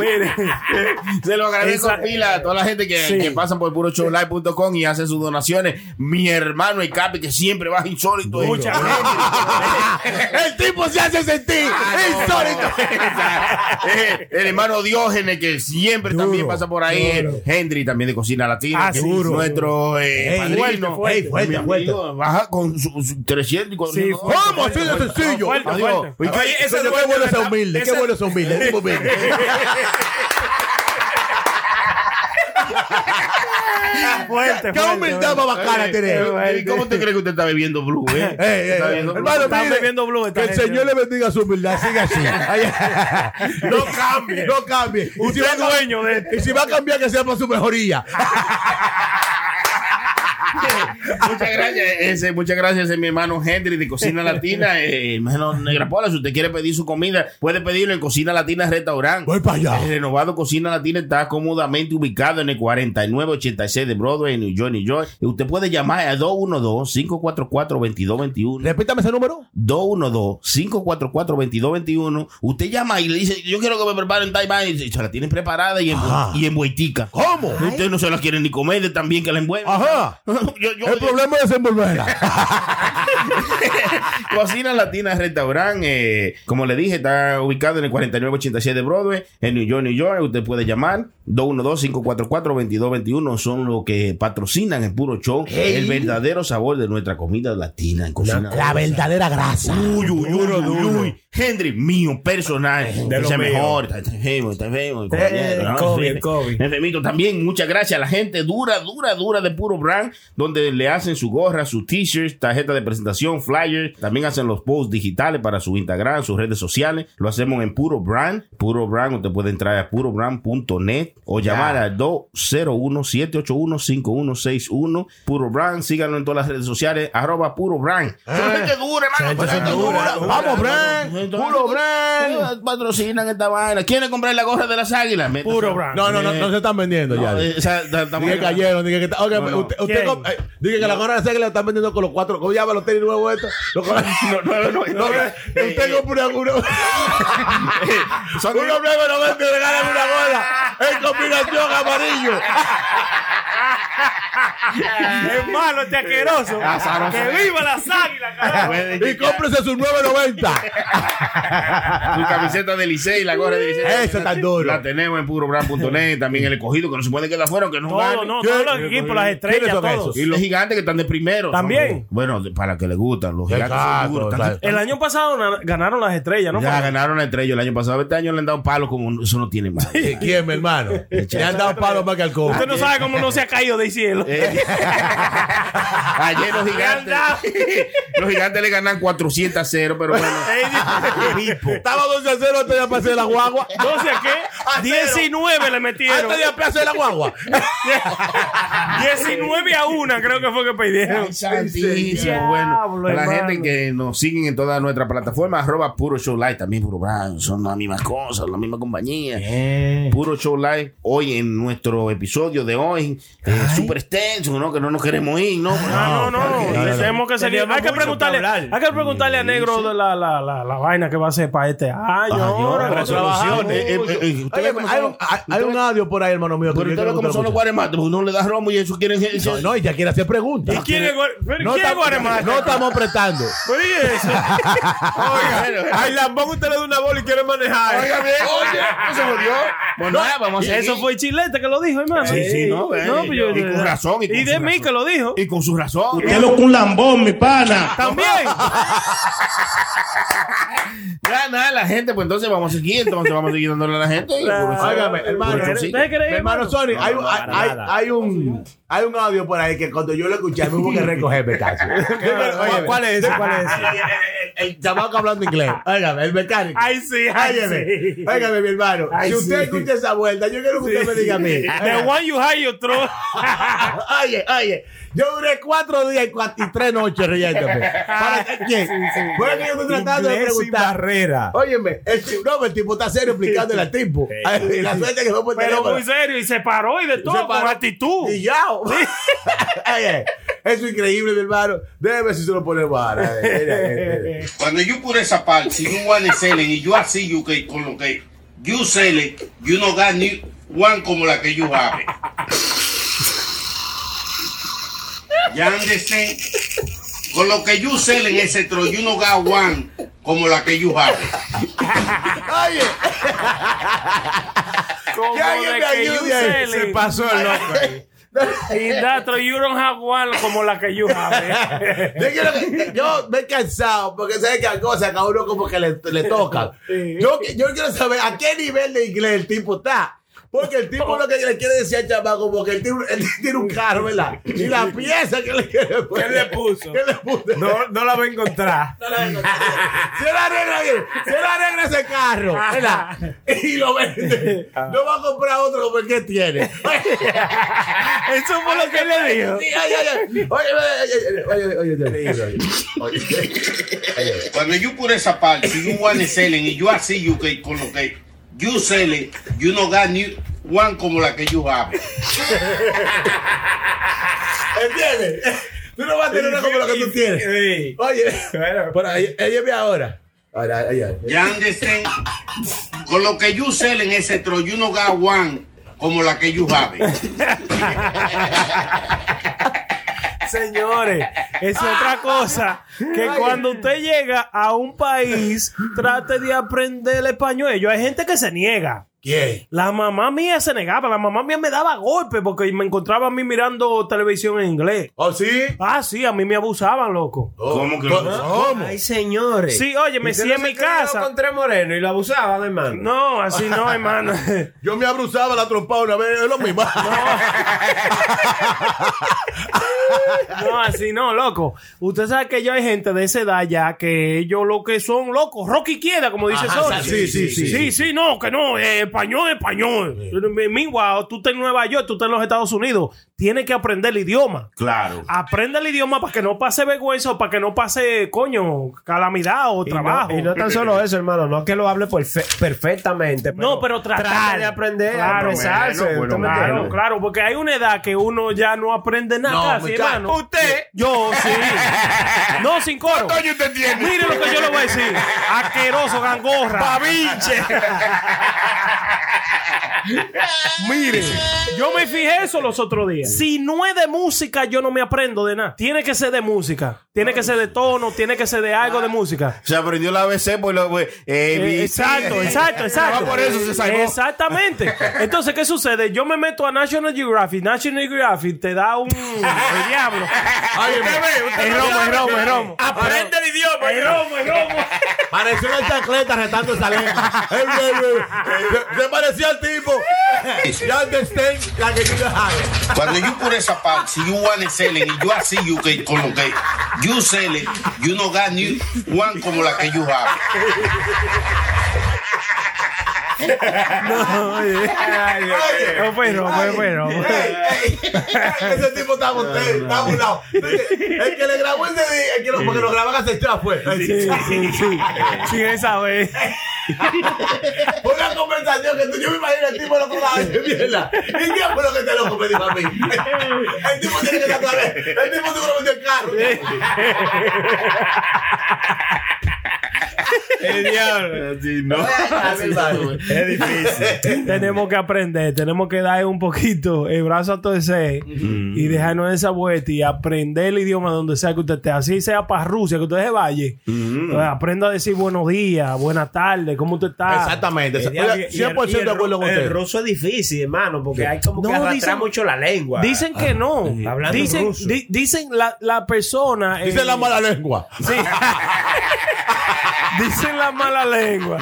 Speaker 4: mire,
Speaker 7: Se lo agradezco
Speaker 4: Esa-
Speaker 7: pila a toda la gente que,
Speaker 4: Sí.
Speaker 7: que pasan por puroshowlive.com y hacen sus donaciones. Mi hermano el Capi, que siempre va insólito.
Speaker 4: Mucha
Speaker 7: Henry.
Speaker 6: El tipo se hace sentir
Speaker 4: Ah,
Speaker 6: insólito.
Speaker 7: Eh, el hermano Diógenes, que siempre también pasa por ahí. Henry también de Cocina Latina.
Speaker 4: Ah,
Speaker 7: que
Speaker 4: sí,
Speaker 7: es
Speaker 4: duro.
Speaker 7: Nuestro eh,
Speaker 6: Ey,
Speaker 7: padrino.
Speaker 4: fuerte,
Speaker 6: Ey, fuerte,
Speaker 7: Mi
Speaker 6: fuerte.
Speaker 7: amigo, Baja con su, su 300 y con-
Speaker 4: Sí,
Speaker 7: no,
Speaker 4: fuerte,
Speaker 6: ¿Cómo? Así de sencillo.
Speaker 4: fuerte,
Speaker 7: adiós.
Speaker 4: fuerte.
Speaker 7: Oye,
Speaker 9: Oye, ese
Speaker 6: Coño, qué
Speaker 9: dueño
Speaker 6: bueno
Speaker 9: de
Speaker 6: ese
Speaker 9: la-
Speaker 6: humilde, qué
Speaker 9: ese-
Speaker 6: bueno ese humilde, el tipo humilde.
Speaker 4: fuerte, fuerte,
Speaker 6: Qué humildad
Speaker 4: fuerte.
Speaker 6: más bacana tiene.
Speaker 7: ¿Y ¿Cómo te crees que usted está bebiendo blue? eh?
Speaker 6: Ey, ey,
Speaker 7: Está
Speaker 6: ey.
Speaker 7: bebiendo blue.
Speaker 6: Hermano,
Speaker 4: Están
Speaker 6: mire,
Speaker 4: bebiendo blue
Speaker 6: que
Speaker 4: esta
Speaker 6: el
Speaker 4: gente.
Speaker 6: Señor le bendiga su humildad, siga así. Ay, no cambie, no cambie. Y si, va a
Speaker 4: es dueño de
Speaker 6: y si va a cambiar, que sea para su mejoría.
Speaker 7: Muchas gracias, ese, muchas gracias, eh, mi hermano Henry de Cocina Latina. eh, hermano Negra Pola, si usted quiere pedir su comida, puede pedirlo en Cocina Latina Restaurant.
Speaker 6: Voy para allá.
Speaker 7: El renovado Cocina Latina está cómodamente ubicado en el 4986 de Broadway, en New York, New York. Y usted puede llamar a 212-544-2221.
Speaker 6: Repítame ese número.
Speaker 7: 212-544-2221. Usted llama y le dice, yo quiero que me preparen Taiwán. Y se la tienen preparada y en,
Speaker 6: Ajá.
Speaker 7: y en Boitica.
Speaker 6: ¿Cómo?
Speaker 7: Usted no se la quieren ni comer, también que la envuelven.
Speaker 6: Ajá.
Speaker 7: Yo- yo-
Speaker 6: El problema es desenvolverla.
Speaker 7: Cocina Latina Restaurant, eh, como le dije, está ubicado en el 4987 de Broadway, en New York, New York. Usted puede llamar 212-544-2221. Son los que patrocinan el puro show, el verdadero sabor de nuestra comida latina en cocina.
Speaker 6: La verdadera grasa.
Speaker 7: Uy, uy, uy, uy, uy. Henry, mío, personaje.
Speaker 9: De lo
Speaker 7: Ese
Speaker 9: mío.
Speaker 7: mejor. Está está enfermo, está enfermo. el
Speaker 9: Eh,
Speaker 7: caballero, ¿no?
Speaker 9: COVID,
Speaker 7: Sí.
Speaker 9: COVID.
Speaker 7: Enfermito también. Muchas gracias a la gente dura, dura, dura de puro brand, donde le hacen su gorra, sus t-shirts, tarjeta de presentación, flyers. También hacen los posts digitales para su Instagram, sus redes sociales. Lo hacemos en puro brand. Puro brand, usted puede entrar a purobrand.net o llamar al 201-781-5161. Puro brand, síganlo en todas las redes sociales, arroba puro brand.
Speaker 9: Ah.
Speaker 7: Son gente dura, hermano.
Speaker 6: Gente
Speaker 7: gente
Speaker 6: dura,
Speaker 7: dura.
Speaker 6: dura.
Speaker 7: Vamos,
Speaker 6: Gente
Speaker 7: brand.
Speaker 6: dura.
Speaker 7: Puro brand. Patrocinan esta vaina. ¿Quieren comprar la gorra de las águilas? Métanse.
Speaker 4: Puro brand.
Speaker 6: No, no, no, no se están vendiendo
Speaker 7: No,
Speaker 6: ya.
Speaker 7: eh, o sea, da- da-
Speaker 6: Dije que cayeron, dije que está. Oiga,
Speaker 7: No, no.
Speaker 6: usted, usted
Speaker 4: ¿Quién?
Speaker 6: com- eh, dije que la gorra de que le están vendiendo con los cuatro. ¿Cómo llama los tenis nuevos estos? Los cor-
Speaker 7: No, no, no, no,
Speaker 6: Oiga,
Speaker 7: eh,
Speaker 6: Usted
Speaker 7: eh,
Speaker 6: compra una. Son unos nuevos no vende regalan una gorra en combinación amarillo.
Speaker 4: es malo, este asqueroso.
Speaker 7: Azaroso.
Speaker 4: que viva las águilas, carajo.
Speaker 6: y cómprese su 990.
Speaker 7: Tu camiseta de Licey, la gorra de Licey.
Speaker 6: Eso tan duro.
Speaker 7: La tenemos en purobrand.net. También el escogido que no se puede quedar fuera, aunque no
Speaker 4: Todo,
Speaker 7: gane.
Speaker 4: no,
Speaker 6: ¿Qué?
Speaker 4: todos los equipos, las estrellas,
Speaker 6: ¿Quiénes son
Speaker 4: todos.
Speaker 6: esos?
Speaker 7: Y los gigantes que están de primero.
Speaker 4: También.
Speaker 7: Son- Bueno, de- para que les gustan. Los gigantes
Speaker 6: Exacto,
Speaker 7: son duros. están-
Speaker 6: exacto.
Speaker 4: El año pasado na- ganaron las estrellas, ¿no?
Speaker 7: ya ganaron entre ellos el año pasado. Este año le han dado palos como un- eso no tiene más.
Speaker 6: ¿Quién, mi hermano? Le han dado palos más que al cojo.
Speaker 4: Usted no sabe cómo no se ha caído del cielo.
Speaker 7: Eh. Ayer los gigantes. los gigantes le ganan 400 a 0, pero bueno.
Speaker 6: Estaba 12 a 0 antes de aparecer la guagua.
Speaker 4: Entonces, ¿qué? 19 le metieron.
Speaker 6: Antes de aparecer la guagua.
Speaker 4: 19 a 1, creo que fue que pidieron.
Speaker 7: Ay, santísimo,
Speaker 4: Diablo,
Speaker 7: bueno. A la
Speaker 4: hermano.
Speaker 7: gente que nos siguen en todas nuestras plataformas, arroba Puro Show Live, también Puro Brand, son las mismas cosas, la misma compañía.
Speaker 4: Eh.
Speaker 7: Puro Show Live, hoy en nuestro episodio de hoy, eh, super extenso, ¿no? Que no nos queremos ir, Ah, ¿no?
Speaker 4: Ah, No, no, no.
Speaker 7: porque-
Speaker 4: Tenemos que salir.
Speaker 3: Teníamos
Speaker 4: Hay que
Speaker 3: mucho
Speaker 4: preguntarle,
Speaker 3: para hablar.
Speaker 4: hay que preguntarle a Negro de la, la, la, la vaina que va a hacer para este año. ahora,
Speaker 7: Ahora,
Speaker 4: trabajando.
Speaker 7: eh, eh, eh, eh, usted
Speaker 6: Hay,
Speaker 7: ve cómo
Speaker 6: hay
Speaker 7: son-
Speaker 6: un, hay- hay un audio por ahí, hermano mío. que
Speaker 7: Pero
Speaker 6: yo
Speaker 7: usted ve
Speaker 6: creo que
Speaker 7: cómo
Speaker 6: usted
Speaker 7: son
Speaker 6: lo
Speaker 7: los guarematos, porque uno le da romo y eso quieren.
Speaker 6: escucha. No, y ya quiere hacer preguntas.
Speaker 4: ¿Y quién es Guare- pero
Speaker 6: No
Speaker 4: quién es
Speaker 6: estamos-
Speaker 4: Guaremate?
Speaker 6: No estamos apretando.
Speaker 4: Pero ¿y eso?
Speaker 3: Ay, Lambón, usted le da una bola y quiere manejar.
Speaker 7: Oiga bien, oye, eso se jodió. Bueno, nada, vamos a
Speaker 4: Eso
Speaker 7: seguir.
Speaker 4: fue Chilete que lo dijo, hermano.
Speaker 7: Sí, sí, no, eh,
Speaker 4: pues yo-
Speaker 7: y con razón, y con
Speaker 4: Y de
Speaker 7: su
Speaker 4: mí
Speaker 7: razón.
Speaker 4: que lo dijo.
Speaker 7: Y con su razón.
Speaker 4: También.
Speaker 7: Ya, nada, la gente, pues entonces vamos a seguir, entonces vamos a seguir dándole a la gente. pues,
Speaker 6: Óigame, hermano.
Speaker 7: Pero
Speaker 4: Deje-
Speaker 7: sí.
Speaker 4: deje creer,
Speaker 6: Mi hermano Sony, hay, un- hay, hay- hay un, hay un audio por ahí que cuando yo lo escuché me hubo que recogerme casi. Oye,
Speaker 3: ¿Cuál es ese? ¿Cuál es ese?
Speaker 6: El chamaco hablando inglés. Óigame, el mecánico.
Speaker 4: Ay, sí, ay, sí.
Speaker 6: Óigame, óigame, mi hermano.
Speaker 4: Ay,
Speaker 6: si usted
Speaker 4: sí.
Speaker 6: escucha esa vuelta, yo quiero que usted me diga a mí.
Speaker 4: The one you hire your throat.
Speaker 6: oye, oye. Yo duré cuatro días y, cuatro, y tres noches riéndome. ¿Para qué? ¿Quién? Bueno, que yo estoy tratando de
Speaker 3: Inglés sin
Speaker 6: preguntar.
Speaker 3: barrera.
Speaker 6: Óyeme, el, tipo- no, el tipo está serio explicándole al tipo. Ay, la suerte que fue por
Speaker 4: Pero "Uh".
Speaker 6: teléfono.
Speaker 4: muy serio, y se paró y de todo, con
Speaker 6: paró.
Speaker 4: actitud.
Speaker 6: Y ya. Ay, ay. Eso es increíble, mi hermano. Déjeme si se lo ponemos ahora. Ay, eh. mira, mira, mira.
Speaker 1: Cuando you put esa part, si you want to sell it, and you are see you can con lo que you sell it, you no got ni one como la que you have. Ya understand? Con lo que you sell en ese tro, you no got one como la que you have.
Speaker 6: Oye,
Speaker 4: Como
Speaker 6: que alguien
Speaker 4: de
Speaker 6: me
Speaker 4: que you
Speaker 6: ayude ahí.
Speaker 4: selling.
Speaker 3: Se pasó el loco. ahí.
Speaker 4: Y Datro, you don't have one como la que you have.
Speaker 6: yo, quiero que- yo me he cansado porque sabes que a cosas que a uno como que le, le toca. Yo, yo quiero saber a qué nivel de inglés el tipo está. Porque el tipo lo que le quiere decir al chamaco, porque él tiene, él tiene un carro, ¿verdad? Y la pieza que le quiere poner.
Speaker 4: le puso?
Speaker 6: ¿Qué le puso?
Speaker 3: No, no la va a encontrar.
Speaker 6: Se lo arregla bien. Se lo arregla ese carro. ¿verdad? Ah. Y lo vende. No va a comprar otro como el que tiene.
Speaker 4: Eso fue lo que le dijo.
Speaker 6: Sí, ay, ay, ay. Oye, oye, oye, oye, oye, oye, oye, oye.
Speaker 1: Cuando you put esa part, si you want to sell it, and you are see you can con lo que you sell it, you no got ni one como la que you have.
Speaker 6: ¿Entiendes? Tú no vas a tener una como la que tú tienes.
Speaker 4: Sí.
Speaker 6: Oye, pero ahí- ella ve ahora. Ahora, ahí, ahí.
Speaker 1: Ya understand? Con lo que you sell en ese tro, you no got one como la que you have.
Speaker 4: Señores, es otra cosa que cuando usted llega a un país, trate de aprender el español. Yo hay gente que se niega.
Speaker 6: ¿Quién?
Speaker 4: La mamá mía se negaba, la mamá mía me daba golpes porque me encontraba a mí mirando televisión en inglés.
Speaker 6: ¿Oh, sí?
Speaker 4: Ah, sí, a mí me abusaban, loco.
Speaker 7: ¿Cómo que no?
Speaker 6: ¿Cómo?
Speaker 3: Ay, señores.
Speaker 4: Sí, oye, me
Speaker 3: Usted
Speaker 4: sí en
Speaker 3: no se
Speaker 4: mi
Speaker 3: quedó
Speaker 4: casa.
Speaker 3: con tres morenos y lo abusaban, hermano.
Speaker 4: No, así no, hermano.
Speaker 6: Yo me abruzaba la trompa una vez, es lo mismo.
Speaker 4: No, así no, loco. Usted sabe que ya hay gente de esa edad ya que ellos lo que son locos, rock izquierda, como dice
Speaker 6: Ajá,
Speaker 4: Sony.
Speaker 6: sí, sí, sí,
Speaker 4: sí,
Speaker 6: sí,
Speaker 4: sí, no, que no, eh, español, español. Meanwhile, tú estás en Nueva York, tú estás en los Estados Unidos, tienes que aprender el idioma.
Speaker 7: Claro.
Speaker 4: Aprende el idioma para que no pase vergüenza o para que no pase, coño, calamidad o
Speaker 3: Y
Speaker 4: trabajo.
Speaker 3: No, y no tan solo eso, hermano, no que lo hable perfe- perfectamente.
Speaker 4: No, pero tratar.
Speaker 3: trata de aprender
Speaker 4: Claro,
Speaker 3: a expresarse.
Speaker 7: bueno, bueno,
Speaker 3: ¿tú me
Speaker 4: Claro,
Speaker 3: entiendes?
Speaker 4: claro, porque hay una edad que uno ya no aprende nada,
Speaker 6: No,
Speaker 4: casi,
Speaker 6: muchacho.
Speaker 4: hermano. Usted. Yo, sí. no, sin coro.
Speaker 7: Coño, usted tiene.
Speaker 4: Mire lo que yo le voy a decir. Asqueroso, gangorra. Pavinche. Mire, yo me fijé eso los otros días. Si no es de música, yo no me aprendo de nada. Tiene que ser de música. Tiene que ser de tono, tiene que ser de algo de música.
Speaker 7: Se aprendió la ABC por lo pues, eh,
Speaker 4: Eh,
Speaker 7: vi-
Speaker 4: Exacto,
Speaker 6: Ah,
Speaker 4: exacto, exacto.
Speaker 7: No, por eso se salvó.
Speaker 4: Exactamente. Entonces, ¿qué sucede? Yo me meto a National Geographic. National Geographic te da un. el diablo. Es romo, es romo, es romo.
Speaker 9: Aprende el
Speaker 7: pues,
Speaker 9: idioma.
Speaker 4: Es romo, es romo.
Speaker 6: Ah, Pareció una chancleta retando esa lengua. Eh, eh, eh, eh, Se parecía al tipo. Ya understand la que you have.
Speaker 1: Cuando you put esa part, si you want it selling, and you are see you can collocate. You sell it, you no got new one como la que you have.
Speaker 4: No fue romo, fue romo.
Speaker 6: Ese tipo está usted, está burlado. El que le grabó ese día, el que lo, porque lo graban hace chá fue.
Speaker 4: Sí, sí, sí. Sí, esa vez.
Speaker 6: Fue una conversación que tú, yo me imagino el tipo lo otro lado. dice, Mierda. ¿Y qué fue lo que te loco me dijo a mí? El tipo tiene que estar otra vez. El tipo seguro vendió el carro.
Speaker 7: El diablo. Sí, no.
Speaker 6: Así va.
Speaker 7: Es difícil.
Speaker 4: tenemos que aprender, tenemos que dar un poquito el brazo a torcer y dejarnos esa vuelta y aprender el idioma donde sea que usted esté. Así sea para Rusia, que usted se vaya. Pues Aprenda a decir buenos días, buenas tardes, ¿cómo usted está? Eh,
Speaker 6: Exactamente. Oiga, 100% de acuerdo con
Speaker 3: El
Speaker 6: usted.
Speaker 3: ruso es difícil, hermano, porque hay como que
Speaker 4: No,
Speaker 3: arrastrar
Speaker 4: dicen-
Speaker 3: mucho la lengua.
Speaker 4: Dicen que no.
Speaker 3: Hablando
Speaker 4: dicen
Speaker 3: ruso.
Speaker 4: di- dicen la, la persona. eh,
Speaker 6: Dice la mala lengua.
Speaker 4: Sí. Dicen la mala lengua.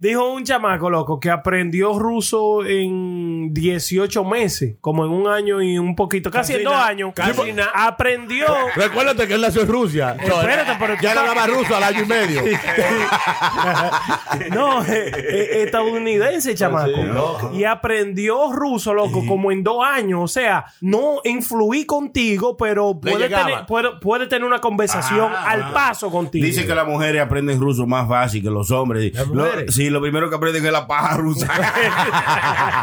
Speaker 4: Dijo un chamaco, loco, que aprendió ruso en 18 meses, como en un año y un poquito, casi, en dos años.
Speaker 3: casi na-
Speaker 4: aprendió.
Speaker 6: Recuérdate que él nació en Rusia.
Speaker 4: Espérate, pero tú
Speaker 6: ya
Speaker 4: sabes-
Speaker 6: era más ruso al año y medio.
Speaker 4: no, eh, eh, estadounidense, chamaco. y aprendió ruso, loco, como en dos años. O sea, no influí contigo, pero
Speaker 6: Le
Speaker 4: puede
Speaker 6: llegaba.
Speaker 4: tener, puede, puede tener una conversación al paso contigo.
Speaker 7: Dice que las mujeres aprenden ruso más fácil que los hombres. Lo-
Speaker 3: mujeres?
Speaker 7: sí, lo primero que aprenden es la paja rusa.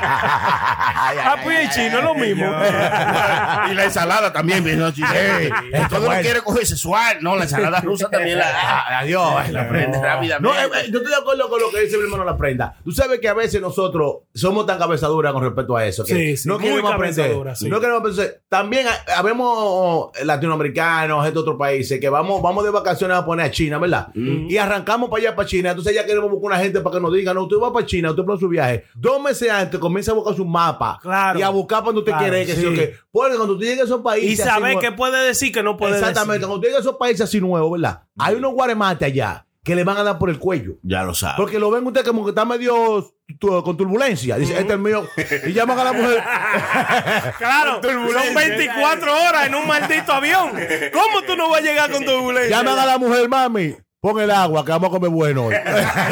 Speaker 4: Ah, pues el chino es lo mismo.
Speaker 7: y la ensalada también, mi noche. Eh, todo lo quiere coger sexual. No, la ensalada rusa también la. Adiós, la aprende
Speaker 6: No,
Speaker 7: rápidamente.
Speaker 6: eh, eh, yo estoy de acuerdo con lo que dice mi hermano La Prenda. Tú sabes que a veces nosotros somos tan cabezaduras con respecto a eso. Que
Speaker 4: Sí, sí,
Speaker 6: no
Speaker 4: muy
Speaker 6: queremos aprender.
Speaker 4: cabezaduras, sí.
Speaker 6: No queremos aprender. También ah, habemos eh, latinoamericanos, gente de otros países, que vamos, vamos de vacaciones a poner a China, ¿verdad?
Speaker 4: Mm.
Speaker 6: Y arrancamos para allá, para China. Entonces ya queremos buscar una gente para que nos diga, no, usted va para China, usted plan su viaje. Dos meses antes comienza a buscar su mapa.
Speaker 4: Claro.
Speaker 6: Y a buscar para donde usted
Speaker 4: Claro,
Speaker 6: quiere que
Speaker 4: sí.
Speaker 6: sí o qué. Porque cuando tú llegues a esos países.
Speaker 4: y
Speaker 6: así
Speaker 4: saber
Speaker 6: no-
Speaker 4: qué puede decir que no puede decir.
Speaker 6: Exactamente. Cuando tú llegas a esos países así nuevos, ¿verdad? Hay unos guaremates allá que le van a dar por el cuello.
Speaker 7: Ya lo sabe.
Speaker 6: Porque lo ven usted como que está medio tu- con turbulencia. Dice, este es el mío. Y llaman a la mujer.
Speaker 4: Claro, son 24 horas en un maldito avión. ¿Cómo tú no vas a llegar con turbulencia?
Speaker 6: llaman a la mujer, mami. Pon el agua, que vamos a comer bueno hoy.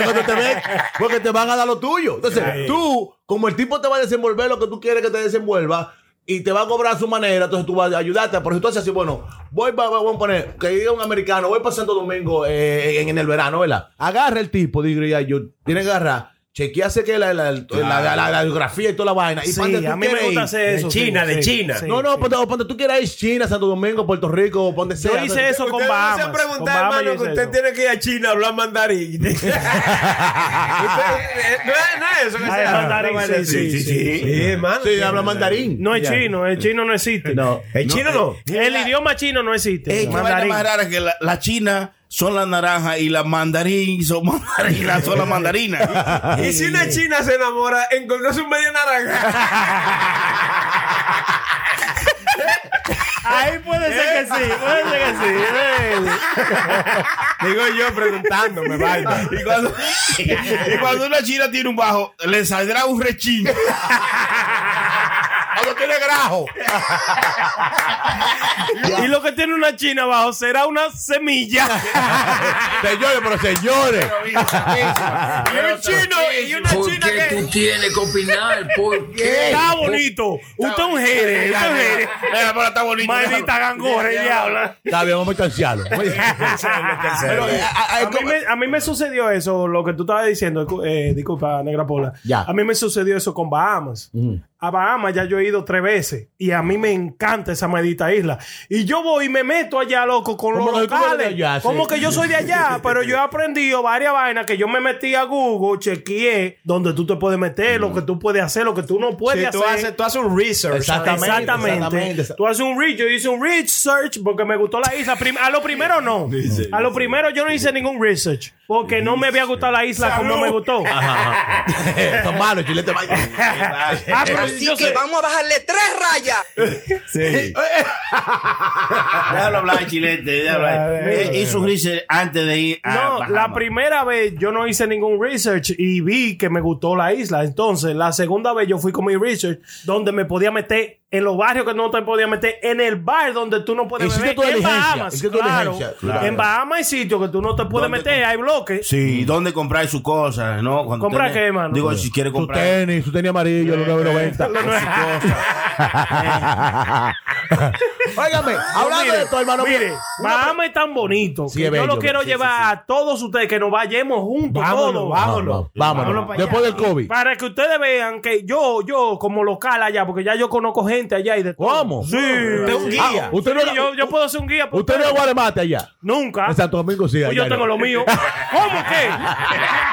Speaker 6: Cuando te ven, porque te van a dar lo tuyo. Entonces, tú, como el tipo te va a desenvolver lo que tú quieres que te desenvuelva y te va a cobrar a su manera, entonces tú vas a ayudarte. Por eso tú haces así, bueno, voy para, vamos a poner, que diga un americano, voy para Santo Domingo eh, en, en el verano, ¿verdad? Agarra el tipo, diría yo, tiene que agarrar. Chequease que la, la, la, la- la- la geografía y toda la vaina. Y
Speaker 4: Sí,
Speaker 6: pa' donde tú
Speaker 4: a mí me
Speaker 6: quieres
Speaker 4: gusta
Speaker 6: ir.
Speaker 4: hacer eso. sí,
Speaker 3: China, de
Speaker 4: sí,
Speaker 3: China.
Speaker 4: sí,
Speaker 6: No, no,
Speaker 4: sí.
Speaker 6: ponte, ponte tú quieras ir China, Santo Domingo, Puerto Rico, ponte
Speaker 4: Yo
Speaker 6: sea.
Speaker 4: hice eso con
Speaker 9: Usted no
Speaker 4: Bahamas.
Speaker 9: se
Speaker 4: Con
Speaker 9: pregunta,
Speaker 4: Bahamas yo
Speaker 9: hermano,
Speaker 4: hice
Speaker 9: que usted
Speaker 4: eso.
Speaker 9: tiene que ir a China a hablar mandarín. Usted- eh, no, es, no es eso que se
Speaker 4: Ah, es mandarín,
Speaker 9: habla.
Speaker 4: sí, sí, sí, sí.
Speaker 3: Sí, hermano.
Speaker 6: Sí, habla mandarín.
Speaker 4: No es chino, el chino no existe.
Speaker 6: No.
Speaker 3: ¿El chino no?
Speaker 4: El idioma chino no existe.
Speaker 7: Eh, qué vaina
Speaker 4: mandarín.
Speaker 7: más rara que la, la china son las naranjas y las mandarín son mandarín, las son las mandarinas.
Speaker 9: Y si una china se enamora, encontró su medio naranja.
Speaker 4: Ahí puede ser que sí, puede ser que sí.
Speaker 3: Digo yo preguntándome, vaina.
Speaker 7: Y cuando, y cuando una china tiene un bajo, le saldrá un rechín.
Speaker 6: Cuando tiene grajo.
Speaker 4: Y lo que tiene una china abajo será una semilla.
Speaker 6: señores, pero señores.
Speaker 9: Y un chino, y una china que.
Speaker 8: tienes que opinar? ¿Por qué?
Speaker 4: Está bonito. Usted es un jere, usted es un jere.
Speaker 7: Mira, pero está bonito.
Speaker 4: Maldita gangorra, el diablo.
Speaker 6: Está bien, vamos a distanciarlo. Pero, eh, a- a-
Speaker 4: A mí,
Speaker 6: ¿cómo?
Speaker 4: me, a mí me sucedió eso, lo que tú estabas diciendo, eh, disculpa, Negra Pola.
Speaker 6: Ya.
Speaker 4: A mí me sucedió eso con Bahamas. a Bahamas ya yo he ido tres veces y a mí me encanta esa maldita isla. Y yo voy y me meto allá, loco, con los
Speaker 6: ¿Cómo que tú eres de
Speaker 4: locales.
Speaker 6: allá? Sí.
Speaker 4: Como que yo soy de allá, pero yo he aprendido varias vainas que yo me metí a Google, chequeé donde tú te puedes meter, lo que tú puedes hacer, lo que tú no puedes
Speaker 9: Sí,
Speaker 4: hacer.
Speaker 9: tú, haces, tú haces un research.
Speaker 6: Exactamente.
Speaker 4: Exactamente.
Speaker 6: exactamente.
Speaker 4: Tú haces un research. Yo hice un research porque me gustó la isla. Prim- A lo primero no. A lo primero yo no hice ningún research porque no me había gustado la isla como me gustó.
Speaker 6: Ajá. Está malo, chilete.
Speaker 4: Ah, pero
Speaker 8: Así
Speaker 4: yo
Speaker 8: que
Speaker 4: sé.
Speaker 8: vamos a bajarle tres rayas.
Speaker 7: Sí. déjalo hablar, chilete. Déjalo hablar. Eh, Hizo un research antes de ir a.
Speaker 6: Ah,
Speaker 4: No, la
Speaker 7: Bahamas.
Speaker 4: primera vez yo no hice ningún research y vi que me gustó la isla. Entonces, la segunda vez yo fui con mi research donde me podía meter en los barrios que no te podía meter, en el bar donde tú no puedes
Speaker 6: Hiciste
Speaker 4: meter.
Speaker 6: tu
Speaker 4: En
Speaker 6: diligencia,
Speaker 4: Bahamas,
Speaker 6: hiciste tu
Speaker 4: claro.
Speaker 6: diligencia, claro.
Speaker 4: En Bahamas hay sitios que tú no te puedes
Speaker 7: ¿Dónde?
Speaker 4: meter, hay bloques.
Speaker 7: Sí, ¿dónde comprar sus cosas? ¿No? Cuando
Speaker 4: ¿Comprar
Speaker 7: tenés-
Speaker 4: qué, mano?
Speaker 7: Digo, si quiere
Speaker 6: Su
Speaker 7: comprar.
Speaker 6: tenis, su tenis amarillo, los 990. Óigame, hablando de
Speaker 4: Mire,
Speaker 6: esto, hermano.
Speaker 4: mire,
Speaker 6: mira,
Speaker 4: Bahamas es tan bonito
Speaker 6: Sí,
Speaker 4: que
Speaker 6: es
Speaker 4: yo lo
Speaker 6: bello,
Speaker 4: quiero
Speaker 6: sí,
Speaker 4: llevar a todos ustedes que nos vayamos juntos
Speaker 9: Vámonos,
Speaker 4: todos.
Speaker 9: vámonos.
Speaker 6: Vámonos, vámonos. Después del COVID.
Speaker 4: Para que ustedes vean que yo, yo, como local allá, porque ya yo conozco gente allá y de todo.
Speaker 6: ¿Cómo?
Speaker 4: Sí.
Speaker 9: Usted es un guía.
Speaker 6: Usted no
Speaker 4: Sí, yo, yo puedo ser un guía. para
Speaker 6: Usted no
Speaker 4: ustedes.
Speaker 6: guarda mate allá.
Speaker 4: Nunca.
Speaker 6: En Santo Domingo sí.
Speaker 4: Ah. Pues yo
Speaker 6: allá
Speaker 4: tengo lo
Speaker 6: no.
Speaker 4: mío. ¿Cómo que?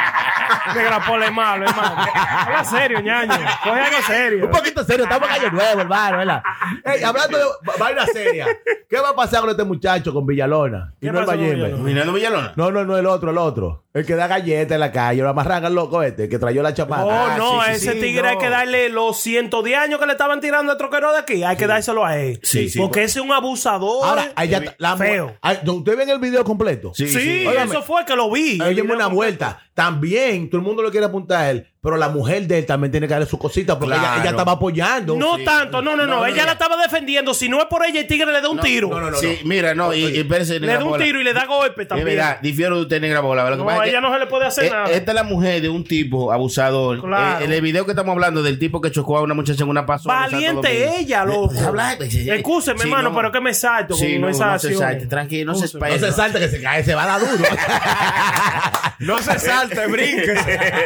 Speaker 4: Negra Pola es malo, hermano. Habla serio, ñaño. Coge algo serio.
Speaker 6: Un poquito serio, estamos en calle nuevo, hermano, ¿verdad? Ey, hablando de va- vaina seria, ¿qué va a pasar con este muchacho con Villalona? Y
Speaker 4: ¿Qué
Speaker 6: no el
Speaker 4: pasó con
Speaker 6: Vallejo.
Speaker 4: Villalona?
Speaker 7: Ah, Mirando Villalona.
Speaker 6: No, no, no, el otro, el otro. El que da galletas en la calle, lo amarran al loco este, que trayó la chapada.
Speaker 4: Oh, no,
Speaker 9: Ah, sí, sí,
Speaker 4: ese
Speaker 9: sí,
Speaker 4: tigre hay
Speaker 9: no.
Speaker 4: que darle los 110 años que le estaban tirando al troquero de aquí. Hay que dárselo a él.
Speaker 7: Sí, pues. sí.
Speaker 4: Porque ese es un abusador.
Speaker 6: Ahora, ella está- la mu-
Speaker 4: Feo.
Speaker 6: Ay, ¿Usted ven el video completo?
Speaker 7: Sí,
Speaker 4: sí,
Speaker 7: sí.
Speaker 6: Óigame.
Speaker 4: eso fue que lo vi.
Speaker 6: Ella me una vuelta. También, todo el mundo le quiere apuntar a él, pero la mujer de él también tiene que darle su cosita porque ella- ella,
Speaker 7: Claro.
Speaker 6: estaba apoyando.
Speaker 4: No tanto, no, no, no.
Speaker 7: No, no,
Speaker 4: ella
Speaker 7: no.
Speaker 4: la estaba defendiendo. Si no es por ella, el tigre le da un tiro.
Speaker 6: no, no,
Speaker 7: sí, mira, no, y, y espérese,
Speaker 4: Le
Speaker 7: Negra
Speaker 4: da un
Speaker 7: Bola.
Speaker 4: tiro y le da golpe
Speaker 7: Es
Speaker 4: también.
Speaker 7: verdad, difiero de usted, Negra Bola. Lo que
Speaker 4: No,
Speaker 7: pasa
Speaker 4: a
Speaker 7: es que-
Speaker 4: ella no se le puede hacer
Speaker 7: Eh,
Speaker 4: nada.
Speaker 7: Esta es la mujer de un tipo abusador.
Speaker 4: Claro.
Speaker 7: Eh, en el video que estamos hablando del tipo que chocó a una muchacha en una pasada.
Speaker 4: Valiente ella, loco.
Speaker 7: pues,
Speaker 4: Excúseme, hermano, pero que me salto
Speaker 7: Sí,
Speaker 4: con
Speaker 7: no,
Speaker 4: esas
Speaker 7: no se
Speaker 4: acciones.
Speaker 7: salte, tranquilo, no se
Speaker 6: No
Speaker 7: espalle.
Speaker 6: se salta que se cae, se va a dar duro.
Speaker 9: No se salte, brinque.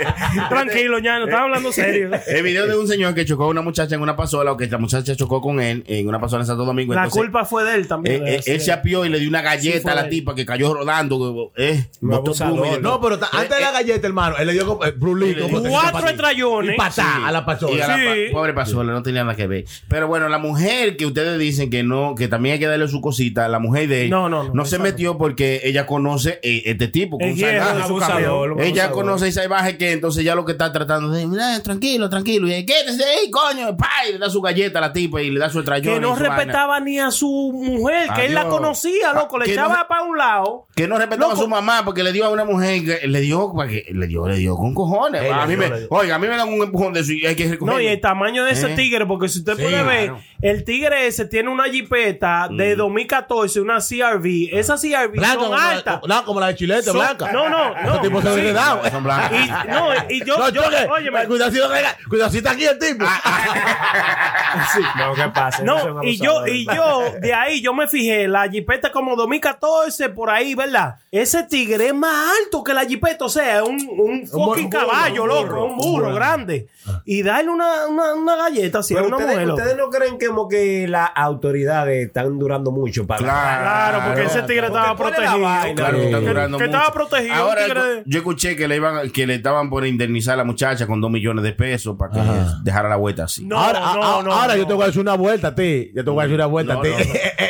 Speaker 4: Tranquilo, ya no estaba hablando serio.
Speaker 7: El video de un señor que chocó a una muchacha en una pasola o que la muchacha chocó con él en una pasola en Santo Domingo.
Speaker 4: La
Speaker 7: Entonces,
Speaker 4: culpa fue de él
Speaker 7: eh,
Speaker 4: también.
Speaker 7: eh, él se apió y le dio una galleta
Speaker 4: Sí, fue
Speaker 7: a la
Speaker 4: él.
Speaker 7: tipa que cayó rodando. Eh, botó
Speaker 9: abusador.
Speaker 7: pluma y de
Speaker 6: No,
Speaker 7: todo.
Speaker 6: pero
Speaker 4: Eh,
Speaker 6: ta- antes de la galleta, hermano, él le dio como- eh, Bruce Lee,
Speaker 7: Sí, le
Speaker 6: como
Speaker 7: dio.
Speaker 6: te-
Speaker 4: Cuatro estrellones.
Speaker 6: Y patá a la
Speaker 7: Y a
Speaker 6: persona.
Speaker 7: la pa-
Speaker 4: Sí.
Speaker 7: pobre pasola, no tenía nada que ver. Pero bueno, la mujer que ustedes dicen que no, que también hay que darle su cosita, la mujer de él,
Speaker 4: No, no, no,
Speaker 7: se
Speaker 4: exacto.
Speaker 7: metió porque ella conoce eh, este tipo, que
Speaker 4: El
Speaker 7: un
Speaker 4: hierro
Speaker 7: salvaje.
Speaker 4: de su
Speaker 9: Abusador,
Speaker 4: cabello.
Speaker 9: lo-
Speaker 7: Ella
Speaker 9: abusador.
Speaker 7: conoce ese salvaje que entonces ya lo que está tratando de mira, tranquilo, tranquilo. Y qué ahí, coño, pa, y le da su galleta a la tipa y le da su estrellón.
Speaker 4: que no respetaba ni a su mujer, que él la
Speaker 7: Adiós.
Speaker 4: conocía, loco, le
Speaker 7: Ah, Que no
Speaker 4: echaba
Speaker 7: re-
Speaker 4: para un lado.
Speaker 7: Que no respetaba
Speaker 4: Loco.
Speaker 7: a su mamá porque le dio a una mujer, que- le dio, para que- le dio, le dio con cojones.
Speaker 6: Él
Speaker 7: a
Speaker 6: le
Speaker 7: mí
Speaker 6: dio,
Speaker 7: me,
Speaker 6: le dio.
Speaker 7: oiga, a mí me dan un empujón de eso y hay que recogerlo.
Speaker 4: No, y el tamaño de ese
Speaker 7: Eh.
Speaker 4: tigre, porque si usted
Speaker 7: Sí,
Speaker 4: puede ver,
Speaker 7: claro. Mm.
Speaker 4: el tigre ese tiene una jipeta de 2014, una CRV. Esas CRV
Speaker 6: Blanca,
Speaker 4: son
Speaker 6: como la-
Speaker 4: altas.
Speaker 6: no, como la de Chilete,
Speaker 4: Son-
Speaker 6: blanca.
Speaker 4: No, no, no.
Speaker 6: Ese tipo se
Speaker 4: Sí.
Speaker 6: ve dado.
Speaker 7: Son blancas.
Speaker 4: Y, no, y yo,
Speaker 6: No,
Speaker 4: yo,
Speaker 6: choque.
Speaker 4: óyeme,
Speaker 6: Cuidado si lo rega- cuidado si está aquí el tipo.
Speaker 7: Ah,
Speaker 9: No, ¿qué pasa?
Speaker 4: No, y yo, y yo, de ahí yo me fijé, la jipeta como 2014, por ahí, ¿verdad? Ese tigre es más alto que la jipeta, o sea, es un, un fucking
Speaker 6: burro,
Speaker 4: caballo,
Speaker 6: un burro,
Speaker 4: loco, un
Speaker 6: un
Speaker 4: burro
Speaker 6: burro.
Speaker 4: grande.
Speaker 7: Ah.
Speaker 4: Y darle una, una, una galleta así a
Speaker 9: Pero
Speaker 4: una
Speaker 9: ustedes,
Speaker 4: mujer. loco.
Speaker 9: ustedes no creen que, como que las autoridades están durando mucho para.
Speaker 4: Claro, porque ese tigre estaba
Speaker 9: ¿cuál es la
Speaker 4: protegido.
Speaker 9: vaina?
Speaker 7: Claro, que, está
Speaker 4: Que-
Speaker 7: durando
Speaker 4: que
Speaker 7: mucho.
Speaker 4: estaba protegido.
Speaker 7: Ahora,
Speaker 4: un tigre-
Speaker 7: yo- yo escuché que le iban, que le estaban por indemnizar a la muchacha con dos millones de pesos para que dejara la vuelta así.
Speaker 4: No,
Speaker 6: ahora,
Speaker 4: no,
Speaker 6: a- a-
Speaker 4: no,
Speaker 6: ahora
Speaker 4: no.
Speaker 6: yo te voy a hacer una vuelta a ti. Yo te voy a hacer una vuelta
Speaker 7: No,
Speaker 6: a ti.
Speaker 7: no, no.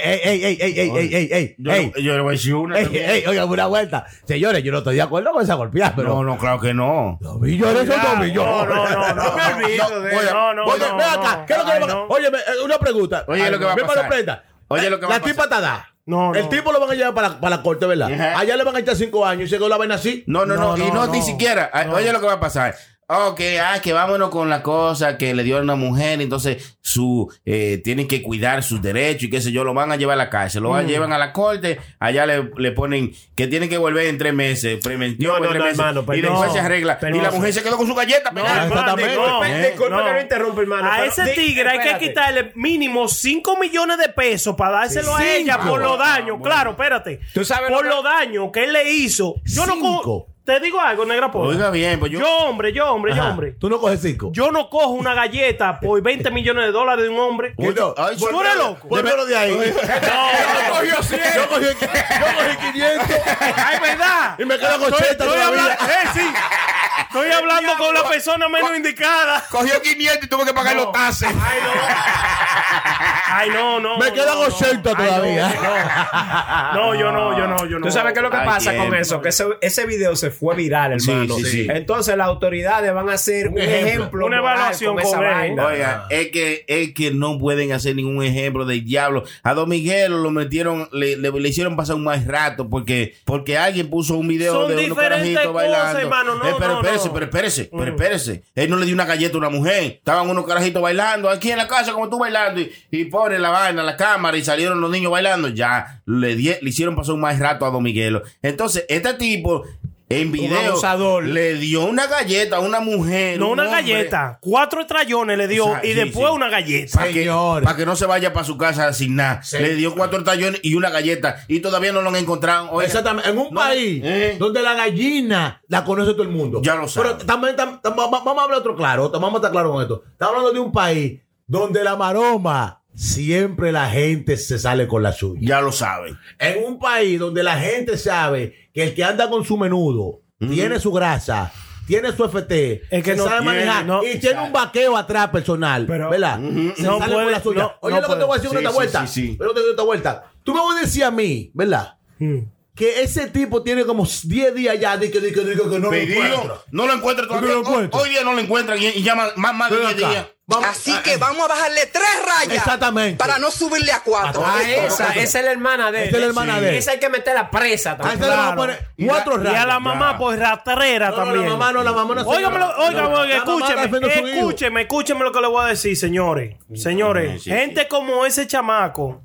Speaker 6: Ey, ey, ey, ey, ey, ey, ey, ey,
Speaker 7: yo,
Speaker 6: ey.
Speaker 7: le- yo le voy a decir una.
Speaker 6: Ey,
Speaker 7: también.
Speaker 6: ey, oiga, una vuelta. Señores, yo no estoy de acuerdo con esa golpeada, pero.
Speaker 7: no, no, claro que no.
Speaker 6: Dos millones son dos
Speaker 4: Cuidado.
Speaker 6: millones.
Speaker 4: No, no, no, no.
Speaker 6: me olvido de
Speaker 7: Oye,
Speaker 4: No, no,
Speaker 6: Oye,
Speaker 4: no,
Speaker 6: ven
Speaker 4: no.
Speaker 6: acá. ¿Qué es lo que
Speaker 4: Ay,
Speaker 6: le va a-
Speaker 4: no.
Speaker 6: Óyeme, eh, una pregunta.
Speaker 7: Oye, lo que va a
Speaker 6: Ven para
Speaker 7: pasar.
Speaker 6: la prenda.
Speaker 7: Oye,
Speaker 6: Eh,
Speaker 7: lo que va a
Speaker 6: La tipa
Speaker 7: pasar.
Speaker 6: está da.
Speaker 4: No, no.
Speaker 6: El tipo lo van a llevar para la, para la corte, ¿verdad?
Speaker 7: Ajá.
Speaker 6: Allá le van a echar cinco años y se quedó la vaina así.
Speaker 7: No, no,
Speaker 4: No,
Speaker 7: no, y
Speaker 4: no,
Speaker 7: no, ni
Speaker 4: no.
Speaker 7: siquiera. Ay, Oye, lo que va a pasar. Ok, ah, que vámonos con la cosa que le dio a una mujer, entonces su eh, tienen que cuidar sus derechos y qué sé yo, lo van a llevar a la cárcel, lo van- llevan a la corte, allá le, le ponen que tienen que volver en tres meses, preventivo
Speaker 9: No,
Speaker 7: en
Speaker 9: no,
Speaker 7: tres
Speaker 9: no,
Speaker 7: meses,
Speaker 9: hermano, pero
Speaker 7: y después
Speaker 9: no,
Speaker 7: se arregla.
Speaker 9: pero
Speaker 7: y la
Speaker 9: no.
Speaker 7: mujer se quedó con su galleta,
Speaker 9: Ah,
Speaker 4: No,
Speaker 7: pegada.
Speaker 4: hermano,
Speaker 9: Exactamente.
Speaker 4: no.
Speaker 9: Disculpe- eh, disculpe
Speaker 4: Ah, No.
Speaker 9: que lo interrumpa, hermano,
Speaker 4: A
Speaker 9: pero
Speaker 4: ese
Speaker 9: di-
Speaker 4: tigre hay que
Speaker 9: espérate.
Speaker 4: quitarle mínimo 5 millones de pesos para dárselo a ella por los daños. Claro, espérate.
Speaker 9: Ah, ¿Tú sabes
Speaker 4: por
Speaker 9: lo que-
Speaker 4: los daños que él le hizo. Yo no
Speaker 6: Cinco.
Speaker 4: co- Te digo algo, negra polla.
Speaker 7: Oiga bien, pues yo-
Speaker 4: hombre, yo, hombre, yo,
Speaker 6: Ajá.
Speaker 4: hombre.
Speaker 6: Ah, Tú no coges cinco.
Speaker 4: Yo no cojo una galleta por 20 millones de dólares de un hombre.
Speaker 6: Que no.
Speaker 7: Ay,
Speaker 4: ¿Tú eres loco?
Speaker 6: Vuélvelo de ahí.
Speaker 9: No, cogió
Speaker 6: Yo cogí, yo cogí 500
Speaker 4: ¡Ay, verdad!
Speaker 6: y me quedo con
Speaker 4: Estoy,
Speaker 6: 80
Speaker 4: estoy hablando,
Speaker 6: todavía.
Speaker 4: eh, sí. Estoy hablando con la persona menos indicada.
Speaker 9: Cogió 500 y tuvo que pagar los tases.
Speaker 4: Ay, no. Ay, no, no.
Speaker 6: Me quedan
Speaker 4: no, no.
Speaker 6: 80
Speaker 4: Ay, no,
Speaker 6: todavía.
Speaker 4: No, no, yo no, yo no, yo no.
Speaker 9: ¿Tú sabes qué es lo que
Speaker 7: Ay,
Speaker 9: pasa
Speaker 7: tiempo.
Speaker 9: con eso? Que ese, ese video se fue viral,
Speaker 7: Sí,
Speaker 9: hermano.
Speaker 7: sí, sí.
Speaker 9: Entonces las autoridades van a hacer un ejemplo,
Speaker 4: Una
Speaker 9: moral
Speaker 4: evaluación con él.
Speaker 7: Oiga, es que, es que no pueden hacer ningún ejemplo del diablo. A Don Miguel lo metieron, le, le- le hicieron pasar un más rato porque, porque alguien puso un video
Speaker 4: Son
Speaker 7: de unos
Speaker 4: diferentes
Speaker 7: carajitos
Speaker 4: cosas,
Speaker 7: bailando.
Speaker 4: hermano, no,
Speaker 7: Eh, pero
Speaker 4: no,
Speaker 7: espérese,
Speaker 4: no. Mm.
Speaker 7: pero espérese, pero espérese. Él no le dio una galleta a una mujer. Estaban unos carajitos bailando aquí en la casa, como tú bailando, y, y pobre la vaina, la cámara, y salieron los niños bailando. Ya, le, di- le hicieron pasar un más rato a Don Miguel. Entonces, este tipo. En video
Speaker 9: abusador.
Speaker 7: le dio una galleta a una mujer.
Speaker 4: No,
Speaker 7: un
Speaker 4: una
Speaker 7: hombre.
Speaker 4: galleta. Cuatro estrellones le dio
Speaker 7: O sea,
Speaker 4: y
Speaker 7: sí,
Speaker 4: después
Speaker 7: sí.
Speaker 4: una galleta.
Speaker 7: Para que,
Speaker 6: Señores.
Speaker 7: pa' que no se vaya para su casa sin nada. Le dio cuatro tallones y una galleta. Y todavía no lo han encontrado. Oiga,
Speaker 6: Exactamente. En un
Speaker 7: No,
Speaker 6: país
Speaker 7: eh.
Speaker 6: donde la gallina la conoce todo el mundo.
Speaker 7: Ya lo sabe.
Speaker 6: Pero también, tam- tam- va- va- vamos a hablar otro claro. Vamos a estar claro con esto. Estamos hablando de un país donde la maroma siempre la gente se sale con la suya.
Speaker 7: Ya lo saben.
Speaker 6: En un país donde la gente sabe que el que anda con su menudo
Speaker 7: Mm.
Speaker 6: tiene su grasa. Tiene su FT,
Speaker 4: El que
Speaker 6: se
Speaker 4: no
Speaker 6: sabe
Speaker 4: tiene,
Speaker 6: manejar
Speaker 4: no-
Speaker 6: y tiene un vaqueo atrás personal,
Speaker 4: Pero-
Speaker 6: ¿verdad? Se
Speaker 4: No
Speaker 6: sale con
Speaker 4: puede-
Speaker 6: la suya.
Speaker 4: no-
Speaker 6: Oye,
Speaker 4: no
Speaker 6: lo que
Speaker 4: puede.
Speaker 6: te voy a decir
Speaker 7: Sí,
Speaker 6: una
Speaker 7: sí,
Speaker 6: vuelta.
Speaker 7: sí, sí.
Speaker 6: Pero te voy a decir una vuelta. Tú me vas a decir a mí, ¿verdad?
Speaker 4: Mm.
Speaker 6: que ese tipo tiene como 10 días ya de que, de que, de que, que no lo encuentra.
Speaker 7: Pedido. No lo encuentran todavía.
Speaker 6: No lo encuentran.
Speaker 7: Hoy día no lo encuentran y, y llaman más, más de
Speaker 6: Ven
Speaker 7: 10
Speaker 6: acá.
Speaker 7: días.
Speaker 6: Vamos- eh,
Speaker 11: Así que vamos a bajarle tres rayas.
Speaker 6: Exactamente.
Speaker 11: Para no subirle a cuatro.
Speaker 6: Ah,
Speaker 9: Ah,
Speaker 6: Correcto,
Speaker 9: esa,
Speaker 6: correcto.
Speaker 9: esa es la hermana de él.
Speaker 6: Esa es la hermana de él.
Speaker 9: Esa hay que meter la presa
Speaker 6: A ese
Speaker 9: también.
Speaker 6: le vamos a
Speaker 4: Claro.
Speaker 6: poner
Speaker 7: Y
Speaker 6: cuatro
Speaker 4: Y a
Speaker 6: rayas.
Speaker 4: la mamá por rastrera
Speaker 6: No, no,
Speaker 4: también.
Speaker 6: la mamá no, la mamá no se-
Speaker 4: Óigame, lo-
Speaker 6: no,
Speaker 4: óigame,
Speaker 6: no,
Speaker 4: óigame,
Speaker 6: la mamá está
Speaker 4: escúcheme,
Speaker 6: defendiendo a su hijo.
Speaker 4: escúcheme, escúcheme lo que le voy a decir, señores. Señores,
Speaker 7: sí,
Speaker 4: gente como ese chamaco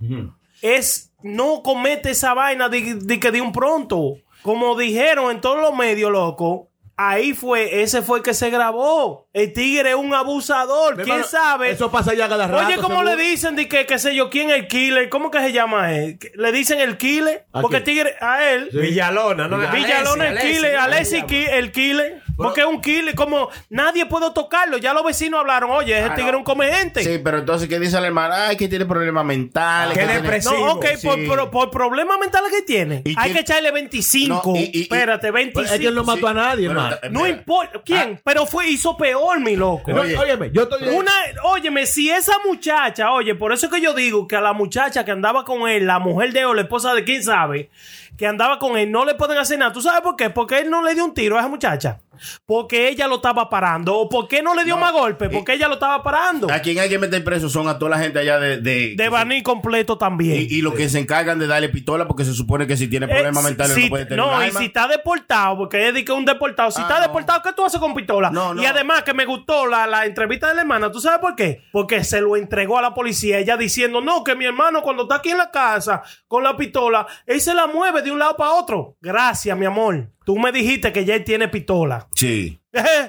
Speaker 4: es no comete esa vaina de, de que de un pronto. Como dijeron en todos los medios, loco, ahí fue, ese fue el que se grabó. El tigre es un abusador,
Speaker 6: Mi
Speaker 4: quién
Speaker 6: hermano,
Speaker 4: sabe.
Speaker 6: Eso pasa ya cada rato.
Speaker 4: Oye, ¿cómo
Speaker 6: seguro.
Speaker 4: le dicen de que, qué sé yo, quién el killer? ¿Cómo que se llama él? Le dicen el killer,
Speaker 6: ¿A
Speaker 4: porque el
Speaker 6: quién?
Speaker 4: tigre, a él.
Speaker 9: Villalona, ¿no?
Speaker 4: Villalona el
Speaker 9: Alexis,
Speaker 4: killer,
Speaker 9: Alexis,
Speaker 4: Alexis ki- el killer. Porque es un killer, como nadie puede tocarlo. Ya los vecinos hablaron, oye, ese tigre es un come gente.
Speaker 7: Ah, Sí, pero entonces, ¿qué dice la hermana? Ay, que tiene problemas mentales.
Speaker 9: Qué
Speaker 7: que tiene-
Speaker 9: depresivo.
Speaker 4: No, ok,
Speaker 7: sí.
Speaker 4: por, por, por problemas mentales que tiene,
Speaker 7: ¿Y
Speaker 4: hay
Speaker 7: quién-
Speaker 4: que echarle 25.
Speaker 7: No, y- y- pues, y-
Speaker 4: Espérate,
Speaker 6: Pero
Speaker 4: 25.
Speaker 6: Es que él no mató a nadie,
Speaker 7: Pero-
Speaker 6: hermano.
Speaker 7: eh,
Speaker 4: No
Speaker 7: mira, Ah.
Speaker 4: importa. ¿Quién? Pero fue, hizo peor, mi loco.
Speaker 6: No, Óyeme, yo estoy.
Speaker 4: Una, óyeme, si esa muchacha, oye, por eso que yo digo que a la muchacha que andaba con él, la mujer de él o la esposa de quién sabe, que andaba con él, no le pueden hacer nada. ¿Tú sabes por qué? Porque él no le dio un tiro a esa muchacha. Porque ella lo estaba parando. ¿O por qué no le dio más golpe? Porque ella lo estaba parando.
Speaker 7: A quien hay que meter preso son a toda la gente allá de. de-
Speaker 4: De Baní completo también.
Speaker 7: y, y los que se encargan de darle pistola porque se supone que si tiene
Speaker 4: Eh,
Speaker 7: problemas mentales
Speaker 4: si-
Speaker 7: Este no puede tener un
Speaker 4: y
Speaker 7: arma.
Speaker 4: si está deportado, porque es de que un deportado. Si
Speaker 7: Ah,
Speaker 4: está
Speaker 7: no.
Speaker 4: deportado, ¿qué tú haces con pistola?
Speaker 7: No, no.
Speaker 4: Y además que me gustó la, la entrevista de la hermana. ¿Tú sabes por qué? Porque se lo entregó a la policía. Ella diciendo, no, que mi hermano cuando está aquí en la casa con la pistola, él se la mueve de un lado para otro. Gracias, mi amor. Tú me dijiste que ya él tiene pistola.
Speaker 7: Sí.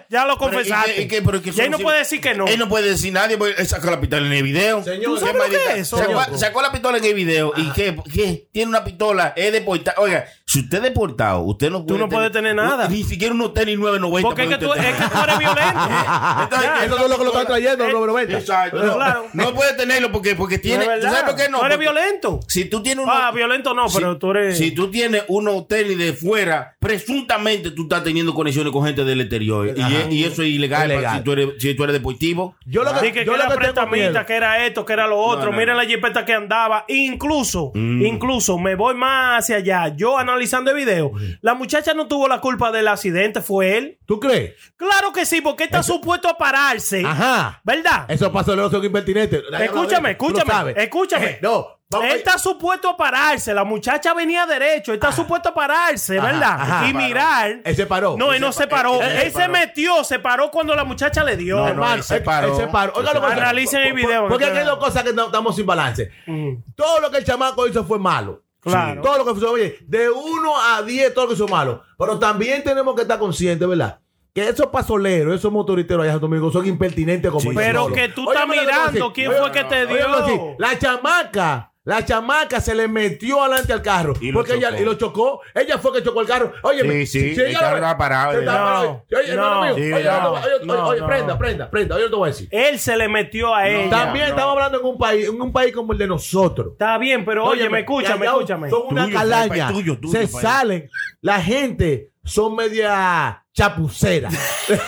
Speaker 4: ya lo
Speaker 7: Pero,
Speaker 4: confesaste.
Speaker 7: ¿y qué- y qué- pero es que
Speaker 4: ya él no
Speaker 7: sí-
Speaker 4: puede decir que no.
Speaker 7: Él no puede decir nadie porque él sacó la pistola en el video.
Speaker 6: Señor,
Speaker 4: ¿Tú sabes lo que es eso,
Speaker 7: Sacó,
Speaker 4: loco?
Speaker 7: sacó la pistola en el video. ¿Y qué, qué? Tiene una pistola, es deportado. Oiga, si usted es deportado, usted no puede.
Speaker 4: no puedes tener nada.
Speaker 7: Ni siquiera unos tenis 990.
Speaker 4: porque es que,
Speaker 7: puede
Speaker 4: tú,
Speaker 7: usted
Speaker 4: es que
Speaker 7: tener.
Speaker 4: tú eres violento.
Speaker 7: Entonces,
Speaker 4: Ya.
Speaker 6: Eso no es lo que lo están trayendo,
Speaker 4: Eh,
Speaker 6: Roberto. Venta.
Speaker 7: Exacto. No,
Speaker 4: Claro.
Speaker 7: no puede tenerlo porque, porque tiene.
Speaker 4: De
Speaker 7: ¿tú
Speaker 4: verdad.
Speaker 7: ¿Sabes por qué no?
Speaker 4: Tú eres
Speaker 7: Porque
Speaker 4: violento.
Speaker 7: Si tú tienes unos-
Speaker 4: Ah, violento no, pero
Speaker 7: si,
Speaker 4: tú eres.
Speaker 7: si tú tienes unos tenis de fuera, presuntamente tú estás teniendo conexiones con gente del exterior. Y, es- y eso es ilegal,
Speaker 6: Ilegal.
Speaker 7: Si, tú eres, si tú eres deportivo.
Speaker 6: Yo lo
Speaker 4: Dije
Speaker 6: que,
Speaker 4: que,
Speaker 6: yo lo
Speaker 4: era
Speaker 6: que tengo
Speaker 4: prestamista,
Speaker 6: miedo.
Speaker 4: que era esto, que era lo otro.
Speaker 7: No, no,
Speaker 4: Miren
Speaker 7: no. Mm.
Speaker 4: la jipeta que andaba. Incluso, incluso, me voy más hacia allá. Yo analizando el video, la muchacha no tuvo la culpa del accidente, fue él.
Speaker 6: ¿Tú crees?
Speaker 4: Claro que sí, porque está supuesto a pararse.
Speaker 6: Ajá.
Speaker 4: ¿Verdad?
Speaker 6: Eso pasa luego son impertinentes.
Speaker 4: eh, Escúchame,
Speaker 6: Tú lo
Speaker 4: escúchame,
Speaker 6: sabes.
Speaker 4: escúchame.
Speaker 6: Eh, No. vamos-
Speaker 4: Él está supuesto a pararse. La muchacha venía derecho. Él está supuesto a pararse,
Speaker 6: Ajá,
Speaker 4: ¿verdad?
Speaker 6: ajá.
Speaker 4: y mirar.
Speaker 6: Él se paró.
Speaker 4: No, él no se paró.
Speaker 7: él- él se
Speaker 4: Él se
Speaker 7: paró.
Speaker 4: metió, se paró cuando la muchacha le dio.
Speaker 7: No, no,
Speaker 6: Hermano,
Speaker 7: él se
Speaker 6: él-
Speaker 7: paró.
Speaker 6: él se paró. Oiga lo que-
Speaker 4: Analicen el
Speaker 6: por-
Speaker 4: video,
Speaker 6: Porque
Speaker 4: ¿no?
Speaker 6: aquí hay dos cosas que no- estamos sin balance.
Speaker 4: Mm,
Speaker 6: Todo lo que el chamaco hizo fue malo.
Speaker 4: Claro.
Speaker 6: Todo lo que hizo, oye, de 1 a 10 todo lo que hizo malo. Pero también tenemos que estar conscientes, ¿verdad? Que esos pasoleros, esos motoriteros allá en Santo Domingo son impertinentes como
Speaker 7: Sí.
Speaker 6: ellos
Speaker 4: Pero
Speaker 6: solos.
Speaker 4: que tú
Speaker 6: Oye,
Speaker 4: estás
Speaker 6: mira lo que te voy a
Speaker 4: mirando
Speaker 6: decir.
Speaker 4: quién
Speaker 6: Oye,
Speaker 4: fue que te
Speaker 6: oye, lo que te voy a
Speaker 4: dio.
Speaker 6: decir. La chamaca, La chamaca se le metió adelante al carro.
Speaker 7: Y lo
Speaker 6: porque ella
Speaker 7: chocó.
Speaker 6: y lo chocó. Ella fue que chocó el carro. Oye,
Speaker 7: Sí, sí, el
Speaker 6: ella
Speaker 7: carro
Speaker 6: lo-
Speaker 7: estaba parado,
Speaker 6: estaba
Speaker 7: ya.
Speaker 6: parado. Oye,
Speaker 4: No,
Speaker 6: hermano mío,
Speaker 4: sí,
Speaker 6: oye,
Speaker 4: ya.
Speaker 6: oye, oye,
Speaker 4: No,
Speaker 6: oye,
Speaker 4: no.
Speaker 6: prenda, prenda, prenda. Oye, lo que te voy a decir.
Speaker 4: Él se le metió a ella.
Speaker 6: También estamos hablando en un país, en un país como el de nosotros.
Speaker 4: Está bien, pero oye, me escúchame,
Speaker 6: Callao
Speaker 4: escúchame.
Speaker 6: Son una
Speaker 4: Tuyo,
Speaker 6: calaña.
Speaker 4: país, tuyo, tuyo,
Speaker 6: se
Speaker 4: país.
Speaker 6: salen. La gente son media chapucera.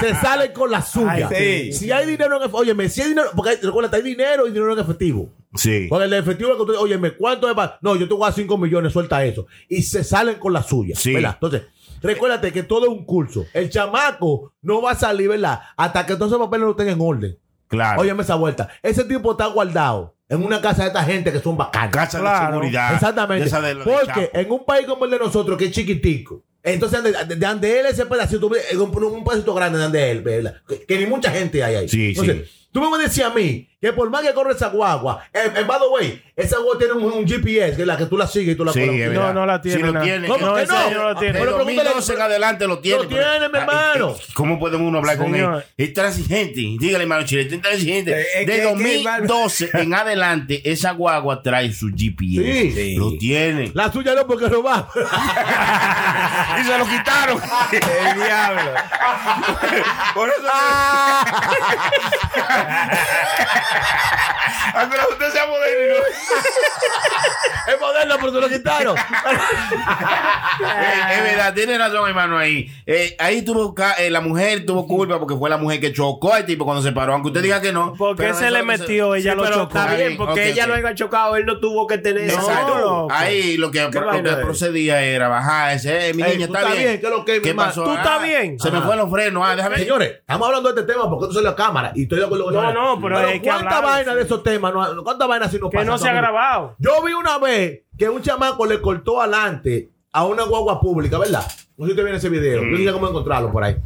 Speaker 6: se salen con la suya.
Speaker 7: Ay, sí.
Speaker 6: Si hay dinero en efectivo, óyeme, si hay dinero, porque recuerda, hay dinero y dinero en efectivo.
Speaker 7: Sí.
Speaker 6: Porque el efectivo que tú óyeme, ¿cuánto es para? No, yo te voy a dar 5 millones, suelta eso. Y se salen con la suya.
Speaker 7: Sí.
Speaker 6: ¿verdad? Entonces, recuérdate que todo es un curso. El chamaco no va a salir, ¿verdad? Hasta que todos esos papeles no estén en orden.
Speaker 7: Claro.
Speaker 6: Óyeme esa vuelta. Ese tipo está guardado en una casa de esta gente que son bacanas.
Speaker 7: Casa de Claro. seguridad.
Speaker 6: Exactamente.
Speaker 7: De esa de- de
Speaker 6: Porque
Speaker 7: Chapo.
Speaker 6: en un país como el de nosotros, que es chiquitico, entonces de, de- de donde él ese pedacito, eh, un, un pedacito grande de donde él, ¿verdad? Que, que ni mucha gente hay ahí.
Speaker 7: Sí,
Speaker 6: Entonces, Tú me vas a decir a mí que por más que corre esa guagua, en, en by the way, esa guagua tiene un, un GPS, que es la que tú la sigues y tú la
Speaker 7: Sí, es
Speaker 6: colocas.
Speaker 7: verdad.
Speaker 4: no la tiene,
Speaker 7: Si lo
Speaker 4: nada.
Speaker 7: tiene.
Speaker 6: ¿Cómo
Speaker 4: No,
Speaker 6: que
Speaker 4: ese
Speaker 6: no?
Speaker 4: señor lo tiene.
Speaker 6: Pero
Speaker 7: Pero
Speaker 6: pregúntale-
Speaker 7: 2012 en adelante lo tiene.
Speaker 6: Lo
Speaker 7: pero-
Speaker 6: tiene, mi
Speaker 7: Ay,
Speaker 6: hermano.
Speaker 7: ¿Cómo puede uno hablar con
Speaker 4: Señor.
Speaker 7: él? Es transigente. Dígale, hermano Chile, es transigente.
Speaker 9: Eh, es que- es
Speaker 7: De
Speaker 9: que-
Speaker 7: 2012 en adelante, esa guagua trae su GPS.
Speaker 6: Sí.
Speaker 7: Lo tiene.
Speaker 6: La suya no, porque robaba.
Speaker 7: Y se lo quitaron.
Speaker 9: El diablo.
Speaker 7: Por eso.
Speaker 6: Ah.
Speaker 7: Aunque la usted sea moderno.
Speaker 6: es moderno, pero se lo quitaron.
Speaker 7: Eh, es verdad, tiene razón, hermano. Ahí Eh, ahí tuvo ca- eh, la mujer tuvo culpa porque fue la mujer que chocó al tipo cuando se paró. Aunque usted diga que no.
Speaker 4: Porque
Speaker 7: pero
Speaker 4: se
Speaker 7: eso
Speaker 4: le
Speaker 7: es lo que
Speaker 4: metió, ella
Speaker 7: Sí,
Speaker 4: lo
Speaker 7: pero
Speaker 4: chocó.
Speaker 7: está bien,
Speaker 9: Porque
Speaker 7: ok,
Speaker 9: ella
Speaker 7: ok.
Speaker 9: no había chocado, él no tuvo que tener esa-
Speaker 7: Exacto.
Speaker 4: loco.
Speaker 7: Ahí lo que,
Speaker 9: ¿Qué
Speaker 7: lo
Speaker 9: vaina
Speaker 7: que
Speaker 9: es?
Speaker 7: procedía era bajar ese. Eh, mi
Speaker 6: Ey,
Speaker 7: niña,
Speaker 6: tú
Speaker 7: está
Speaker 6: estás
Speaker 7: bien.
Speaker 6: bien, ¿qué es lo que es, mi hermano?
Speaker 7: pasó?
Speaker 4: ¿Tú estás
Speaker 7: Ah,
Speaker 4: bien?
Speaker 7: Se me
Speaker 6: Ajá.
Speaker 7: fue los frenos. Ah, déjame.
Speaker 6: Señores, estamos hablando de este tema porque tú sale la cámara y estoy de acuerdo con
Speaker 4: No,
Speaker 6: Joana.
Speaker 4: no, pero hay que
Speaker 6: ¿Cuánta
Speaker 4: hablar,
Speaker 6: vaina
Speaker 4: sí.
Speaker 6: de esos temas? No, ¿Cuánta vaina si no
Speaker 4: Que
Speaker 6: pasa?
Speaker 4: no se ha
Speaker 6: Tommy?
Speaker 4: grabado.
Speaker 6: Yo vi una vez que un chamaco le cortó adelante a una guagua pública, ¿verdad? No sé si te viene ese video. No sé cómo encontrarlo por ahí.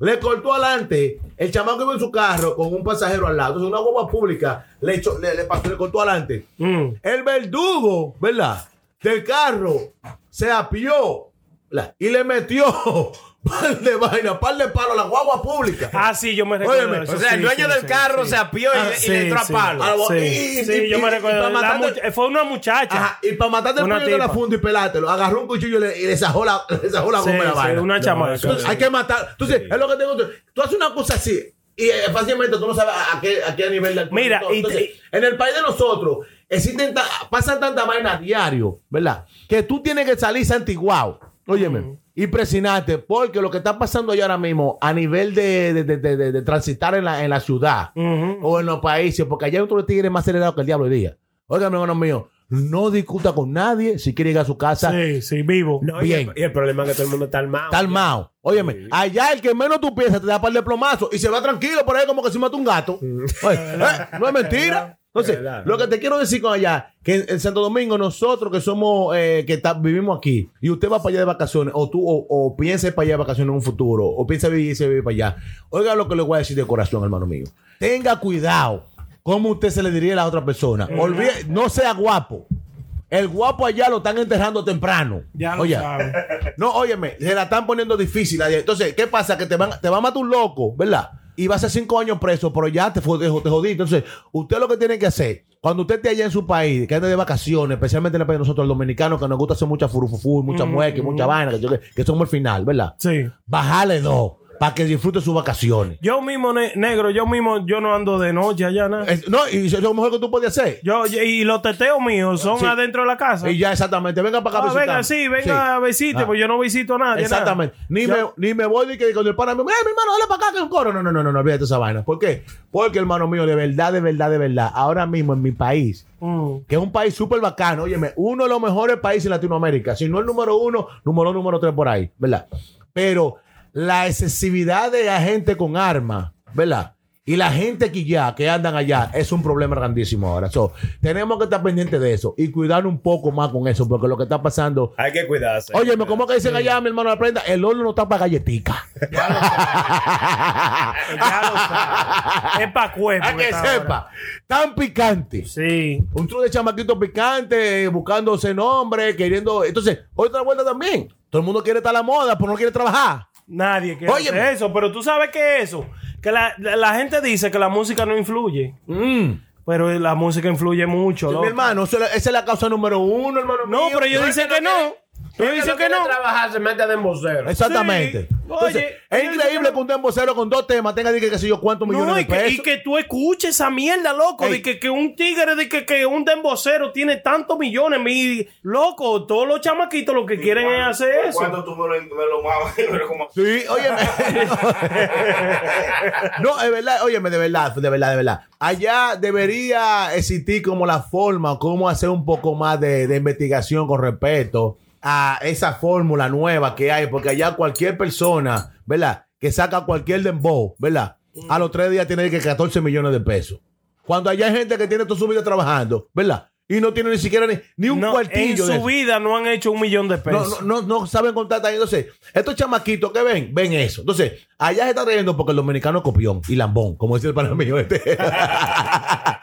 Speaker 6: Le cortó adelante, el chamaco iba en su carro con un pasajero al lado. Entonces, una guagua pública le, echó- le, le pasó- le cortó adelante.
Speaker 4: Mm.
Speaker 6: El verdugo, ¿verdad? Del carro se apió ¿verdad? y le metió par de vaina, par de palo a la guagua pública.
Speaker 4: Ah, sí, yo me recuerdo.
Speaker 6: Óyeme,
Speaker 4: eso,
Speaker 9: O sea, el
Speaker 4: sí,
Speaker 9: dueño
Speaker 4: sí,
Speaker 9: del
Speaker 4: sí,
Speaker 9: carro
Speaker 4: sí.
Speaker 9: se apió y,
Speaker 4: Ah,
Speaker 9: y
Speaker 4: sí,
Speaker 9: le entró
Speaker 4: sí.
Speaker 9: a palo.
Speaker 6: A la bo-
Speaker 4: Sí,
Speaker 6: y-
Speaker 4: sí,
Speaker 6: y-
Speaker 4: yo me
Speaker 6: y- y
Speaker 4: recuerdo.
Speaker 6: para
Speaker 4: La
Speaker 6: matarte-
Speaker 4: mucha- eh, Fue una muchacha.
Speaker 6: Ajá, y para matarte el
Speaker 4: Una
Speaker 6: puño de la
Speaker 4: tipa.
Speaker 6: funda y pelártelo, agarró un cuchillo y le, y le sajó la, le sajó la
Speaker 4: Sí,
Speaker 6: goma de la
Speaker 4: sí,
Speaker 6: vaina.
Speaker 4: una chamaca.
Speaker 6: Entonces, hay que matar. Entonces, es lo que tengo. Tú haces una cosa así y eh, fácilmente tú no sabes a a qué, a qué nivel de
Speaker 4: Mira, y-
Speaker 6: Entonces, en el país de nosotros existen ta- pasan tantas vainas diario, ¿verdad? Que tú tienes que salir santiguado. Óyeme. Y presionarte, porque lo que está pasando allá ahora mismo a nivel de, de- de- de- de- de transitar en la, en la ciudad
Speaker 4: Ujú.
Speaker 6: o en los países, porque allá otro tigre es más acelerado que el diablo hoy día. Oigan, hermano mío, no discuta con nadie si quiere llegar a su casa
Speaker 4: Sí, sí, vivo.
Speaker 9: No, y el-
Speaker 6: bien.
Speaker 9: Y, el, problema es que todo el mundo está armado.
Speaker 6: Está armado. Óyeme, allá el que menos tú piensas te da par de plomazos y se va tranquilo por ahí como que se mata un gato. Oye, ¿eh? No es mentira. Entonces,
Speaker 9: verdad.
Speaker 6: lo que te quiero decir con allá, que en, en Santo Domingo nosotros que somos, eh, que ta- vivimos aquí, y usted va para allá de vacaciones, o tú, o, o piensa ir para allá de vacaciones en un futuro, o piensa vivir y se vive para allá. Oiga lo que le voy a decir de corazón, hermano mío. Tenga cuidado cómo usted se le diría a la otra persona. Olvide- no sea guapo. El guapo allá lo están enterrando temprano.
Speaker 4: Ya lo
Speaker 6: Oye,
Speaker 4: sabe.
Speaker 6: no, óyeme, se la están poniendo difícil. ahí. Entonces, ¿qué pasa? Que te, van, te va a matar un loco, ¿verdad? Y vas a ser cinco años preso, pero ya te, fu- te, te jodí. Entonces, usted lo que tiene que hacer, cuando usted esté allá en su país, que ande de vacaciones, especialmente en el país de nosotros, los dominicanos, que nos gusta hacer mucha furufufu, mucha mueca y mucha vaina, que, yo- que, que somos el final, ¿verdad?
Speaker 4: Sí.
Speaker 6: Bájale dos, para que disfrute sus vacaciones.
Speaker 4: Yo mismo, ne- negro, yo mismo, yo no ando de noche allá,
Speaker 9: Eh.
Speaker 4: nada.
Speaker 6: Es- no, y eso es lo mejor que tú puedes hacer.
Speaker 4: Yo, yo- y los teteos míos son
Speaker 6: Sí.
Speaker 4: adentro de la casa.
Speaker 6: Y ya, exactamente. Venga para acá
Speaker 4: Ah,
Speaker 6: a
Speaker 4: venga,
Speaker 6: visitarme.
Speaker 4: sí, venga a visite,
Speaker 6: Ah.
Speaker 4: pues yo no visito nada.
Speaker 6: Exactamente. Ni me,
Speaker 4: Yo-
Speaker 6: ni me voy de que cuando el pana me ¡Eh, mi hermano, dale para acá que es un coro! No, no, no, no, no, olvídate esa vaina. ¿Por qué? Porque, hermano mío, de verdad, de verdad, de verdad, ahora mismo en mi país,
Speaker 4: Mm.
Speaker 6: que es un país súper bacano, óyeme, uno de los mejores países de Latinoamérica, si no el número uno, número dos, número tres por ahí, ¿verdad? Pero la excesividad de la gente con armas, ¿verdad? Y la gente que ya, que andan allá, es un problema grandísimo ahora. So, tenemos que estar pendientes de eso y cuidar un poco más con eso, porque lo que está pasando
Speaker 9: Hay que cuidarse.
Speaker 6: Oye, ¿cómo que dicen allá, mi hermano, la prenda? El horno no está para galletica.
Speaker 4: eh, Ya lo sabe. es pa' cuerpo.
Speaker 6: Para que
Speaker 4: esta hora.
Speaker 6: sepa. Tan picante.
Speaker 4: Sí.
Speaker 6: Un truco de chamaquito picante, eh, buscándose nombre, queriendo. Entonces, otra vuelta también. Todo el mundo quiere estar a la moda, pero no quiere trabajar.
Speaker 4: Nadie quiere
Speaker 6: Óyeme.
Speaker 4: hacer eso, pero tú sabes que eso, que la, la- la gente dice que la música no influye.
Speaker 6: Mm.
Speaker 4: Pero la música influye mucho,
Speaker 6: Mi hermano, eso es la- esa es la causa número uno, hermano.
Speaker 4: No,
Speaker 6: mío.
Speaker 4: pero ellos dicen que no. Ellos
Speaker 9: Dice
Speaker 4: dicen que no.
Speaker 9: trabajar, se mete de embocero.
Speaker 6: Exactamente. Entonces,
Speaker 4: Oye,
Speaker 6: es increíble que un dembocero con dos temas tenga que qué sé yo cuántos millones
Speaker 4: No,
Speaker 6: de
Speaker 4: y que,
Speaker 6: pesos.
Speaker 4: y que tú escuches esa mierda, loco, de que, que un tigre, de que, que un dembocero tiene tantos millones, mi loco, todos los chamaquitos lo que quieren es hacer eso.
Speaker 12: ¿Cuándo tú me lo, me lo mamas? Pero como...
Speaker 6: Sí, óyeme. no, es verdad, óyeme, de verdad, de verdad, de verdad. Allá debería existir como la forma, o cómo hacer un poco más de, de investigación con respecto a esa fórmula nueva que hay, porque allá cualquier persona, ¿verdad? Que saca cualquier dembow, ¿verdad? A los tres días tiene que 14 millones de pesos. Cuando allá hay gente que tiene toda su vida trabajando, ¿verdad? Y no tiene ni siquiera ni, ni un
Speaker 4: en
Speaker 6: cuartillo. de
Speaker 4: su
Speaker 6: eso.
Speaker 4: vida no han hecho un millón de
Speaker 6: No,
Speaker 4: pesos.
Speaker 6: no, no, no saben contar tan- Entonces, estos chamaquitos que ven, ven eso. Entonces, allá se está riendo porque el dominicano es copión y lambón, como dice el panameño este.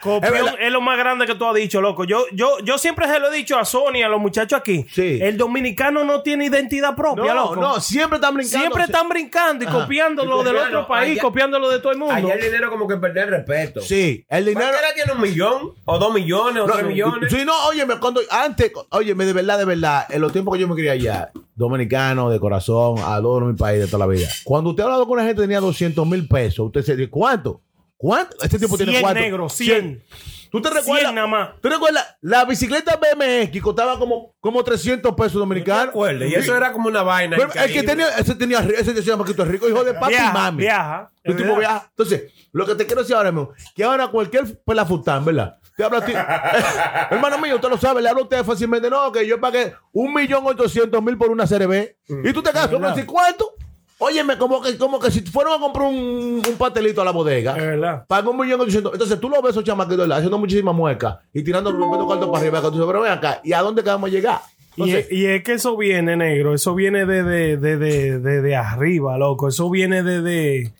Speaker 4: Copión es, lo más grande que tú has dicho, loco. Yo, yo, yo siempre se lo he dicho a Sony, a los muchachos aquí. El dominicano no tiene identidad propia,
Speaker 6: No,
Speaker 4: loco.
Speaker 6: no, siempre están brincando.
Speaker 4: Siempre están brincando y
Speaker 6: Ajá.
Speaker 4: copiando lo
Speaker 9: Y
Speaker 4: del
Speaker 9: copiando.
Speaker 4: otro país,
Speaker 9: Allá-
Speaker 4: copiando lo de todo el mundo.
Speaker 9: Allá el dinero como que perder el respeto.
Speaker 6: Sí, el dinero.
Speaker 9: Cualquiera tiene un millón, o dos millones, o
Speaker 6: No,
Speaker 9: tres millones.
Speaker 6: Sí, no, óyeme, cuando antes, óyeme, de verdad, de verdad, en los tiempos que yo me crié allá, dominicano, de corazón, adoro mi país de toda la vida. Cuando usted ha hablado con una gente que tenía 200 mil pesos, usted se dice, ¿cuánto? ¿Cuánto? Este tipo tiene
Speaker 4: Cien
Speaker 6: cuánto.
Speaker 4: negros,
Speaker 6: Cien. ¿Tú te recuerdas?
Speaker 4: nada más.
Speaker 6: ¿Tú recuerdas? La bicicleta BMX costaba como, como 300 pesos dominicanos.
Speaker 9: Y eso era como una vaina.
Speaker 6: Pero el que
Speaker 9: increíble.
Speaker 6: tenía, ese tenía, ese decía Marquito rico, hijo de papi
Speaker 9: Viaja,
Speaker 6: y mami.
Speaker 9: viaja,
Speaker 6: El
Speaker 9: es
Speaker 6: tipo
Speaker 9: verdad.
Speaker 6: viaja. Ah, Entonces, lo que te quiero decir ahora mismo, que ahora cualquier pelafután, ¿verdad? Te habla a ti. Hermano mío, usted lo sabe, le habla a usted fácilmente. No, que yo pagué un millón ochocientos mil por una CRB.
Speaker 4: Mm.
Speaker 6: Y tú te casas con decir, ¿cuánto? Óyeme, como que, como que si fueron a comprar un, un pastelito a la bodega,
Speaker 4: Eh.
Speaker 6: pagó un millón ochocientos. Entonces tú lo ves esos chamaquitos ¿verdad? haciendo muchísimas muecas y tirando el cuarto para arriba. Que tú dices, pero ven acá, ¿y a dónde que vamos a llegar?
Speaker 4: Y
Speaker 6: Entonces,
Speaker 4: es, y es que eso viene, negro. Eso viene de, de, de, de, de- de arriba, loco. Eso viene de, de,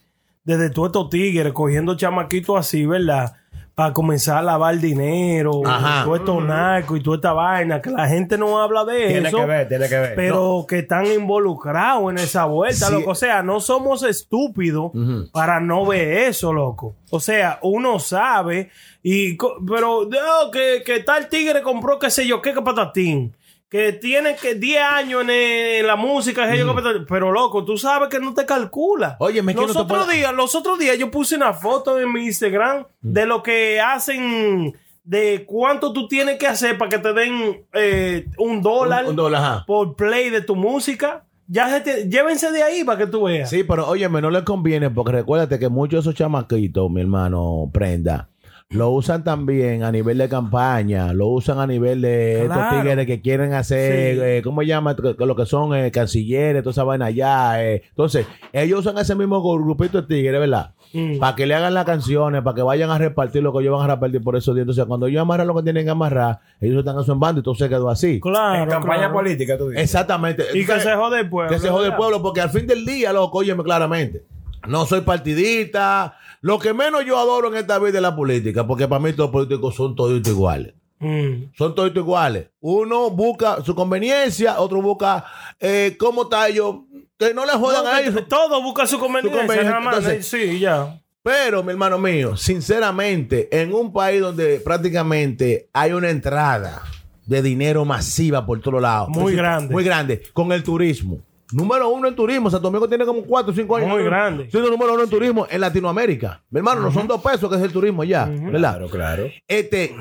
Speaker 4: de, de todos estos tigres cogiendo chamaquitos así, ¿verdad? Para comenzar a lavar dinero,
Speaker 9: Ajá.
Speaker 4: todo esto narco y toda esta vaina. Que la gente no habla de
Speaker 9: Tiene
Speaker 4: eso.
Speaker 9: que ver, tiene que ver.
Speaker 4: Pero que están involucrados en esa vuelta,
Speaker 9: Sí.
Speaker 4: loco. O sea, no somos estúpidos para no ver eso, loco. O sea, uno sabe, y co- pero no, que, que tal tigre compró qué sé yo qué que patatín. Que tiene que 10 años en, eh, en la música, qué sé yo, qué patatín. pero loco, tú sabes que no te calcula. Oye,
Speaker 6: me es que
Speaker 4: los
Speaker 6: no te
Speaker 4: otros
Speaker 6: puede-
Speaker 4: días, los otros días yo puse una foto en mi Instagram de lo que hacen, de cuánto tú tienes que hacer para que te den eh, un dólar,
Speaker 6: Un- un dólar, ajá.
Speaker 4: por play de tu música. Ya se te- llévense de ahí para que tú veas.
Speaker 6: Sí, pero óyeme, no les conviene porque recuérdate que muchos de esos chamaquitos, mi hermano, prenda, lo usan también a nivel de campaña, lo usan a nivel de
Speaker 9: Claro.
Speaker 6: estos tigres que quieren hacer,
Speaker 9: Sí.
Speaker 6: eh, ¿cómo se llama? Que- que Lo que son eh, cancilleres, toda esa vaina allá. eh. Entonces, ellos usan ese mismo gru- grupito de tigres, ¿verdad?
Speaker 9: Mm.
Speaker 6: Para que le hagan las canciones, para que vayan a repartir lo que ellos van a repartir por esos días. Entonces, cuando ellos amarran lo que tienen que amarrar, ellos están en su bando y todo se quedó así.
Speaker 4: Claro.
Speaker 9: En campaña
Speaker 6: claro.
Speaker 9: política, tú dices.
Speaker 6: Exactamente.
Speaker 4: Y que
Speaker 6: Entonces,
Speaker 4: se jode el pueblo.
Speaker 6: que se jode el
Speaker 4: ¿verdad?
Speaker 6: pueblo, porque al fin del día, loco, óyeme claramente. No soy partidista. Lo que menos yo adoro en esta vida es la política, porque para mí todos los políticos son toditos iguales.
Speaker 4: Mm.
Speaker 6: Son toditos iguales. Uno busca su conveniencia, otro busca eh, cómo está ellos. Que no le jodan
Speaker 4: No,
Speaker 6: a
Speaker 4: que
Speaker 6: ellos.
Speaker 4: Todo busca su conveniencia, nada más, eh, sí, ya.
Speaker 6: Pero, mi hermano mío, sinceramente, en un país donde prácticamente hay una entrada de dinero masiva por todos lados.
Speaker 4: Muy grande.
Speaker 6: Muy grande. Con el turismo. Número uno en turismo. Santo Domingo tiene como cuatro o cinco años.
Speaker 4: Muy
Speaker 6: ¿no?
Speaker 4: grande.
Speaker 6: Siendo número uno en turismo en Latinoamérica. Mi hermano, no son dos pesos que es el turismo ya. ¿Verdad? Claro,
Speaker 9: claro.
Speaker 6: Este,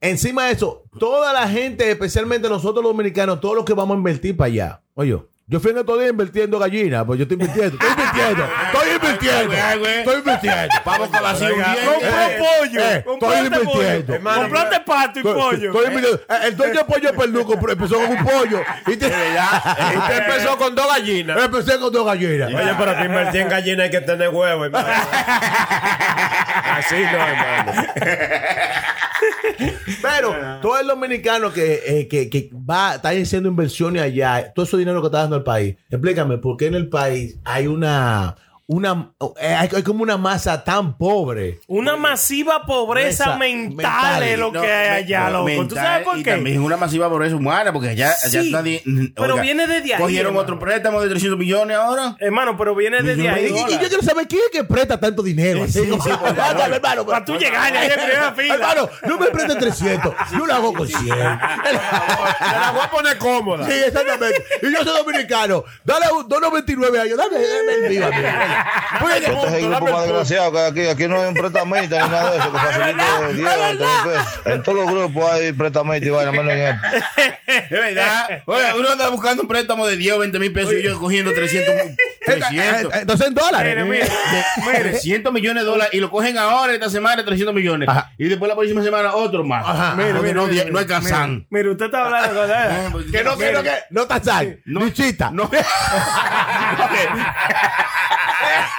Speaker 6: encima de eso, toda la gente, especialmente nosotros los dominicanos, todos los que vamos a invertir para allá. Oye, yo fui en estos días invirtiendo gallinas, pues yo estoy invirtiendo, estoy invirtiendo, estoy invirtiendo,
Speaker 9: Ah,
Speaker 6: estoy invirtiendo. Vamos con la
Speaker 9: Oiga, compró pollo,
Speaker 6: eh, Estoy
Speaker 9: compraste
Speaker 6: invirtiendo.
Speaker 9: pollo, hermano, compraste pato y
Speaker 6: Estoy-
Speaker 9: pollo.
Speaker 6: estoy invirtiendo. Eh, El dueño de pollo de Perú compró- empezó con un pollo. Y Eh, te-
Speaker 9: Usted empezó con dos gallinas.
Speaker 6: Empecé con dos gallinas.
Speaker 9: Oye, pero que invertir en gallinas hay que tener huevo, hermano. Así no, hermano.
Speaker 6: Pero todo el dominicano que, eh, que, que va, está haciendo inversiones allá, todo ese dinero que está dando el país, explícame, ¿por qué en el país hay una, una eh, hay, hay como una masa tan pobre.
Speaker 4: Una masiva pobreza
Speaker 6: Pobreza
Speaker 4: mental,
Speaker 6: mental.
Speaker 4: es lo
Speaker 6: No,
Speaker 4: que hay allá,
Speaker 7: no,
Speaker 4: loco. ¿Tú
Speaker 7: mental
Speaker 4: sabes por
Speaker 7: Y
Speaker 4: qué?
Speaker 7: también una masiva pobreza humana, porque allá, allá
Speaker 4: Sí,
Speaker 7: nadie.
Speaker 4: pero viene desde ahí,
Speaker 7: Cogieron
Speaker 4: hermano.
Speaker 7: otro préstamo de 300 millones ahora.
Speaker 4: Hermano, pero viene desde ahí.
Speaker 6: Y, y- y yo quiero saber quién es que presta tanto dinero. así, como- Ándale, hermano,
Speaker 4: Para tú llegarle ahí en primera fila.
Speaker 6: Hermano, no me preste 300. Yo lo hago con 100.
Speaker 9: Te la voy a poner cómoda.
Speaker 6: Sí, exactamente. Y yo soy dominicano. Dale un 2.99 años. Dame, dame el mío. amigo. Pues,
Speaker 13: Este
Speaker 6: punto,
Speaker 13: es el
Speaker 6: dame
Speaker 13: grupo
Speaker 6: el
Speaker 13: más
Speaker 6: punto.
Speaker 13: desgraciado que hay aquí, aquí no hay un prestamista ni nada de eso, que facilita de 10 o 20 pesos. En todos los grupos hay prestamista y vaina, menos en él.
Speaker 7: Es verdad. Oye, uno anda buscando un préstamo de 10 o 20 mil pesos y yo cogiendo 300. 300.
Speaker 6: Eh, Entonces en dólares.
Speaker 7: Mire, mire, de- 300 millones de dólares y lo cogen ahora esta semana 300 millones y después la próxima semana otro más. Porque no, no hay Kazán.
Speaker 4: Mire, usted está hablando con él.
Speaker 7: Que no, que no, que-
Speaker 6: No Tazán. Luchita.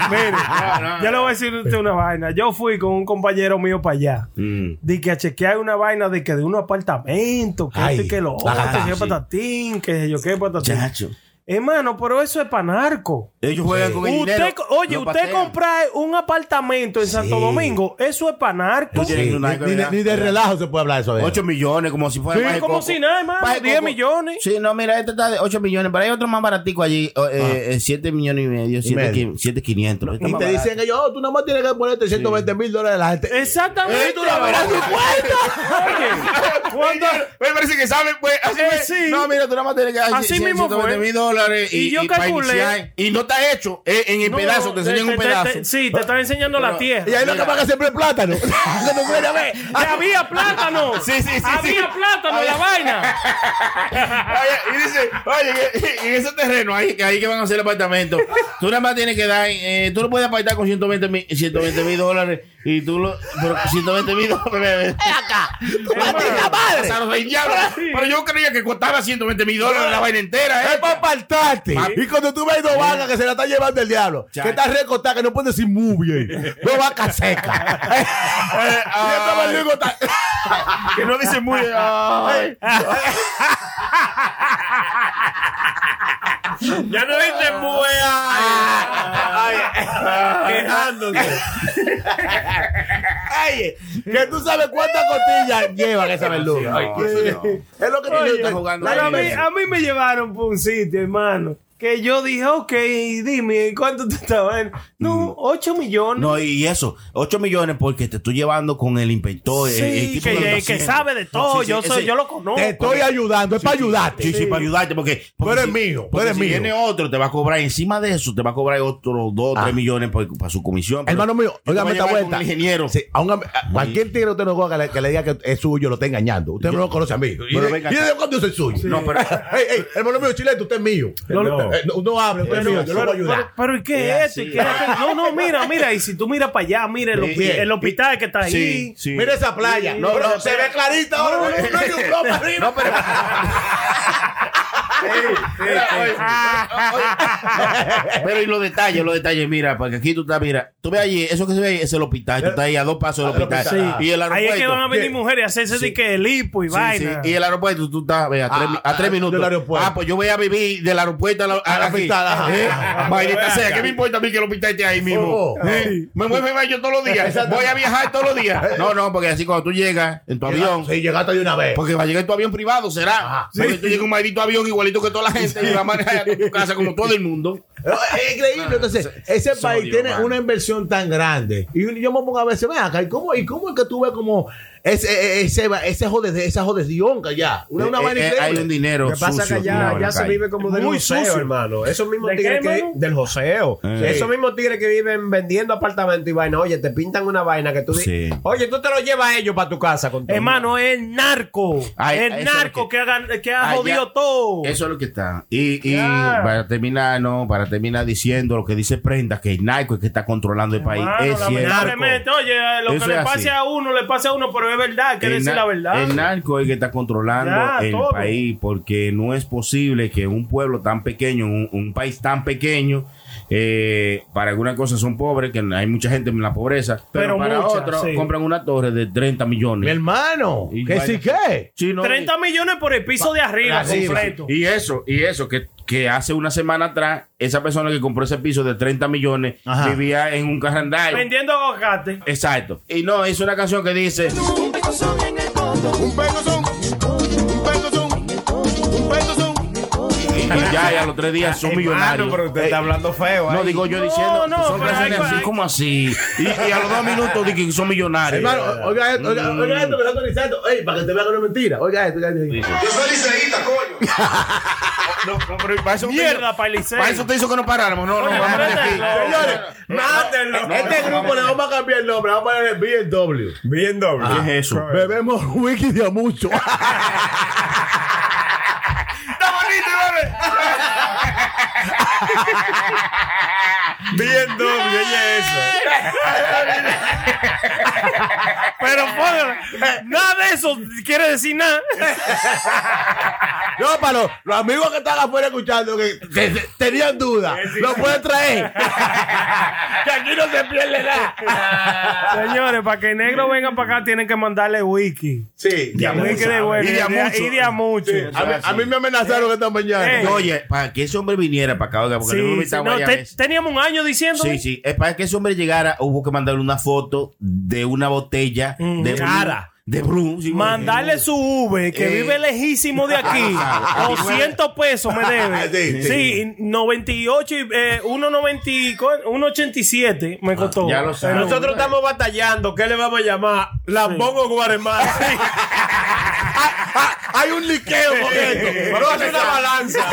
Speaker 4: Mire, yo le voy a decir a usted una vaina. Yo fui con un compañero mío para allá.
Speaker 7: Mm.
Speaker 4: De que a chequear una vaina de que de un apartamento, que
Speaker 7: Ay,
Speaker 4: este que lo otro,
Speaker 7: ajá,
Speaker 4: que yo
Speaker 7: sí.
Speaker 4: patatín, que yo qué patatín.
Speaker 7: Chacho.
Speaker 4: Hermano, pero eso es para narco.
Speaker 7: Ellos juegan con el
Speaker 4: Usted
Speaker 7: dinero.
Speaker 4: co- oye,
Speaker 7: lo
Speaker 4: usted
Speaker 7: patean.
Speaker 4: comprar un apartamento en Santo Domingo, eso es para narco.
Speaker 6: Sí, ni, ni de- ni de relajo se puede hablar eso de eso.
Speaker 7: 8 millones, como si fuera
Speaker 4: Sí,
Speaker 7: más de
Speaker 4: como
Speaker 7: coco.
Speaker 4: si nada, hermano,
Speaker 7: Más de
Speaker 4: 10
Speaker 7: coco.
Speaker 4: millones.
Speaker 7: Sí, no, mira, este está de 8 millones, pero hay otro más baratico allí, 7 millones y medio,
Speaker 6: medio.
Speaker 7: 7,500.
Speaker 6: Y te dicen ellos, oh, tú nada más tienes que ponerte 120 mil dólares de la gente.
Speaker 4: Exactamente.
Speaker 6: Y tú la verás tu cuenta.
Speaker 4: cuando
Speaker 7: me parece que saben pues así
Speaker 4: Eh,
Speaker 7: me-
Speaker 4: sí.
Speaker 7: no mira tú nada más tienes que
Speaker 4: Así mismo fue.
Speaker 7: mil dólares y,
Speaker 4: Y yo
Speaker 7: para
Speaker 4: calculé.
Speaker 7: iniciar. y no está hecho eh, en el
Speaker 4: No,
Speaker 7: pedazo te enseñan un pedazo
Speaker 4: te- sí, te están enseñando la
Speaker 7: Pero-
Speaker 4: tierra.
Speaker 6: Y ahí lo que paga siempre es plátano. Que no puede haber.
Speaker 4: Que había plátano.
Speaker 7: Sí, sí, sí, sí.
Speaker 4: Había plátano en la vaina.
Speaker 7: Oye, y dice, oye, en en ese terreno ahí, que ahí que van a hacer el apartamento, tú nada más tienes que dar, eh, tú lo puedes apartar con 120 mil 120 mil dólares y tú lo, pero 120 mil dólares.
Speaker 6: acá! ¡Tu
Speaker 7: maldita
Speaker 6: madre!
Speaker 7: Pasaron seis diablos. Pero yo creía que costaba 120 mil dólares la vaina entera,
Speaker 6: Es
Speaker 7: ¿eh?
Speaker 6: para apartarte.
Speaker 7: Papi.
Speaker 6: Y cuando tú ves dos vacas que se la está llevando el diablo,
Speaker 7: Chacho.
Speaker 6: que está recortada, que no puede decir muy bien. Dos vacas secas.
Speaker 7: Eh, ah,
Speaker 6: Y esta maldita está-
Speaker 7: Que no dice muy. ay.
Speaker 9: Ya no viste muea. Quejándose.
Speaker 6: Ay, que tú sabes cuántas costillas llevan esa verduga.
Speaker 7: Ay, que eso
Speaker 6: Es lo que te
Speaker 4: Oye,
Speaker 6: está jugando.
Speaker 4: pero a,
Speaker 6: ahí.
Speaker 4: mí, a mí me llevaron por un sitio, hermano. Que yo dije, ok, dime, ¿en ¿cuánto te estaban? No, 8 millones.
Speaker 7: Mm. No, y eso, 8 millones porque te estoy llevando con el inspector.
Speaker 4: Sí,
Speaker 7: el- el tipo
Speaker 4: que-
Speaker 7: lo está
Speaker 4: que
Speaker 7: haciendo.
Speaker 4: sabe de todo, yo soy- yo lo conozco.
Speaker 6: Te estoy ayudando, es para ayudarte.
Speaker 7: Sí, sí, para ayudarte, porque, porque
Speaker 6: eres mío, tú
Speaker 7: porque
Speaker 6: eres
Speaker 7: si
Speaker 6: mío.
Speaker 7: viene otro, te va a cobrar encima de eso, te va a cobrar otros 2 o 3 millones por- para su comisión. pero
Speaker 6: Hermano mío,
Speaker 7: yo te
Speaker 6: oiga
Speaker 7: voy a
Speaker 6: esta
Speaker 7: llevar con
Speaker 6: vuelta.
Speaker 7: el ingeniero.
Speaker 6: Sí, a un am- a cualquier tigre que usted no coja que le, que le diga que es suyo, lo está engañando. Usted no lo conoce a mí. ¿Y
Speaker 7: Pero
Speaker 6: de-
Speaker 7: venga
Speaker 6: y
Speaker 7: acá.
Speaker 6: de cuándo yo soy suyo?
Speaker 7: No, pero-
Speaker 6: Ey, ey, hermano mío, chilete, usted es mío.
Speaker 4: No,
Speaker 6: Eh, no, no hable, usted es mío, yo lo voy a ayudar.
Speaker 4: Pero, pero ¿y qué es esto? ¿Y qué es aquello? No, no, mira, mira. Y si tú miras para allá, mira el,
Speaker 7: Sí,
Speaker 4: hospi-
Speaker 7: bien.
Speaker 4: el hospital que está ahí.
Speaker 7: Sí, sí.
Speaker 6: Mira esa playa.
Speaker 7: No,
Speaker 6: Pero
Speaker 7: no,
Speaker 6: se
Speaker 7: pero-
Speaker 6: ve clarita ahora. No, no, hay un globo arriba.
Speaker 7: No, pero. Mira, oye, oye, no, Pero y los detalles, los detalles, mira, porque aquí tú estás, mira, tú ves allí, eso que se ve ahí es el hospital, tú estás ahí a dos pasos del
Speaker 6: Al
Speaker 7: hospital.
Speaker 6: hospital.
Speaker 7: Y el
Speaker 4: ahí
Speaker 7: aeropuerto.
Speaker 4: es que van a venir
Speaker 7: Sí,
Speaker 4: mujeres a hacerse de que el hipo y
Speaker 7: sí,
Speaker 4: vaina.
Speaker 7: sí. Y el aeropuerto, tú estás ve, a tres,
Speaker 6: Ah,
Speaker 7: a tres
Speaker 6: ah,
Speaker 7: minutos.
Speaker 6: del aeropuerto.
Speaker 7: Ah, pues yo voy a vivir del aeropuerto a la, a
Speaker 6: Al
Speaker 7: aquí.
Speaker 6: hospital, ajá.
Speaker 7: ¿Eh?
Speaker 6: Ah,
Speaker 7: Vainita
Speaker 6: pero
Speaker 7: sea,
Speaker 6: venga.
Speaker 7: ¿qué me importa a mí que el hospital esté ahí mismo?
Speaker 6: Oh, oh.
Speaker 7: ¿Eh? Me voy a yo todos los días. Voy a viajar todos los días. No, no, porque así cuando tú llegas en tu avión,
Speaker 6: Sí, llegaste de una vez.
Speaker 7: porque va a llegar tu avión privado, será. Porque tú llegas un maldito avión igualito que toda la gente y va a manejar a tu casa como todo el mundo.
Speaker 6: Pero Es increíble. Entonces, ese país
Speaker 7: Dios,
Speaker 6: tiene
Speaker 7: mano.
Speaker 6: una inversión tan grande. Y yo me pongo a veces, ven acá, ¿y cómo, ¿y cómo es que tú ves como ese, ese, ese jode, esa jodesión que allá? Una, una
Speaker 7: Eh,
Speaker 6: vaina
Speaker 7: eh,
Speaker 6: increíble.
Speaker 7: hay un dinero
Speaker 6: Lo
Speaker 3: Lo que pasa es que
Speaker 7: sucio, una
Speaker 3: allá,
Speaker 7: vaina
Speaker 3: allá se
Speaker 7: calle.
Speaker 3: vive como del
Speaker 4: Muy
Speaker 3: joseo,
Speaker 4: sucio.
Speaker 3: hermano. Esos mismos
Speaker 4: ¿De
Speaker 3: tigres
Speaker 4: qué,
Speaker 3: que,
Speaker 4: hermano?
Speaker 3: del joseo.
Speaker 7: Eh.
Speaker 3: Esos mismos tigres que viven vendiendo apartamentos y vaina. Oye, te pintan una vaina que tú dices.
Speaker 7: Sí.
Speaker 3: Oye, tú te lo llevas a ellos para tu casa con todo.
Speaker 4: Hermano, es el narco.
Speaker 7: Ay, eso
Speaker 4: el
Speaker 7: es
Speaker 4: narco
Speaker 7: lo
Speaker 4: que,
Speaker 7: que-
Speaker 4: ha, que ha
Speaker 7: Allá-
Speaker 4: jodido todo.
Speaker 7: Eso es lo que está. Y, y
Speaker 4: Ya.
Speaker 7: para terminar, no, para terminar diciendo lo que dice Prenda, que el narco es que está controlando el país.
Speaker 4: Hermano,
Speaker 7: es cierto.
Speaker 4: lamentablemente, oye, eh, lo
Speaker 7: Eso
Speaker 4: que le
Speaker 7: es así.
Speaker 4: pase a uno, le pasa a uno, pero es verdad, hay que
Speaker 7: El
Speaker 4: decir
Speaker 7: na-
Speaker 4: la verdad.
Speaker 7: El narco es el que está controlando
Speaker 4: Ya,
Speaker 7: el
Speaker 4: todo.
Speaker 7: país porque no es posible que un pueblo tan pequeño, un, un país tan pequeño, eh, para algunas cosas son pobres, que hay mucha gente en la pobreza, pero,
Speaker 4: Pero
Speaker 7: para
Speaker 4: mucha,
Speaker 7: otros
Speaker 4: sí.
Speaker 7: compran una torre de 30 millones. Mi hermano,
Speaker 4: ¿que sí
Speaker 7: qué?
Speaker 4: 30 millones por el piso de arriba,
Speaker 7: Arriba.
Speaker 4: completo.
Speaker 7: Y eso, y eso, que, que hace una semana atrás, esa persona que compró ese piso de 30 millones vivía en un carrandal.
Speaker 4: Vendiendo aguacate.
Speaker 7: Exacto. Y no, hizo una canción que dice. Un pecozón, un pecozón, un pecozón. Y, y ya, ya a los tres días son millonarios. Eh,
Speaker 9: pero usted está hablando feo.
Speaker 7: No,
Speaker 9: ahí.
Speaker 7: digo yo diciendo,
Speaker 9: no,
Speaker 7: son
Speaker 9: pero
Speaker 7: canciones
Speaker 9: hay-
Speaker 7: así como así. Y, y a los dos minutos dije que son millonarios. Eh,
Speaker 6: Hermano, oiga esto, oiga, oiga esto que está autorizando. Ey, para que te vea que no es mentira. Oiga esto, oiga esto.
Speaker 12: Yo soy liceísta, coño.
Speaker 7: No, no, pero para eso
Speaker 4: Mierda, para
Speaker 7: Para eso te hizo que no paráramos. No, no,
Speaker 6: Oye,
Speaker 7: vamos a
Speaker 6: espérate,
Speaker 7: aquí.
Speaker 6: Señores,
Speaker 7: Mátenlo.
Speaker 6: este grupo le vamos a cambiar el nombre. Vamos a poner BMW.
Speaker 9: BMW.
Speaker 7: Ajá. ¿Qué es eso?
Speaker 6: Bebemos wiki de mucho.
Speaker 9: ¡Está bonito, mami! Bien doble, oye eso.
Speaker 4: Pero póngale, nada de eso quiere decir nada.
Speaker 6: No, para los, los amigos que están afuera escuchando que que se- tenían dudas, lo pueden traer. que aquí no se pierde nada.
Speaker 4: Señores, para que negro venga para acá tienen que mandarle wiki.
Speaker 6: Sí,
Speaker 4: de a wiki de bueno, y de a mucho. Y de a mucho.
Speaker 6: A mí, a mí me amenazaron esta mañana.
Speaker 9: Eh.
Speaker 4: Ey.
Speaker 7: Oye, para que ese hombre viniera para acá, oiga, porque
Speaker 4: Sí,
Speaker 7: no me
Speaker 4: sí,
Speaker 7: invitaba
Speaker 4: no,
Speaker 7: ya a
Speaker 4: te-
Speaker 7: veces.
Speaker 4: teníamos un año diciendo.
Speaker 7: Sí, sí. Es para que ese hombre llegara, hubo que mandarle una foto de una botella
Speaker 9: Mm,
Speaker 7: de
Speaker 4: Cara.
Speaker 7: Bru- De Brum.
Speaker 4: Mandarle su V, que
Speaker 7: Eh.
Speaker 4: vive lejísimo de aquí.
Speaker 7: Ah,
Speaker 4: 200 pesos me debe.
Speaker 7: Sí,
Speaker 4: Sí,
Speaker 7: sí.
Speaker 4: 98 y eh, 1.90 y co- 1.87 me costó.
Speaker 7: ya lo sabes.
Speaker 4: Nosotros
Speaker 9: Nosotros estamos batallando. ¿Qué le vamos a llamar? Lambón o Guaremar. Ah,
Speaker 6: Hay un liqueo con esto.
Speaker 9: Pero hace una balanza.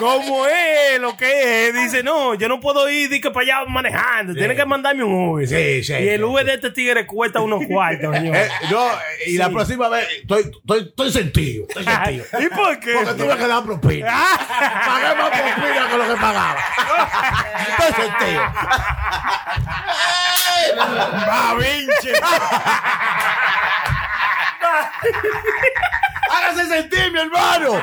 Speaker 4: como es lo que es, dice, no, yo no puedo ir di que para allá manejando, tiene que mandarme un Uber.
Speaker 6: Sí, sí,
Speaker 4: y el Uber de este tigre cuesta unos cuartos, señor.
Speaker 6: Eh, no, y la
Speaker 4: Sí.
Speaker 6: próxima vez estoy, estoy, estoy sentido. Estoy sentido.
Speaker 4: ¿Y por qué?
Speaker 6: Porque tuve que dar propina. Pagué más propina que lo que pagaba. Estoy sentido.
Speaker 9: ¡Va, vinche!
Speaker 6: Hágase sentir, mi hermano.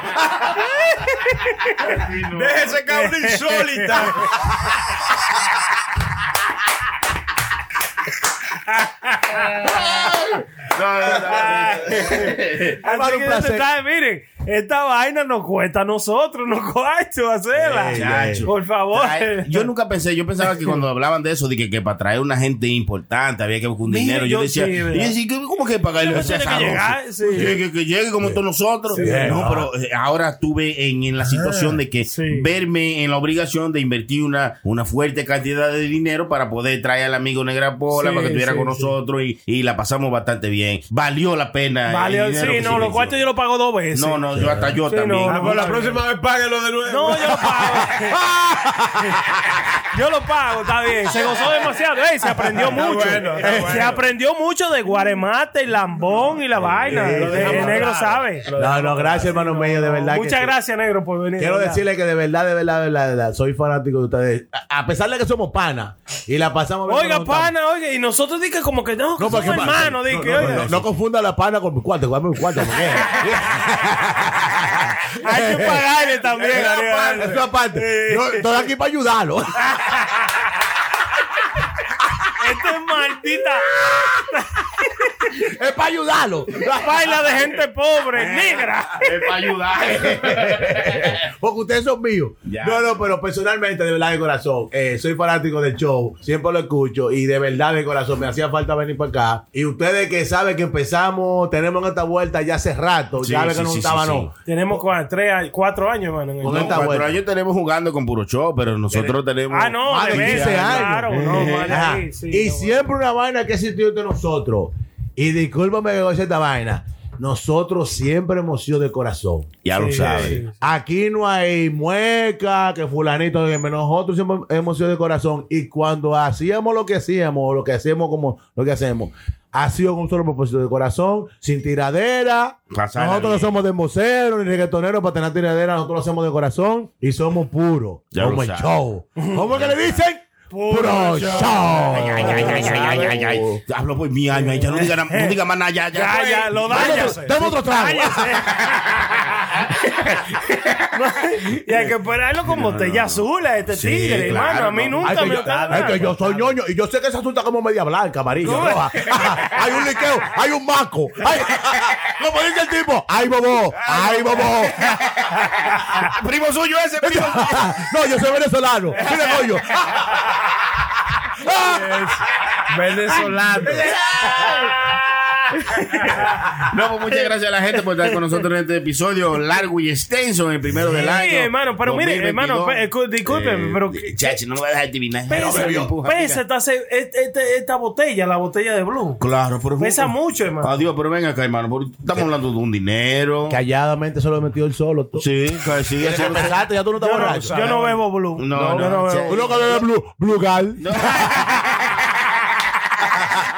Speaker 9: ¡Déjese caer una insólita!
Speaker 4: Así
Speaker 6: Hermano,
Speaker 4: que
Speaker 6: un placer.
Speaker 4: usted sabe, miren, esta vaina nos cuesta a nosotros, nos cuesta hacerla.
Speaker 7: chacho.
Speaker 4: Por favor.
Speaker 7: Trae- Yo nunca pensé, yo pensaba que cuando hablaban de eso, de que, que para traer una gente importante había que buscar un
Speaker 4: Mira,
Speaker 7: dinero. Yo
Speaker 4: yo
Speaker 7: decía,
Speaker 4: sí,
Speaker 7: y yo
Speaker 4: ¿verdad?
Speaker 7: decía, ¿qué- ¿cómo que pagarle
Speaker 4: Pero
Speaker 7: ese
Speaker 4: tiene que
Speaker 7: sabroso?
Speaker 4: llegar, sí. Ah,
Speaker 7: Que, que- que llegue como todos nosotros. no, pero eh, ahora estuve en, en la situación de que verme en la obligación de invertir una, una fuerte cantidad de dinero para poder traer al amigo Negra Pola
Speaker 4: Sí,
Speaker 7: para que estuviera
Speaker 4: sí, sí.
Speaker 7: con nosotros y, y la pasamos bastante bien. Valió la pena. el
Speaker 4: Vale,
Speaker 7: dinero
Speaker 4: sí,
Speaker 7: que
Speaker 4: no,
Speaker 7: se
Speaker 4: los
Speaker 7: le
Speaker 4: cuartos yo lo pago dos
Speaker 7: hizo.
Speaker 4: veces.
Speaker 7: No, no, yo hasta yo
Speaker 4: Sí,
Speaker 7: también.
Speaker 4: no.
Speaker 9: Ah, pues la próxima vez páguelo de nuevo.
Speaker 4: No, yo lo pago. yo lo pago, está bien. Se gozó demasiado. Ey, se aprendió
Speaker 9: Está
Speaker 4: mucho.
Speaker 9: bueno, está
Speaker 4: Eh, Se
Speaker 9: bueno.
Speaker 4: aprendió mucho de Guaremate, el lambón y la vaina.
Speaker 6: lo
Speaker 4: El-
Speaker 6: dejamos
Speaker 4: el negro
Speaker 6: claro.
Speaker 4: sabe.
Speaker 6: No, no, gracias, hermano mío, de verdad. que
Speaker 4: Muchas
Speaker 6: sí.
Speaker 4: gracias, negro, por venir.
Speaker 6: Quiero
Speaker 4: de verdad.
Speaker 6: decirle que de verdad, de verdad, de verdad, de verdad, soy fanático de ustedes. A a pesar de que somos panas y la pasamos bien
Speaker 4: Oiga,
Speaker 6: cuando estamos-
Speaker 4: pana, oiga, y nosotros dije como que no, que
Speaker 6: No,
Speaker 4: somos
Speaker 6: porque
Speaker 4: hermanos,
Speaker 6: no,
Speaker 4: dije,
Speaker 6: no, no,
Speaker 4: oiga.
Speaker 6: no, no confunda la pana con mi cuarto, dame mi cuarto. ¿por qué?
Speaker 4: Hay que pagarle también.
Speaker 6: Eso
Speaker 4: Ariel.
Speaker 6: aparte, eso aparte. Yo estoy aquí para ayudarlo.
Speaker 4: Esta es maldita
Speaker 6: es para ayudarlo.
Speaker 4: baila de gente pobre, negra.
Speaker 7: Es para ayudar.
Speaker 6: Porque ustedes son míos.
Speaker 7: Ya.
Speaker 6: No, no, pero personalmente, de verdad, de corazón, eh, soy fanático del show, siempre lo escucho y de verdad, de corazón, me hacía falta venir para acá. Y ustedes que saben que empezamos, tenemos esta vuelta ya hace rato,
Speaker 7: Sí,
Speaker 6: ya ven
Speaker 7: sí,
Speaker 6: que no
Speaker 7: sí,
Speaker 6: estaba,
Speaker 7: sí, sí.
Speaker 6: no.
Speaker 4: Tenemos cua- tres, cuatro años, hermano. en el-
Speaker 6: Con esta
Speaker 7: cuatro
Speaker 6: vuelta.
Speaker 7: años tenemos jugando con puro show, pero nosotros tenemos.
Speaker 4: Ah, no,
Speaker 6: Más de
Speaker 4: de
Speaker 6: 15
Speaker 4: veras,
Speaker 6: años.
Speaker 4: Claro, no,
Speaker 6: Ajá.
Speaker 4: vale, ahí, sí,
Speaker 6: y
Speaker 4: no,
Speaker 6: siempre una vaina que existió entre nosotros. Y discúlpame que goce esta vaina. Nosotros siempre hemos sido de corazón.
Speaker 7: Ya lo
Speaker 4: Sí,
Speaker 7: sabes.
Speaker 4: sí, sí.
Speaker 6: Aquí no hay mueca, que fulanito, que nosotros siempre hemos sido de corazón. Y cuando hacíamos lo que hacíamos, o lo que hacemos como lo que hacemos, ha sido con un solo propósito de corazón, sin tiradera.
Speaker 7: Pasarla
Speaker 6: nosotros no
Speaker 7: bien.
Speaker 6: somos de moceros ni reggaetoneros para tener tiradera, nosotros lo hacemos de corazón y somos puros.
Speaker 7: Ya
Speaker 6: como
Speaker 7: lo
Speaker 6: el
Speaker 7: sabes.
Speaker 6: show. ¿Cómo es que le dicen? Puro, show.
Speaker 7: Ay, ay, ay, ay, ay, ay, ay, ay. Oh, Hablo por mi Pues, alma, ya no diga, na- no diga más nada, ya, ya.
Speaker 4: Ya, ya, lo da, ya.
Speaker 6: Dame otro trago.
Speaker 4: y hay que esperarlo como botella azul a este
Speaker 6: Sí,
Speaker 4: tigre,
Speaker 6: claro,
Speaker 4: hermano. A mí
Speaker 6: no.
Speaker 4: nunca
Speaker 6: Ay, que
Speaker 4: me
Speaker 6: yo-
Speaker 4: gusta
Speaker 6: ay,
Speaker 4: nada.
Speaker 6: que yo soy ñoño y yo sé que se asunta como media blanca, amarillo.
Speaker 4: No.
Speaker 6: roja. hay un liqueo, hay un maco. Ay, como dice el tipo, ay bobo, ay bobo.
Speaker 7: ah,
Speaker 9: primo suyo ese,
Speaker 6: primo. no, yo soy venezolano. Mira, coño.
Speaker 9: Venezolano.
Speaker 7: No, pues muchas gracias a la gente por estar con nosotros en este episodio largo y extenso en el primero
Speaker 4: Sí,
Speaker 7: del año.
Speaker 4: hermano, pero mire,
Speaker 7: 2022.
Speaker 4: hermano, pe- escu- discúlpeme, pero que-
Speaker 7: Eh, Chachi, no me voy a dejar adivinar.
Speaker 4: Pesa, pesa esta, ce- este- este- esta botella, la botella de Blue.
Speaker 7: Claro, pero
Speaker 4: Pesa mucho, hermano.
Speaker 7: Adiós, pero venga acá, hermano. porque Estamos hablando de un dinero.
Speaker 6: Calladamente se lo metió él solo.
Speaker 7: Sí, ca- sí,
Speaker 6: Desde que
Speaker 7: eso no se-
Speaker 6: empezaste, ya tú no estás
Speaker 7: Yo no-
Speaker 6: borracho.
Speaker 7: yo no
Speaker 4: bebo blue.
Speaker 7: No, no, no.
Speaker 6: Tú lo que bebes es blue, blue gal.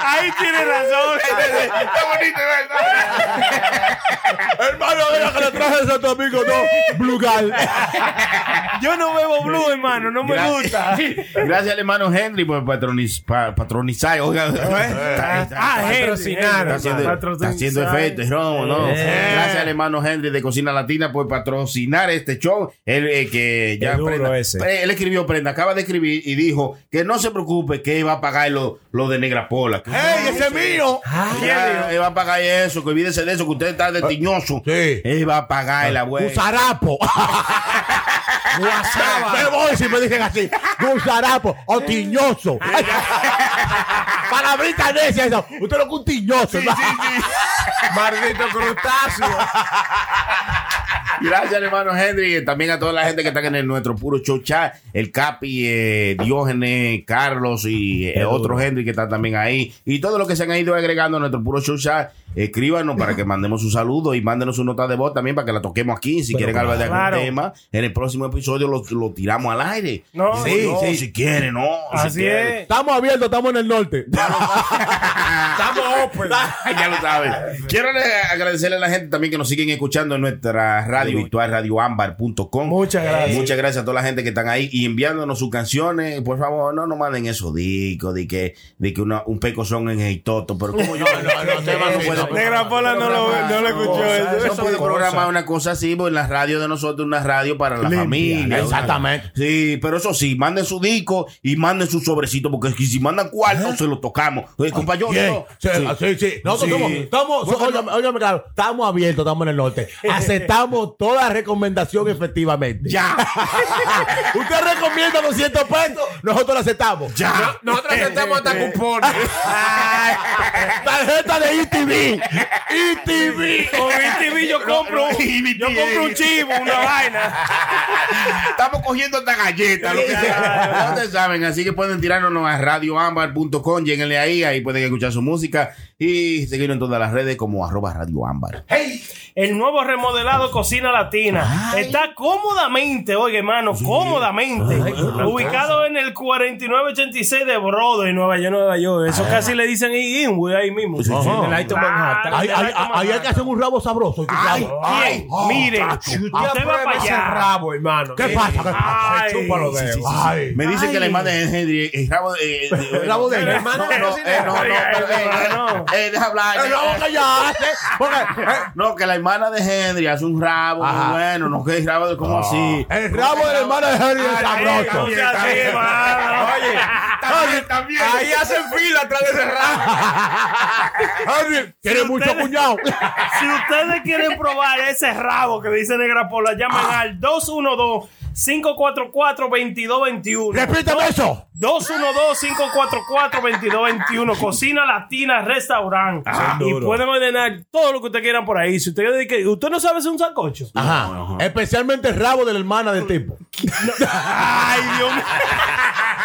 Speaker 4: Ahí tiene razón.
Speaker 12: Está bonito, ¿verdad?
Speaker 6: Hermano, mira que le traje a Santo Domingo, no, blue gal.
Speaker 4: Yo no bebo blue, hermano, no me gusta.
Speaker 7: Gracias al hermano Henry por patroniz- pa- patronizar. Oiga, Está- está-
Speaker 4: Ah,
Speaker 7: está-
Speaker 4: Henry,
Speaker 7: Está haciendo,
Speaker 4: patrocinar.
Speaker 7: está haciendo efecto, es romo, ¿no?
Speaker 4: Eh.
Speaker 7: Gracias al hermano Henry de Cocina Latina por patrocinar este show. Él, eh, que ya
Speaker 9: El duro
Speaker 7: Prenda-
Speaker 9: ese.
Speaker 7: Pre- él escribió prenda, acaba de escribir y dijo que no se preocupe que él va a pagar lo, lo de Negra Pola. Que
Speaker 6: ¡Ey, ese es mío!
Speaker 7: ya, él va a pagar eso, que olvídese de eso, que usted está de tiñoso. Él va a pagar el abuelo.
Speaker 6: Gusarapo. Guasaba. Me voy si me dicen así. Gusarapo o tiñoso. Palabrita necia esa. Usted lo que un tiñoso. ¿no?
Speaker 9: Maldito crustáceo.
Speaker 7: Gracias, hermano Henry. También a toda la gente que está en el- nuestro puro show chat. El Capi, eh, Diógenes, Carlos y eh, otro Henry que está también ahí. Y todos los que se han ido agregando a nuestro puro show chat, escríbanos para que mandemos un saludo y mándenos su nota de voz también para que la toquemos aquí. Si quieren hablar de algún
Speaker 4: claro.
Speaker 7: tema, en el próximo episodio lo, lo tiramos al aire.
Speaker 4: No,
Speaker 7: sí,
Speaker 4: no.
Speaker 7: sí. si quieren, no. si
Speaker 4: Así
Speaker 7: quieren.
Speaker 4: es.
Speaker 6: Estamos abiertos, estamos en el norte.
Speaker 7: Estamos open. ya lo sabes. Quiero le- agradecerle a la gente también que nos siguen escuchando en nuestra radio virtual, radioambar.com. Muchas
Speaker 4: gracias.
Speaker 7: Eh, muchas gracias a toda la gente que están ahí y enviándonos sus canciones. Por favor, no nos manden esos discos de que, de que una- un peco son en el toto. Pero como yo,
Speaker 4: Negra Pola no lo no lo escuchó. eso.
Speaker 7: no puede programar una cosa así, pues en la radio de nosotros, una radio para la familia.
Speaker 6: Exactamente.
Speaker 7: Sí, pero eso sí, manden su disco y manden su sobrecito, porque si- si mandan cuarto, se lo tocamos. Eh, compañero,
Speaker 6: Bien.
Speaker 7: yo-
Speaker 6: Sí, ah,
Speaker 7: Sí.
Speaker 6: sí, sí. Nosotros
Speaker 7: Sí.
Speaker 6: somos- estamos, so- óigame, óigame, claro, estamos abiertos, estamos en el norte. Aceptamos toda recomendación efectivamente.
Speaker 7: Ya.
Speaker 6: Usted recomienda 200 pesos, nosotros lo aceptamos.
Speaker 7: Ya. Este,
Speaker 9: Nosotros aceptamos hasta cupones.
Speaker 6: Tarjeta de E ITV. E ITV.
Speaker 4: Con BTV yo compro, yo compro un chivo, una vaina.
Speaker 7: Estamos cogiendo esta galleta, lo que sea. Ustedes saben, así que pueden tirarnos a radioambar.com, lléguenle ahí, ahí pueden escuchar su música y seguirnos en todas las redes como arroba radioambar.
Speaker 4: El nuevo remodelado Cocina Latina está cómodamente, oye, hermano, cómodamente ubicado en el 4986 de Broadway, Nueva York, Nueva York.
Speaker 6: Ah.
Speaker 4: Eso casi le dicen ahí Inwood ahí mismo. Ajá.
Speaker 9: El Alto Manhattan.
Speaker 4: Claro,
Speaker 6: Ahí,
Speaker 4: el
Speaker 6: ahí-
Speaker 4: Alto
Speaker 6: ahí hay que hacer un rabo sabroso. y tú sabes.
Speaker 4: Ay, mire, si usted va para
Speaker 9: ese
Speaker 4: allá.
Speaker 9: rabo, hermano.
Speaker 6: ¿Qué pasa? ¿Qué pasa?
Speaker 4: Ay,
Speaker 9: Chupa los
Speaker 6: Sí, sí, sí,
Speaker 9: dedos.
Speaker 6: sí. Ay.
Speaker 7: Me dicen que la hermana de Henry es rabo de.
Speaker 6: El rabo de-
Speaker 7: No,
Speaker 9: hermano de
Speaker 7: no, eh,
Speaker 9: cocinero.
Speaker 7: no, no, pero, eh,
Speaker 4: No.
Speaker 7: eh, deja hablar.
Speaker 6: El rabo que ya hace. Porque, eh,
Speaker 7: No, que la hermana de Henry hace un rabo muy
Speaker 6: Ajá.
Speaker 7: bueno, no Eh, que es rabo de como así.
Speaker 6: el rabo del hermano de Henry es
Speaker 4: Ay, no
Speaker 6: sabroso.
Speaker 4: sea así, hermano. Oye,
Speaker 12: También, también.
Speaker 9: Ahí hacen fila atrás de ese rabo.
Speaker 6: Henry, tiene
Speaker 4: Si
Speaker 6: mucho
Speaker 4: ustedes-
Speaker 6: cuñado.
Speaker 4: Si ustedes quieren probar ese rabo que dice Negra Pola, llamen
Speaker 6: Ah.
Speaker 4: al 212-544-2221.
Speaker 6: Repítame eso.
Speaker 4: 212-544-2221. Cocina Latina Restaurant.
Speaker 7: Ah,
Speaker 4: y pueden ordenar todo lo que ustedes quieran por ahí. Si usted, dice que- usted no sabe hacer un sancocho.
Speaker 7: Ah.
Speaker 6: Ajá. Especialmente el rabo de la hermana del tipo.
Speaker 4: Ay, Dios mío.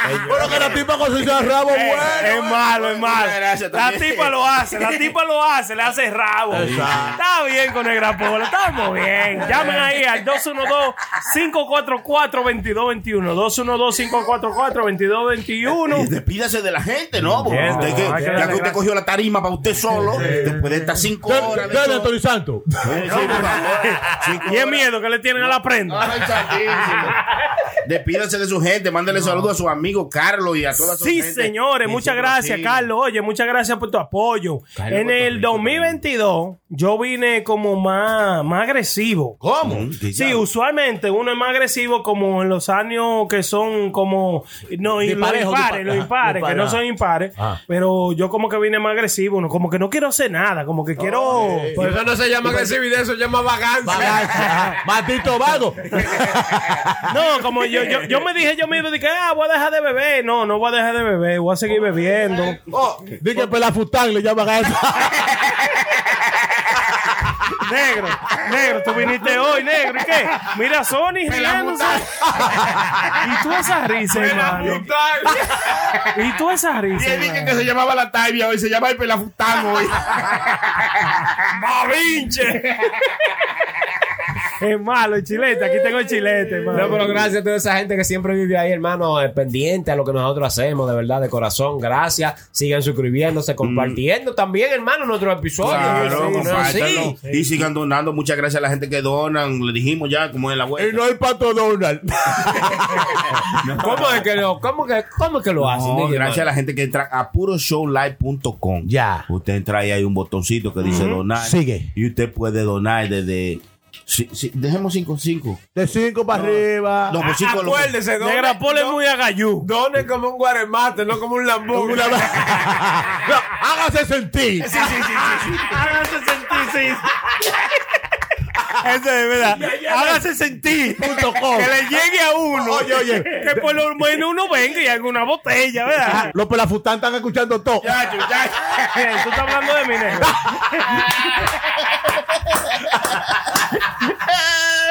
Speaker 4: Eh,
Speaker 6: Pero que la tipa con su rabo bueno.
Speaker 4: es malo, es malo.
Speaker 7: gracias
Speaker 4: La
Speaker 7: también.
Speaker 4: tipa lo hace, la tipa lo hace, le hace rabo. Está bien con Negra Pola, estamos bien. Llamen ahí al 212-544-2221. 212-544-2221.
Speaker 7: Despídase de la gente, ¿no? Porque
Speaker 4: Entiendo,
Speaker 7: usted que-
Speaker 4: hay que darle
Speaker 7: ya que usted
Speaker 4: gracias.
Speaker 7: cogió la tarima para usted solo, después de estas cinco horas.
Speaker 4: eh,
Speaker 7: de
Speaker 6: Dele,
Speaker 7: show,
Speaker 6: Tony Santo.
Speaker 7: Sí, por favor.
Speaker 4: Y es miedo que le tienen a la prenda.
Speaker 7: Ay, santísimo. Despídase de su gente, mándele saludos a su amigo Carlos y a todas sus
Speaker 4: Sí, señores, muchas gracias, Carlos. Oye, muchas gracias por tu apoyo.
Speaker 7: Carlos,
Speaker 4: en el 2022, yo vine como más, más agresivo.
Speaker 7: ¿Cómo?
Speaker 4: Sí, usualmente uno es más agresivo como en los años que son como. No, y los
Speaker 3: Disparejo,
Speaker 4: impares,
Speaker 3: dispar-
Speaker 4: los
Speaker 3: ajá,
Speaker 4: impares, que
Speaker 3: dispar-
Speaker 4: no
Speaker 3: ajá.
Speaker 4: son impares.
Speaker 3: Ah.
Speaker 4: Pero yo como que vine más agresivo, no, como que no quiero hacer nada, como que quiero. pues,
Speaker 9: Por eso no se llama agresividad, eso se llama vagancia.
Speaker 6: Maldito vago.
Speaker 4: No, como yo, yo, yo me dije yo mismo, dije, ah, voy a dejar de beber. No, no voy a dejar de beber, voy a seguir bebiendo.
Speaker 9: Eh,
Speaker 6: Dije pelafután, le llaman a eso.
Speaker 4: Negro, negro, tú viniste hoy, negro. ¿Y qué? Mira a Sony riéndose. Y tú esas risas, hermano. Y tú esas risas.
Speaker 12: Y él dije que se llamaba la Taibia hoy, se llama el Pelafután hoy.
Speaker 4: ¡Mavinche! Es malo el chilete, aquí tengo el chilete, hermano.
Speaker 3: No, pero gracias a toda esa gente que siempre vive ahí, hermano, eh, pendiente a lo que nosotros hacemos, de verdad, de corazón. Gracias. Sigan suscribiéndose, compartiendo también, hermano, nuestro episodio.
Speaker 7: Mm. Claro,
Speaker 3: Sí,
Speaker 7: compártanlo.
Speaker 3: sí.
Speaker 7: Y sigan donando. Muchas gracias a la gente que donan. Le dijimos ya, como es la vuelta.
Speaker 6: Y no hay pato Donald.
Speaker 3: ¿Cómo es que lo, cómo que, cómo es que lo hacen?
Speaker 7: No,
Speaker 3: DJ,
Speaker 7: gracias a
Speaker 3: hermano?
Speaker 7: la gente que entra a puroshowlive.com. Ya. Usted entra ahí, hay un botoncito que dice donar.
Speaker 6: Sigue.
Speaker 7: Y usted puede donar desde. si- si- dejemos 5 5.
Speaker 6: De 5 para arriba.
Speaker 7: No, pues sí, con lo-
Speaker 9: Acuérdese, don.
Speaker 7: Negra
Speaker 9: Pole
Speaker 4: muy agayú.
Speaker 9: Done como un guaremate, no como un lambón.
Speaker 6: hágase sentir.
Speaker 9: Sí, sí, sí, sí.
Speaker 4: Ah, Hágase sentir, sí.
Speaker 6: Eso es verdad. Hágase sentir.
Speaker 4: Que le llegue a uno.
Speaker 6: Oye, oye.
Speaker 4: Que por lo menos uno venga y alguna botella, ¿verdad?
Speaker 6: Los pelafután están escuchando todo.
Speaker 4: Tú estás hablando de mi negro.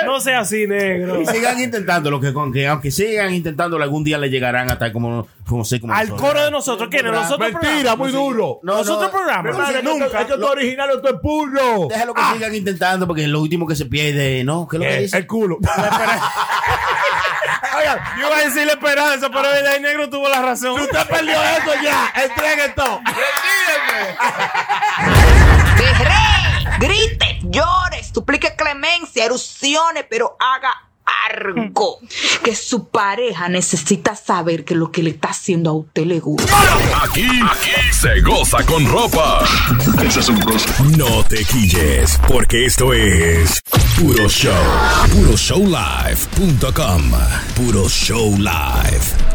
Speaker 4: No sea así, negro.
Speaker 7: Y sigan intentándolo, que, con, que aunque sigan intentándolo, algún día le llegarán hasta como, como sé como
Speaker 4: Al
Speaker 7: son.
Speaker 4: coro de nosotros, ¿quién? Nosotros
Speaker 6: Mentira, muy duro.
Speaker 7: No,
Speaker 4: Nosotros
Speaker 7: no,
Speaker 4: programas.
Speaker 7: no,
Speaker 4: Madre,
Speaker 7: no,
Speaker 4: nunca.
Speaker 7: es que tú
Speaker 6: original o tú es puro.
Speaker 7: Déjalo que sigan intentando porque es lo último que se pierde, ¿no? ¿Qué es lo que
Speaker 6: Eh,
Speaker 7: dice?
Speaker 6: El culo.
Speaker 4: Oigan, yo iba a decir la esperanza, pero el ahí negro tuvo la razón.
Speaker 6: Usted perdió eso ya. Entreguen todo.
Speaker 14: grite, llore, suplique clemencia, erupcione, pero haga algo. Que su pareja necesita saber que lo que le está haciendo a usted le gusta.
Speaker 15: Aquí, aquí se goza con ropa. No te quilles, porque esto es puro show. Puroshowlive.com. Puro Show Live.